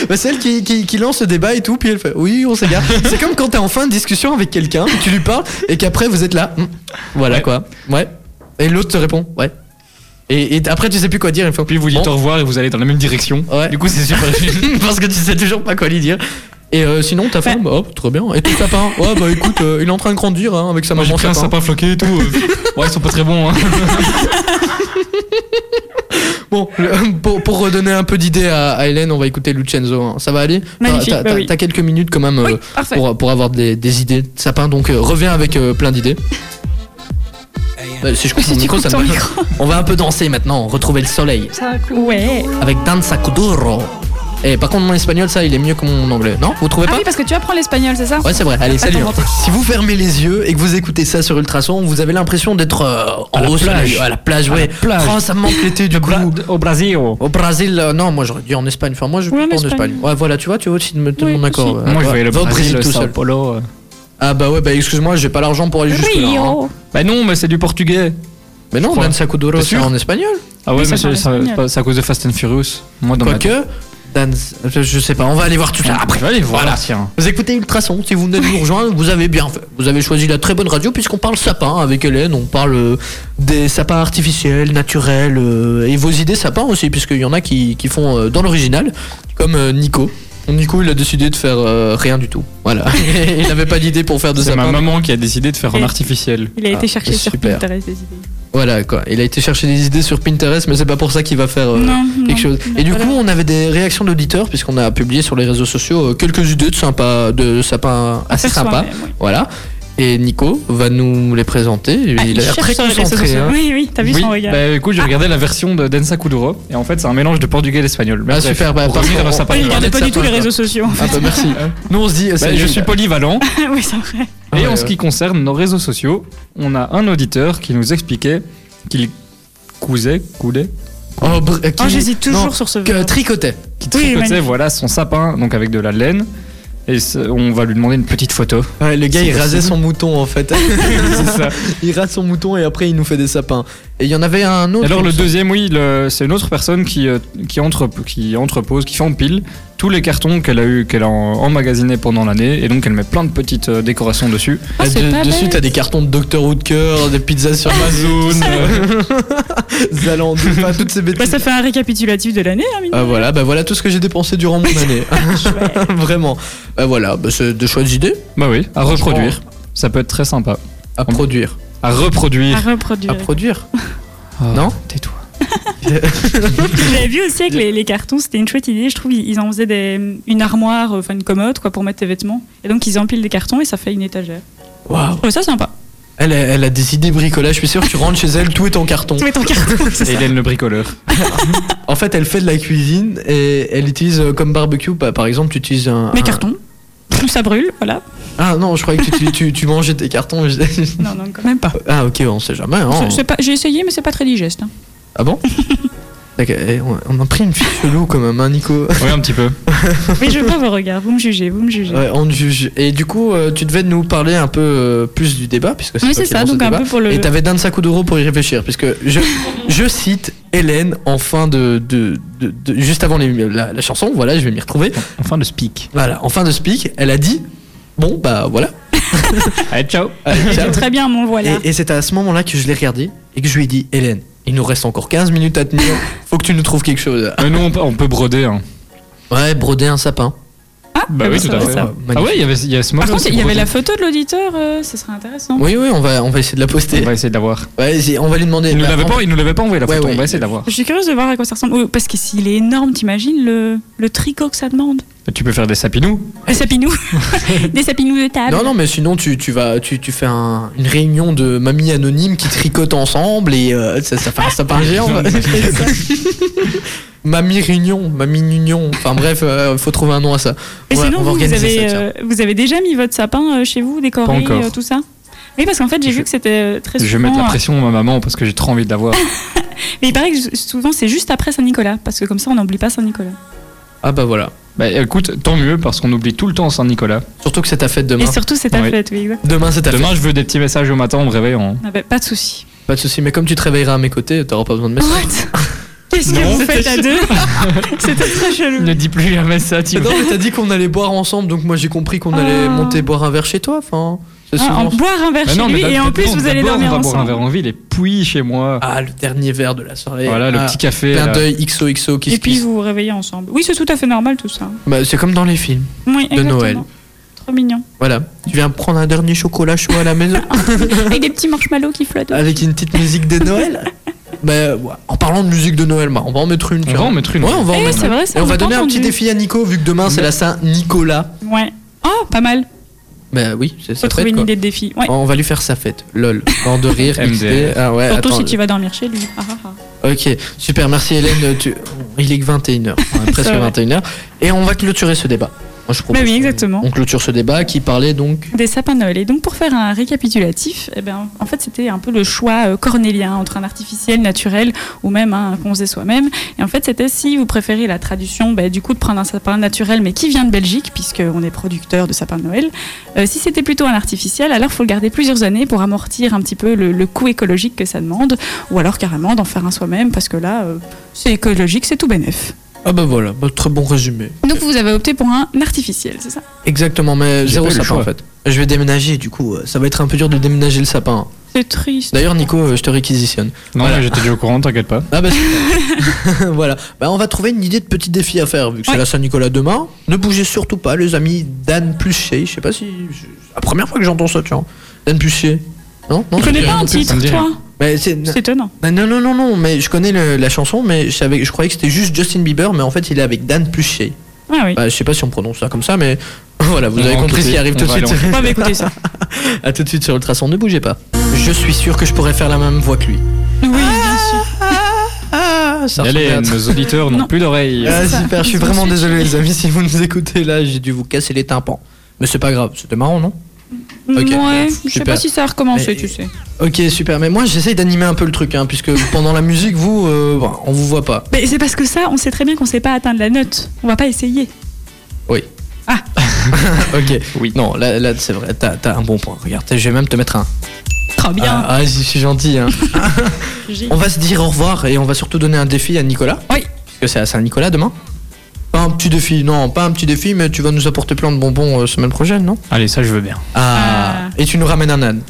A: Bah, celle qui, qui, qui lance le débat et tout, puis elle fait oui, on s'égare. c'est comme quand t'es en fin de discussion avec quelqu'un, tu lui parles et qu'après vous êtes là. Hum, Voilà
B: Ouais.
A: quoi. Ouais. Et l'autre te répond ouais. Et, et après tu sais plus quoi dire. Il faut
B: Puis vous dites au revoir et vous allez dans la même direction.
A: Ouais.
B: Du coup, c'est super.
A: parce que tu sais toujours pas quoi lui dire. Et euh, sinon, ta
C: Bah.
A: femme Oh, très bien. Et ton sapin Ouais, bah écoute, euh, il est en train de grandir hein, avec sa
B: Moi, j'ai
A: maman
B: pris un
A: sapin.
B: sapin floqué et tout. euh. Ouais, ils sont pas très bons. hein.
A: Bon, le- pour, pour redonner un peu d'idée à, à Hélène, on va écouter Lucenzo. hein. Ça va aller T'as-
C: Magnifique,
A: T'as
C: bah
A: t'as-
C: oui.
A: t'as quelques minutes quand même euh,
C: Oui, parfait.
A: pour, pour avoir des, des idées de sapin, donc euh, reviens avec euh, plein d'idées. Bah, si je coupe
C: Si
A: mon
C: tu
A: micro,
C: coupes
A: ça
C: ton
A: me...
C: micro.
A: On va un peu danser maintenant, retrouver le soleil
C: Ouais.
A: avec Danza Kuduro. Et par contre, mon espagnol, ça, il est mieux que mon anglais. Non Vous trouvez
C: Ah
A: pas
C: oui, parce que tu apprends l'espagnol, c'est ça
A: Ouais, c'est vrai. Allez, salut.
C: Attends, attends.
A: Si vous fermez les yeux et que vous écoutez ça sur Ultrason, vous avez l'impression d'être euh, en haut soleil, à la plage, ouais.
B: plage.
A: Oh, ça me manque l'été du coup.
B: Au Brésil.
A: Au Brésil, euh, non, moi j'aurais dit en Espagne. Enfin, moi je
C: Ouais, en
A: pas en Espagne.
C: Espagne.
A: Ouais, voilà, tu vois, tu vois, tu me donnes
C: Oui,
A: mon accord. ouais.
B: Moi, je
A: Ouais.
B: voyais le
A: Va au
B: Brésil,
A: tout
B: Sao
A: seul.
B: Paulo. euh.
A: Ah bah ouais, bah excuse-moi, j'ai pas l'argent pour aller jusque là. hein.
C: Rio.
B: Bah non, mais c'est du portugais.
A: Mais non,
B: crois.
A: Danza Kuduro,
B: T'es
A: c'est
B: sûr
A: en espagnol.
B: Ah ouais,
C: Oui, ça
B: mais
C: parle
B: c'est ça-
C: espagnol.
B: c'est pas- c'est à cause de Fast and Furious. Moi, dans ma tête.
A: Quoique, Danza- je sais pas, on va aller voir tout ça après.
B: Allez, ah, voilà,
A: Voilà.
B: tiens.
A: Vous écoutez Ultrason, si vous venez de nous rejoindre, vous avez bien fait. Vous avez choisi la très bonne radio puisqu'on parle sapin avec Hélène, on parle euh, des sapins artificiels, naturels, euh, et vos idées sapins aussi, puisqu'il y en a qui, qui font euh, dans l'original, comme euh, Nico. Nico, il a décidé de faire euh, rien du tout. Voilà. il n'avait pas d'idée pour faire de
B: C'est
A: sapin.
B: ma maman qui a décidé de faire un
C: Et-
B: artificiel.
C: Il a été chercher sur
A: Ah, super.
C: Pinterest des idées.
A: Voilà, quoi. Il a été chercher des idées sur Pinterest, mais c'est pas pour ça qu'il va faire euh,
C: Non, non.
A: quelque chose.
C: Non,
A: Et du
C: voilà.
A: coup, on avait des réactions d'auditeurs, puisqu'on a publié sur les réseaux sociaux euh, quelques idées de, sympa, de sapins assez
C: Faire
A: sympas.
C: soi-même, oui.
A: Voilà. Et Nico va nous les présenter.
C: Ah,
A: il a l'air
C: cherche
A: très
C: sur les réseaux
A: concentré.
C: sociaux.
A: hein.
C: Oui, oui, t'as vu
B: oui,
C: son regard. Ah.
B: bah écoute, j'ai regardé la version de Densa Kuduro et en fait, c'est un mélange de portugais et d'espagnol. Mais
A: Ah,
B: bref,
A: super, bah,
B: pour
A: parfait.
B: revenir à nos sapins.
C: Oui, il
A: regardez
C: regardait pas
A: ça,
C: du tout
A: toi,
C: les
A: toi.
C: réseaux sociaux.
A: Ah bah merci. Nous on se dit.
B: Bah,
A: c'est
B: je
A: nul.
B: suis polyvalent
C: oui, c'est vrai.
A: Ah
B: et
A: ouais,
B: en ce
A: ouais.
B: qui concerne nos réseaux sociaux, on a un auditeur qui nous expliquait qu'il cousait, coudait,
A: Oh, br- euh,
C: Oh,
A: qui-
C: J'hésite
A: non,
C: toujours sur ce
A: Que
C: verbe.
A: tricotait.
B: qui
C: Oui,
B: tricotait
C: magnifique.
B: voilà son sapin donc avec de la laine et ce- on va lui demander une petite photo.
A: Ouais, le gars
B: C'est
A: il rasait
B: possible.
A: son mouton en fait.
B: C'est ça.
A: il rase son mouton et après il nous fait des sapins. Et il y en avait un autre.
B: Alors
A: il me
B: le
A: semble.
B: deuxième, oui, le- c'est une autre personne qui, euh, qui, entre, qui entrepose, qui fait en pile tous les cartons qu'elle a eu, qu'elle a en- emmagasinés pendant l'année, et donc elle met plein de petites euh, décorations dessus.
A: Ah,
C: c'est
A: de-
C: pas
A: dessus
C: bête.
A: t'as des cartons de Dr Woodker, des pizzas sur Amazon, euh, Zalando, enfin, toutes ces
C: Bah,
A: bêtises.
C: ça fait un récapitulatif de l'année, hein, mine de
A: Ah,
C: rien.
A: voilà, bah voilà tout ce que j'ai dépensé durant mon année.
C: Ah,
A: Vraiment. Bah voilà, bah, c'est de chouettes idées
B: Bah oui, à reproduire. Ça peut être très sympa.
A: à produire.
B: À
C: À
B: reproduire.
A: À
C: reproduire.
A: produire
B: Ah,
A: Non
B: Tais-toi.
C: J'avais vu aussi avec les, les cartons, c'était une chouette idée. Je trouve ils ils en faisaient des, une armoire, euh, enfin une commode, quoi, pour mettre tes vêtements. Et donc ils empilent des cartons et ça fait une étagère.
A: Waouh
C: Je trouve ça sympa.
A: Elle a, elle a des idées bricolage, je suis sûr, tu rentres chez elle, tout est en carton.
C: Tu mets ton carton. c'est ça.
B: Hélène le bricoleur.
A: En fait, elle fait de la cuisine et elle utilise euh, comme barbecue, bah, par exemple, tu utilises un.
C: Mes
A: un-
C: cartons. Ça brûle, voilà.
A: Ah non, je croyais que tu, utilis- tu, tu mangeais tes cartons. je-
C: Non, non, quand même pas.
A: ah ok, on sait jamais. hein.
C: C'est- c'est pas- J'ai essayé, mais c'est pas très digeste. hein.
A: Ah bon Ok, eh, on- On a pris une fiche chelou quand même, hein, Nico.
B: Oui, un petit peu.
C: Mais je vois vos regards, vous me jugez, vous me jugez.
A: Ouais, on te juge. Et du coup, euh, tu devais nous parler un peu euh, plus du débat, puisque c'est
C: Oui,
A: toi
C: c'est
A: qui
C: ça,
A: lance le
C: donc un
A: débat.
C: peu pour le-
A: Et t'avais d'un sac d'euros pour y réfléchir, puisque je, je cite Hélène en fin de, de, de- de- juste avant les- la, la chanson. Voilà, je vais m'y retrouver.
B: Enfin, le speak.
A: Voilà, en fin de speak, elle a dit. Bon, bah voilà.
B: Allez, ciao.
A: Allez, ciao.
C: C'est très bien, mon voilà.
A: Et, et c'est à ce moment-là que je l'ai regardé et que je lui ai dit Hélène, il nous reste encore 15 minutes à tenir. Faut que tu nous trouves quelque chose.
B: Mais nous, on peut, on peut broder. hein.
A: Ouais, broder un sapin.
C: Ah,
B: Bah oui, tout à
C: ça,
B: fait.
C: ça.
B: Ah ouais, il y avait il y a ce moment.
C: Par contre,
B: aussi
C: il y avait
B: brodé.
C: la photo de l'auditeur, euh, ça serait intéressant.
A: Oui, oui, on va, on va essayer de la
B: On
A: poster.
B: va essayer de l'avoir.
A: Ouais, j'ai- on va lui demander.
B: Il nous
A: bah,
B: l'avait
A: en-
B: pas, il nous l'avait pas envoyé la
A: Ouais,
B: photo.
A: ouais.
B: on va essayer de l'avoir.
C: Je suis curieuse de voir à quoi ça ressemble. Oh, Parce que s'il est énorme, t'imagines le, le tricot que ça demande
B: Tu peux faire des sapinous.
C: Des sapinous Des sapinous de table
A: Non, non, mais sinon, tu, tu vas, tu, tu fais un- une réunion de mamies anonymes qui tricotent ensemble et euh, ça, ça fait un sapin géant. Mamie réunion, mamie union. Enfin bref, euh, faut trouver un nom à ça.
C: Et
A: On va-
C: sinon,
A: on va
C: vous, vous
A: organiser ça,
C: avez,
A: tiens.
C: euh, vous avez déjà mis votre sapin euh, chez vous,
B: Pas
C: décoré,
B: encore.
C: euh, tout ça Oui, parce qu'en fait, j'ai
B: Je-
C: vu que c'était euh, très souvent.
B: Je vais mettre la
C: euh,
B: pression à ma maman parce que j'ai trop envie de l'avoir.
C: Mais il paraît que s- souvent, c'est juste après Saint-Nicolas, parce que comme ça, on n'oublie pas Saint-Nicolas.
A: Ah bah voilà.
B: Bah écoute, tant mieux parce qu'on oublie tout le temps Saint-Nicolas.
A: Surtout que c'est ta fête
C: Et
A: demain.
C: surtout, c'est ta
B: Oui.
C: fête, oui. exact.
A: Demain, c'est ta fête.
B: Demain, je veux des petits messages au matin en me réveillant.
C: Ah bah, pas de souci.
A: Pas de soucis, mais comme tu te réveilleras à mes côtés, t'auras pas besoin de message.
C: What Qu'est-ce que
B: Non,
C: vous faites à deux C'était très chelou.
B: dis plus jamais ça, tu
A: Non, mais t'as dit qu'on allait boire ensemble, donc moi j'ai compris qu'on allait
C: Ah.
A: monter boire un verre chez toi. Enfin, C'est
C: Hein, en
A: souvent-
C: boire un verre
B: Mais non,
C: chez
B: mais
C: lui et
B: d'abord,
C: en plus vous allez
B: d'abord,
C: dormir
B: on va boire un
C: ensemble.
B: verre en ville et puis chez moi.
A: Ah, le dernier verre de la soirée.
B: voilà, le
A: Ah,
B: petit café.
A: Clin
B: là.
A: d'œil XOXO qui
C: Et
A: se
C: puis
A: puis
C: vous vous réveillez ensemble. Oui, c'est tout à fait normal tout ça.
A: Bah, c'est comme dans les films.
C: Oui,
A: De
C: exactement.
A: Noël.
C: Trop mignon.
A: Voilà. Tu viens prendre un dernier chocolat chaud à la maison
C: Avec des petits marshmallows qui flottent.
A: avec une petite musique de Noël. Bah, ouais. en parlant de musique de Noël, bah, on va en mettre une.
B: On
A: tiens.
B: va en mettre une.
A: Ouais, on va en
C: Eh,
A: mettre
C: c'est
A: une.
C: vrai, ça,
A: Et on
C: on
A: va
C: l'a pas
A: donner un
C: entendu.
A: petit défi à Nico, vu que demain c'est la Saint-Nicolas.
C: Ouais. Oh, pas mal.
A: Bah oui, c'est
C: Faut
A: ça.
C: trouver une idée de défi. Ouais.
A: On va lui faire sa fête. Lol. Bande de rire, XD.
B: MDR.
A: Ah ouais,
C: Surtout
A: attends.
C: si tu vas dormir chez lui. Ah, ah, ah.
A: Ok, super, merci Hélène. Tu... Il est que 21h, presque
C: vrai.
A: 21h. Et on va clôturer ce débat. Moi, je propose
C: Bah oui,
A: qu'on-
C: exactement.
A: On clôture ce débat qui parlait donc.
C: Des sapins de Noël. Et donc pour faire un récapitulatif, eh ben, en fait c'était un peu le choix euh, cornélien entre un artificiel naturel ou même un qu'on faisait soi-même. Et en fait c'était si vous préférez la traduction ben, du coup de prendre un sapin naturel mais qui vient de Belgique puisqu'on est producteur de sapins de Noël. Euh, si c'était plutôt un artificiel alors faut le garder plusieurs années pour amortir un petit peu le, le coût écologique que ça demande ou alors carrément d'en faire un soi-même parce que là euh, c'est écologique, c'est tout bénef.
A: Ah bah voilà, bah, très bon résumé.
C: Donc vous avez opté pour un artificiel, c'est ça
A: Exactement, mais
B: J'ai
A: zéro
B: pas eu le
A: sapin en
B: choix.
A: fait. Je vais déménager du coup, euh, ça va être un peu dur de déménager le sapin.
C: C'est triste.
A: D'ailleurs, Nico, euh, je te réquisitionne.
B: Non,
A: Voilà.
B: mais j'étais déjà au courant, t'inquiète pas.
A: Ah bah super. voilà, bah, on va trouver une idée de petit défi à faire vu que c'est
C: Ouais.
A: la Saint-Nicolas demain. Ne bougez surtout pas, les amis. Dan Pluchet, je sais pas si. je- La première fois que j'entends ça, tiens. Dan Pluchet. Non, non,
C: Tu
A: ça me
C: connais
A: dit
C: pas
A: rien.
C: un
B: ça me
C: titre
B: dit rien.
C: toi
A: Mais c'est-
C: C'est étonnant.
A: Ah, Non, non, non, non, mais je connais le- la chanson, mais je, savais, je croyais que c'était juste Justin Bieber, mais en fait il est avec Dan Pluchet.
C: Ah oui.
A: Bah, je sais pas si on prononce ça comme ça, mais voilà, vous
B: On
A: avez
B: va
A: compris ce qui
B: enquêter,
A: arrive tout
B: on
A: de
B: va
A: suite.
B: aller
C: Ouais, mais écoutez ça.
A: à tout de suite sur Ultrason, ne bougez pas. Je suis sûr que je pourrais faire la même voix que lui.
C: Oui, bien sûr.
A: Ah, ça ressemble à-
B: Allez, nos auditeurs
C: Non.
B: n'ont plus d'oreilles.
A: Ah, super, je suis vraiment
C: Ensuite.
A: désolé, les amis, si vous nous écoutez là, j'ai dû vous casser les tympans. Mais c'est pas grave, c'était marrant, non Ok.
C: Ouais, je sais
A: Super.
C: pas si ça a recommencé,
A: Mais-
C: tu sais.
A: Ok, super, mais moi j'essaye d'animer un peu le truc, hein, puisque pendant la musique, vous, euh, bah, on vous voit pas.
C: Mais c'est parce que ça, on sait très bien qu'on sait pas atteindre la note. On va pas essayer.
A: Ok,
B: Oui.
A: non, là, là c'est vrai, t'as t'as un bon point. Regarde, je vais même te mettre un.
C: Trop bien.
A: Ah, ah, je suis gentil. hein.
C: J'ai-
A: On va se dire au revoir et on va surtout donner un défi à Nicolas.
C: Oui.
A: Parce que c'est à Saint-Nicolas demain. Pas un petit défi, non, pas un petit défi, mais tu vas nous apporter plein de bonbons euh, semaine prochaine, non
B: Allez, ça je veux bien.
A: Ah.
C: Ah.
A: Et tu nous ramènes un âne.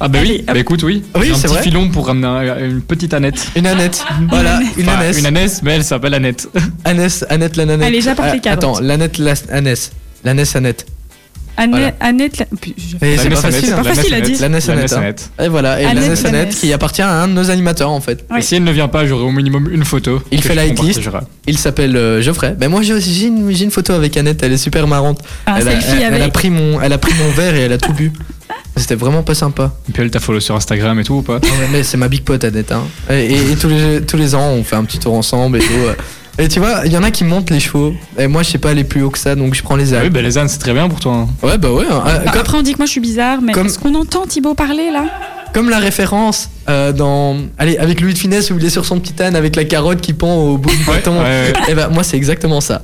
B: Ah bah
C: Allez,
B: oui,
C: hop.
B: bah écoute, oui.
A: Oui,
B: J'ai un
A: c'est
B: petit
A: vrai.
B: filon pour ramener un- une petite Annette.
A: Une Annette. voilà, une
B: Enfin,
A: Annette.
B: Une Annette, mais elle s'appelle Annette.
A: Annette, Annette, la nanette.
C: Allez, j'apporte les cadres.
A: Attends, l'Annette, la Annette. L'Annette, Annette.
C: Anne-
A: Voilà.
C: Annette, la- Puis, je-
A: Et c'est pas
B: L'Annette,
A: facile.
B: Annette,
A: hein.
C: pas facile à
B: l'Annette,
C: dire.
A: L'Annette, Annette,
B: l'Annette,
A: hein.
B: Annette.
A: Et voilà, et
C: Annette,
A: l'Annette, Annette
C: Annette.
A: qui appartient à un de nos animateurs en fait.
C: Ouais.
B: Et si elle ne vient pas, j'aurai au minimum une photo.
A: Il
B: que
A: fait
B: je
A: la hitlist.
B: partagera.
A: Il s'appelle euh, Geoffrey. Ben moi j'ai aussi- j'ai une, j'ai une photo avec Annette, elle est super marrante.
C: un
A: elle, a,
C: selfie
A: elle- elle
C: Ah, avec.
A: a pris mon, elle a pris mon verre et elle a tout bu. C'était vraiment pas sympa.
B: Et puis elle t'a follow sur Instagram et tout ou pas
A: Non, mais- mais c'est ma big pote Annette. hein. Et, et- et tous, les, tous les ans on fait un petit tour ensemble et tout. euh. Et tu vois, il y en a qui montent les chevaux. Et moi je sais pas aller plus haut que ça donc je prends les
B: Ah
A: ailes.
B: oui, bah les ânes, c'est très bien pour toi. hein.
A: Ouais bah ouais. hein. Ah,
C: Bah,
A: comme,
C: Après, on dit que moi je suis bizarre, mais
A: Comme-
C: est-ce qu'on entend Thibaut parler là
A: comme la référence euh, dans, allez avec Louis de Finesse où il est sur son petit âne avec la carotte qui pend au bout du
B: Ouais,
A: bâton.
B: ouais, ouais.
A: Et bah moi c'est exactement ça.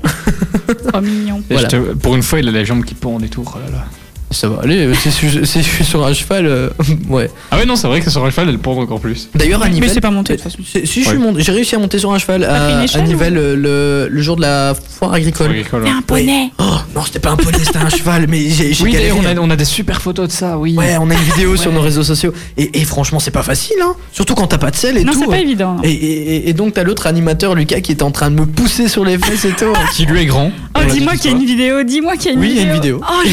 C: Trop Oh, mignon.
B: Et
A: Voilà.
B: je te- Pour une fois, il a les jambes qui pendent et tout. oh là là.
A: Ça va aller. euh, Si je, si je suis sur un cheval, euh, ouais.
B: Ah ouais, non, c'est vrai que sur un cheval, elle pend encore plus.
A: D'ailleurs,
C: Mais
A: Hannibal.
C: c'est pas monté de toute façon.
A: Si, si je
B: Ouais.
A: suis monté- j'ai réussi à monter sur un cheval
C: T'as pris une
A: à, à
C: échelle
A: Nivelles euh, le, le jour de la foire agricole.
B: Agricole,
C: T'es
B: ouais.
C: un poney.
A: Oh non, c'était pas un poney, c'était un cheval, mais j'ai j'ai
B: Oui,
A: galéré. hein.
B: d'ailleurs, on a, on a des super photos de ça, oui.
A: Ouais, on a une vidéo sur nos réseaux sociaux. Et, et franchement, c'est pas facile, hein. Surtout quand t'as pas de sel et
C: Non,
A: tout. hein.
C: c'est pas évident. non.
A: et, et- et- et donc t'as l'autre animateur Lucas qui est en train de me pousser sur les fesses et tout.
B: Qui lui est grand.
C: Oh,
B: on l'a
C: dis-moi
B: dit tout
C: qu'il y a
B: ça.
C: une vidéo, dis-moi qu'il y a une
A: Oui, il y
C: vidéo.
A: a une vidéo.
C: Oh,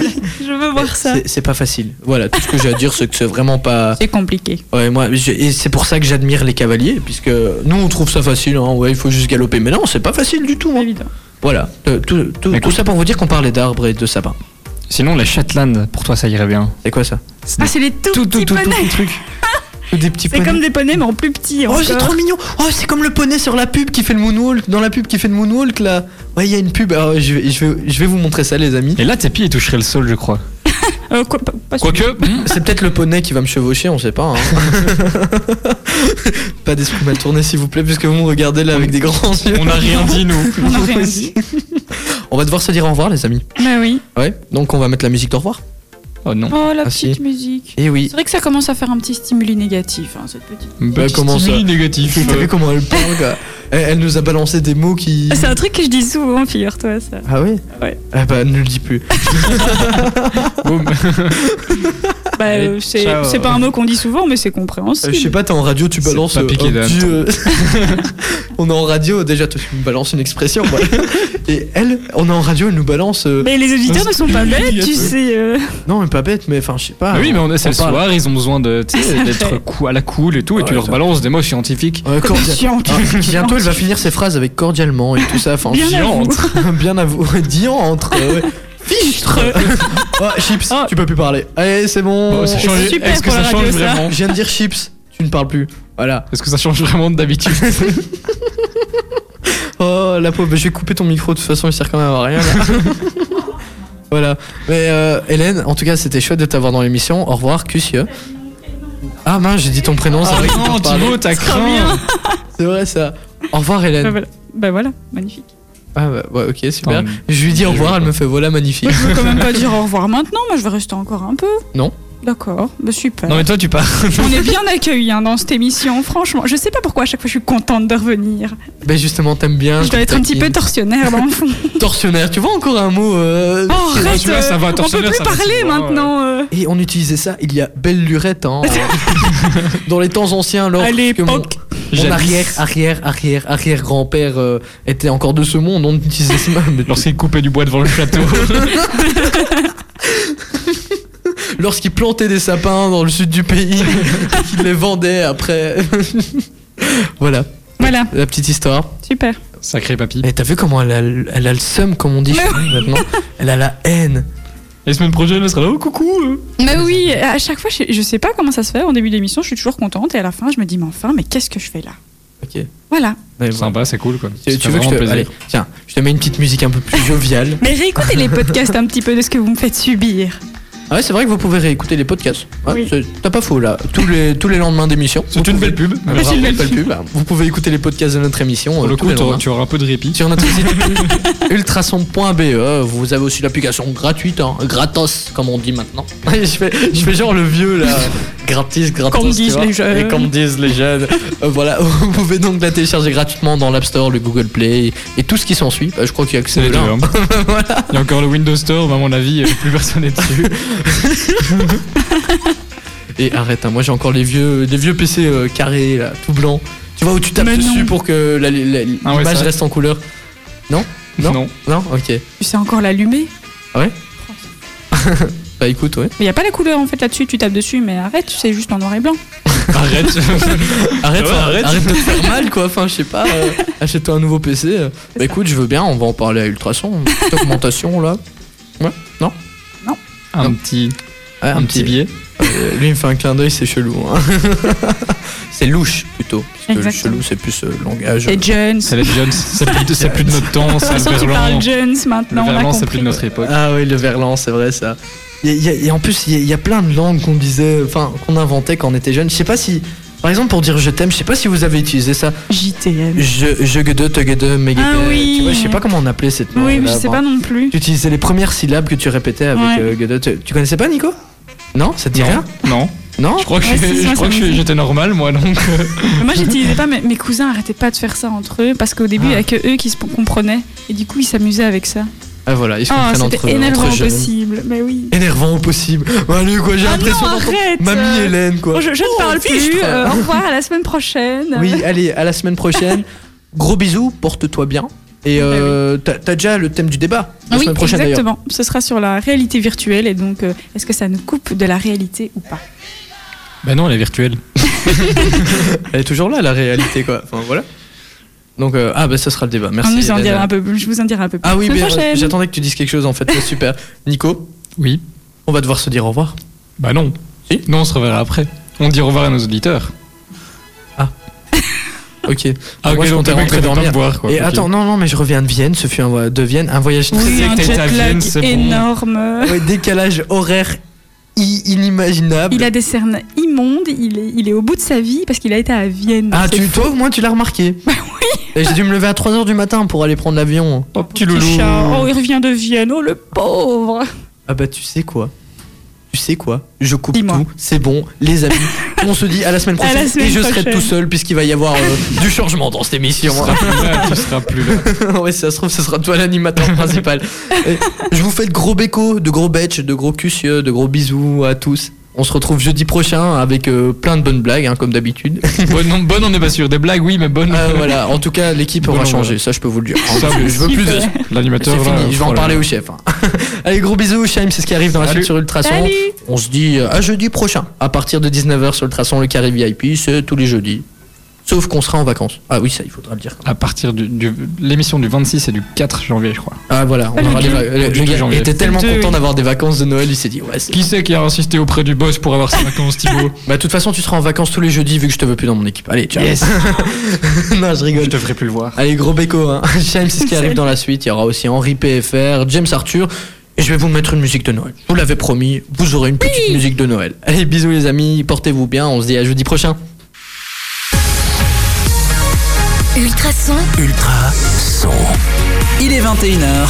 C: génial. Je veux voir ça.
A: C'est- C'est pas facile. Voilà, tout ce que j'ai à dire, c'est que c'est vraiment pas.
C: C'est compliqué.
A: Ouais, moi, je- et c'est pour ça que j'admire les cavaliers, puisque nous on trouve ça facile, hein, ouais, il faut juste galoper. Mais non, c'est pas facile du tout.
C: Pas
A: hein.
C: évident.
A: Voilà, Euh, tout, tout-
B: Mais
A: tout
B: écoute-
A: ça pour vous dire qu'on parlait d'arbres et de sapins.
B: Sinon, la Shetland, pour toi, ça irait bien.
A: C'est quoi ça
C: Ah, c'est les tout,
A: Tout, tout,
C: petits
A: tout, tout,
C: poneys.
A: tout truc. Tous des petits
C: C'est
A: poneys.
C: comme des poneys, mais en plus petit.
A: Oh, c'est
C: encore.
A: trop mignon. Oh, c'est comme le poney sur la pub qui fait le moonwalk. Dans la pub qui fait le moonwalk là. Ouais, il y a une pub. Alors, je, vais, je, vais, je vais vous montrer ça, les amis.
B: Et là, tes pieds, ils toucheraient le sol, je crois.
C: Euh, quoi- pas- pas sûr.
B: Quoique, hmm,
A: C'est peut-être le poney qui va me chevaucher, on sait pas. hein. pas d'esprit mal tourné, s'il vous plaît, puisque vous me regardez là avec des grands yeux.
B: on n'a rien dit, nous.
C: On n'a rien dit.
A: On va devoir se dire au revoir, les amis.
C: Bah oui.
A: Ouais, donc on va mettre la musique d'au revoir.
B: Oh non.
C: Oh, la
A: Ah, si.
C: petite musique.
B: Eh
A: Et oui.
C: C'est vrai que ça commence à faire un petit stimuli négatif, hein, cette petite.
A: Bah,
B: Petit
A: comment ça
B: stimuli négatif.
A: T'as
B: euh,
A: vu comment elle parle quoi elle, elle nous a balancé des mots qui.
C: C'est un truc que je dis souvent, figure-toi ça.
A: Ah oui
C: Ouais.
A: Ah bah ne le dis plus.
B: boum.
C: Bah,
B: Allez,
C: euh, c'est
B: ciao.
C: c'est pas un mot qu'on dit souvent, mais c'est
A: Ah, Euh,
C: compréhensible.
A: je sais pas, t'es en radio, tu
B: C'est
A: balances.
B: pas piqué
A: euh,
B: d'un
A: tu, euh, on est en radio, déjà, toi, tu me balances une expression. moi. Et elle, on est en radio, elle nous balance. euh,
C: Mais les auditeurs ne sont pas bêtes, tu sais. euh.
A: Non, mais pas bête, mais enfin, je sais pas.
B: Bah oui, mais on- c'est le
A: parle.
B: soir, ils ont besoin de, tu sais,
C: C'est
B: d'être
C: vrai.
B: cou- à la cool et tout, et
A: Ouais,
B: tu leur
A: ça-
B: balances des mots scientifiques.
A: Ouais, cordia-
C: Chiant, tu-
A: Ah, bientôt, elle va finir ses phrases avec cordialement et tout ça. Enfin,
C: Bien à vous.
A: diantre. Bien à vous. Diantre. euh, ouais. Fichtre. Oh, chips,
C: Ah.
A: tu peux plus parler. Allez, c'est bon.
B: Oh, c'est
C: change-
B: changé.
C: super
B: Est-ce que
C: pour
B: ça
C: la
B: change
C: radio, ça.
B: vraiment
A: Je viens de dire chips, tu ne parles plus. Voilà.
B: Est-ce que ça change vraiment d'habitude
A: Oh la pauvre, je vais couper ton micro de toute façon, il sert quand même à rien. là. voilà. Mais euh, Hélène, en tout cas, c'était chouette de t'avoir dans l'émission. Au revoir, Cussieu. Ah mince, j'ai dit ton prénom, c'est
B: Ah
A: vrai que
B: non,
A: t'as pas parlé.
B: Thibaut, t'as
C: Trop bien.
B: craint.
A: C'est vrai ça. Au revoir
C: Bah
A: Hélène.
C: voilà. Bah voilà, magnifique.
A: Ah bah, ouais, ok, super.
B: Attends,
A: Je lui dis au
B: bien
A: revoir,
B: joué,
A: elle me fait voilà magnifique.
C: Moi, je veux quand même pas dire au revoir maintenant, moi je vais rester encore un peu.
A: Non.
C: D'accord, bah super.
B: Non mais toi tu pars.
C: On est bien accueillis hein, dans cette émission, franchement. Je sais pas pourquoi à chaque fois je suis contente de revenir.
A: bah justement, t'aimes bien.
C: je dois
A: tu
C: être un petit peu
A: taquines.
C: torsionnaire dans le fond.
A: torsionnaire. Tu vois encore un mot euh,
C: Oh, arrête,
B: celui-là, ça
C: euh,
B: va,
C: on peut
B: torsionnaire,
C: plus
B: ça va,
C: parler
B: c'est bon,
C: maintenant. euh.
A: Et on utilisait ça il y a belle lurette hein, dans les temps anciens lors
C: À
A: que mon,
C: l'époque.
A: mon
B: Jadis.
A: arrière arrière arrière arrière grand-père euh, était encore de ce monde on utilisait ce même
B: Lorsqu'il coupait du bois devant le château.
A: lorsqu'il plantait des sapins dans le sud du pays et qu'il les vendait après voilà
C: Voilà,
A: la petite histoire
C: super.
B: Sacré papy.
A: et t'as vu comment elle a, le- elle a le seum comme on dit chez nous maintenant elle a la haine
B: Et semaine prochaine, elle sera là. Oh coucou. euh.
C: Mais oui, à chaque fois, je, je sais pas comment ça se fait. En début d'émission, je suis toujours contente et à la fin, je me dis, mais enfin, mais qu'est-ce que je fais là
A: ok
C: Voilà.
A: Mais bon.
B: Sympa, c'est cool quoi.
A: Tu,
B: Ça
A: tu
B: fait
A: veux que je
B: vraiment
A: te...
B: plaisir.
A: Allez, tiens, je te mets une petite musique un peu plus joviale.
C: Mais réécoutez les podcasts un petit peu de ce que vous me faites subir.
A: Ah ouais, c'est vrai que vous pouvez réécouter les podcasts. Ouais,
C: Oui.
A: c'est- T'as pas faux là. Tous les, tous les lendemains d'émission.
B: C'est
A: vous
B: une
A: pouvez-
B: belle pub.
A: Ah,
B: Mais
A: bravo,
B: c'est une belle
A: belle pub. Vous pouvez écouter les podcasts de notre émission.
B: Pour
A: euh,
B: le
A: tous
B: coup,
A: les
B: t'auras-
A: lendemains.
B: tu auras un peu de répit.
A: Sur notre site ultrason.be, E, vous avez aussi l'application gratuite, hein, gratos comme on dit maintenant. je, fais, je fais genre le vieux là, gratis, gratos.
C: Comme
A: tu
C: disent
A: vois.
C: les jeunes.
A: Et comme disent les jeunes. Euh, voilà, vous pouvez donc la télécharger gratuitement dans l'App Store, le Google Play et tout ce qui s'ensuit. Bah, je crois qu'il y a que
B: C'est les
A: celle
B: deux.
A: là.
B: hein. Il y a encore le Windows Store, mais à mon avis, euh, plus personne n'est dessus.
A: Et arrête, hein, moi j'ai encore les vieux, les vieux PC euh, carrés, là, tout blanc. Tu vois où tu tapes
C: Mais non.
A: dessus pour que la- la- l'image
B: Ah ouais, ça.
A: reste en couleur. Non. Non Ok.
C: Tu sais encore l'allumer
A: Bah écoute, ouais.
C: Mais y a pas la couleur en fait là-dessus, tu tapes dessus, mais arrête, tu sais juste en noir et blanc.
A: Arrête,
B: Arrête. Ah Ouais,
A: enfin, arrête.
B: arrête.
A: de te faire mal, quoi. Enfin, je sais pas. euh, Achète-toi un nouveau PC. euh. Bah écoute, je veux bien, on va en parler à Ultrason. Petite augmentation, là. Ouais, non
B: un petit,
A: Ouais,
B: un petit billet.
A: euh, Lui, il me fait un clin d'œil, c'est chelou. hein. c'est louche, plutôt. Parce que le
C: Exactement.
A: chelou, c'est plus euh, langage.
C: C'est Jones.
B: C'est les Jones. C'est plus, de- c'est plus de notre temps.
C: De
B: C'est
C: toute façon,
B: le
C: tu
B: Verlan.
C: parles Jones
B: Le
C: maintenant, on a
B: Verlan,
C: compris.
B: c'est plus de notre époque.
A: Ah oui, le verlan, c'est vrai ça. Il y a- il y a- et en plus, il y a- il y, a plein de langues qu'on disait, enfin, qu'on inventait quand on était jeune. Je sais pas si, par exemple, pour dire je t'aime, je sais pas si vous avez utilisé ça.
C: JTM.
A: Je, je gueudeux, te gueudeux, mais
C: Ah
A: gueudeux.
C: oui.
A: Tu vois, je sais pas comment on appelait cette langue.
C: Oui, mais je sais pas non plus.
A: Tu utilisais les premières syllabes que tu répétais avec
C: Ouais.
A: euh, gueudeux. Tu, tu connaissais pas, Nico Non Ça te dit rien
B: Non.
A: Non
B: Je crois que
C: Ouais,
B: je-
C: si, si,
B: je
C: moi,
B: crois
C: ça
B: que
C: me
B: je-
C: dit.
B: j'étais normal, moi, donc. euh,
C: Mais Moi, j'utilisais pas, mais mes cousins arrêtaient pas de faire ça entre eux, parce qu'au début, il y a que eux qui se comprenaient, et du coup, ils s'amusaient avec ça.
A: Ah voilà, Ah. ils se
C: Ah,
A: comprennent entre,
C: c'était énervant
A: entre jeunes.
C: possible. Mais oui.
A: Énervant au possible. Allez, quoi, j'ai
C: Ah
A: l'impression
C: non,
A: d'entendre
C: arrête
A: Mamie
C: euh,
A: Hélène, quoi.
C: bon, je, je ne
A: Oh,
C: parle plus.
A: fichtre.
C: euh, au revoir, à la semaine prochaine.
A: Oui, allez, à la semaine prochaine. Bah Gros bisous, porte-toi bien. Et euh, t'as t'as déjà le thème du débat la
C: Bah Oui,
A: semaine prochaine d'ailleurs.
C: exactement. Ce sera sur la réalité virtuelle et donc euh, est-ce que ça nous coupe de la réalité ou pas
B: Bah non, elle est virtuelle.
A: Elle est toujours là la réalité quoi. Enfin voilà. Donc euh, ah bah ça sera le débat. Merci.
C: On nous en
A: Hélène.
C: dira un peu, plus- je vous en dirai un peu plus.
A: Ah oui,
C: la
A: mais
C: semaine
A: euh,
C: prochaine.
A: j'attendais que tu dises quelque chose en fait. C'est super. Nico,
B: Oui.
A: on va devoir se dire au revoir.
B: Bah non.
A: Si.
B: Non, on se reverra après. On dit au revoir à nos auditeurs.
A: Ok.
B: Ah,
A: Moi,
B: ok,
A: je
B: donc
A: comptais
B: t'as pas
A: rentrer
B: le temps de
A: dormir.
B: boire, quoi.
A: Et
B: Ok.
A: attends, non non, mais je reviens de Vienne. Ce fut un, vo- de Vienne, un voyage
C: Oui,
B: C'est
C: un
B: que t'as été à
C: jet
B: Vienne,
C: lag
B: c'est bon.
C: énorme.
A: Ouais, décalage horaire i- inimaginable.
C: Il a des cernes immondes, il est, il est au bout de sa vie parce qu'il a été à Vienne.
A: Ah
C: C'est
A: tu
C: fou.
A: toi au moins tu l'as remarqué. Bah oui. J'ai dû me lever à 3h du matin pour aller prendre l'avion.
B: Oh, petit loulou.
C: chat. Oh, il revient de Vienne, oh le pauvre
A: Ah bah tu sais quoi Tu sais quoi Je coupe
C: Dis-moi.
A: tout, c'est bon, les amis. on se dit à la semaine
C: À la
A: prochaine
C: semaine
A: et je serai
C: prochaine.
A: tout seul puisqu'il va y avoir euh, du changement dans cette émission.
B: Tu seras plus là, tu seras plus là.
A: ouais, si ça se trouve, ce sera toi l'animateur principal. Et je vous fais de gros bécos, de gros betch, de gros cucieux, de gros bisous à tous. On se retrouve jeudi prochain avec euh, plein de bonnes blagues, hein, comme d'habitude.
B: Bonne, bonne, on n'est pas sûr. Des blagues, oui, mais bonne.
A: Euh, voilà, en tout cas, l'équipe
B: Bon,
A: aura
B: voilà.
A: changé, ça je peux vous le dire.
B: Ça,
A: je veux plus de. C'est
B: L'animateur.
A: fini,
B: oh là,
A: je vais en
B: voilà.
A: parler au chef. hein. Allez, gros bisous, Chaim, c'est ce qui arrive dans la
B: Salut.
A: suite sur Ultrason.
C: Salut
A: On se dit euh, à jeudi prochain, à partir de 19h sur Ultrason, le carré VIP, c'est tous les jeudis. Sauf qu'on sera en vacances. Ah oui, ça, il faudra le dire.
B: À partir du, du- l'émission du 26 et du 4 janvier, je crois.
A: Ah voilà, on
C: le
A: aura des
C: deux.
A: vacances.
B: Le deux
A: Le gars
B: janvier.
A: était tellement
B: Le deux,
A: content
B: oui.
A: d'avoir des vacances de Noël, il s'est dit ouais. c'est-
B: Qui c'est qui a insisté auprès du boss pour avoir ses vacances, Thibaut
A: Bah de toute façon, tu seras en vacances tous les jeudis vu que je te veux plus dans mon équipe. Allez, ciao. non, je rigole.
B: Je devrais plus le voir.
A: Allez, gros béco, hein. James, c'est ce qui arrive dans la suite. Il y aura aussi Henri PFR, James Arthur. Et je vais vous mettre une musique de Noël. Vous l'avez promis, vous aurez une petite musique de Noël. Allez, bisous les amis, portez-vous bien. On se dit à jeudi prochain.
E: Ultrason,
F: Ultra son.
I: Il est 21h.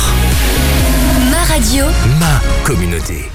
E: ma radio.
F: Ma communauté.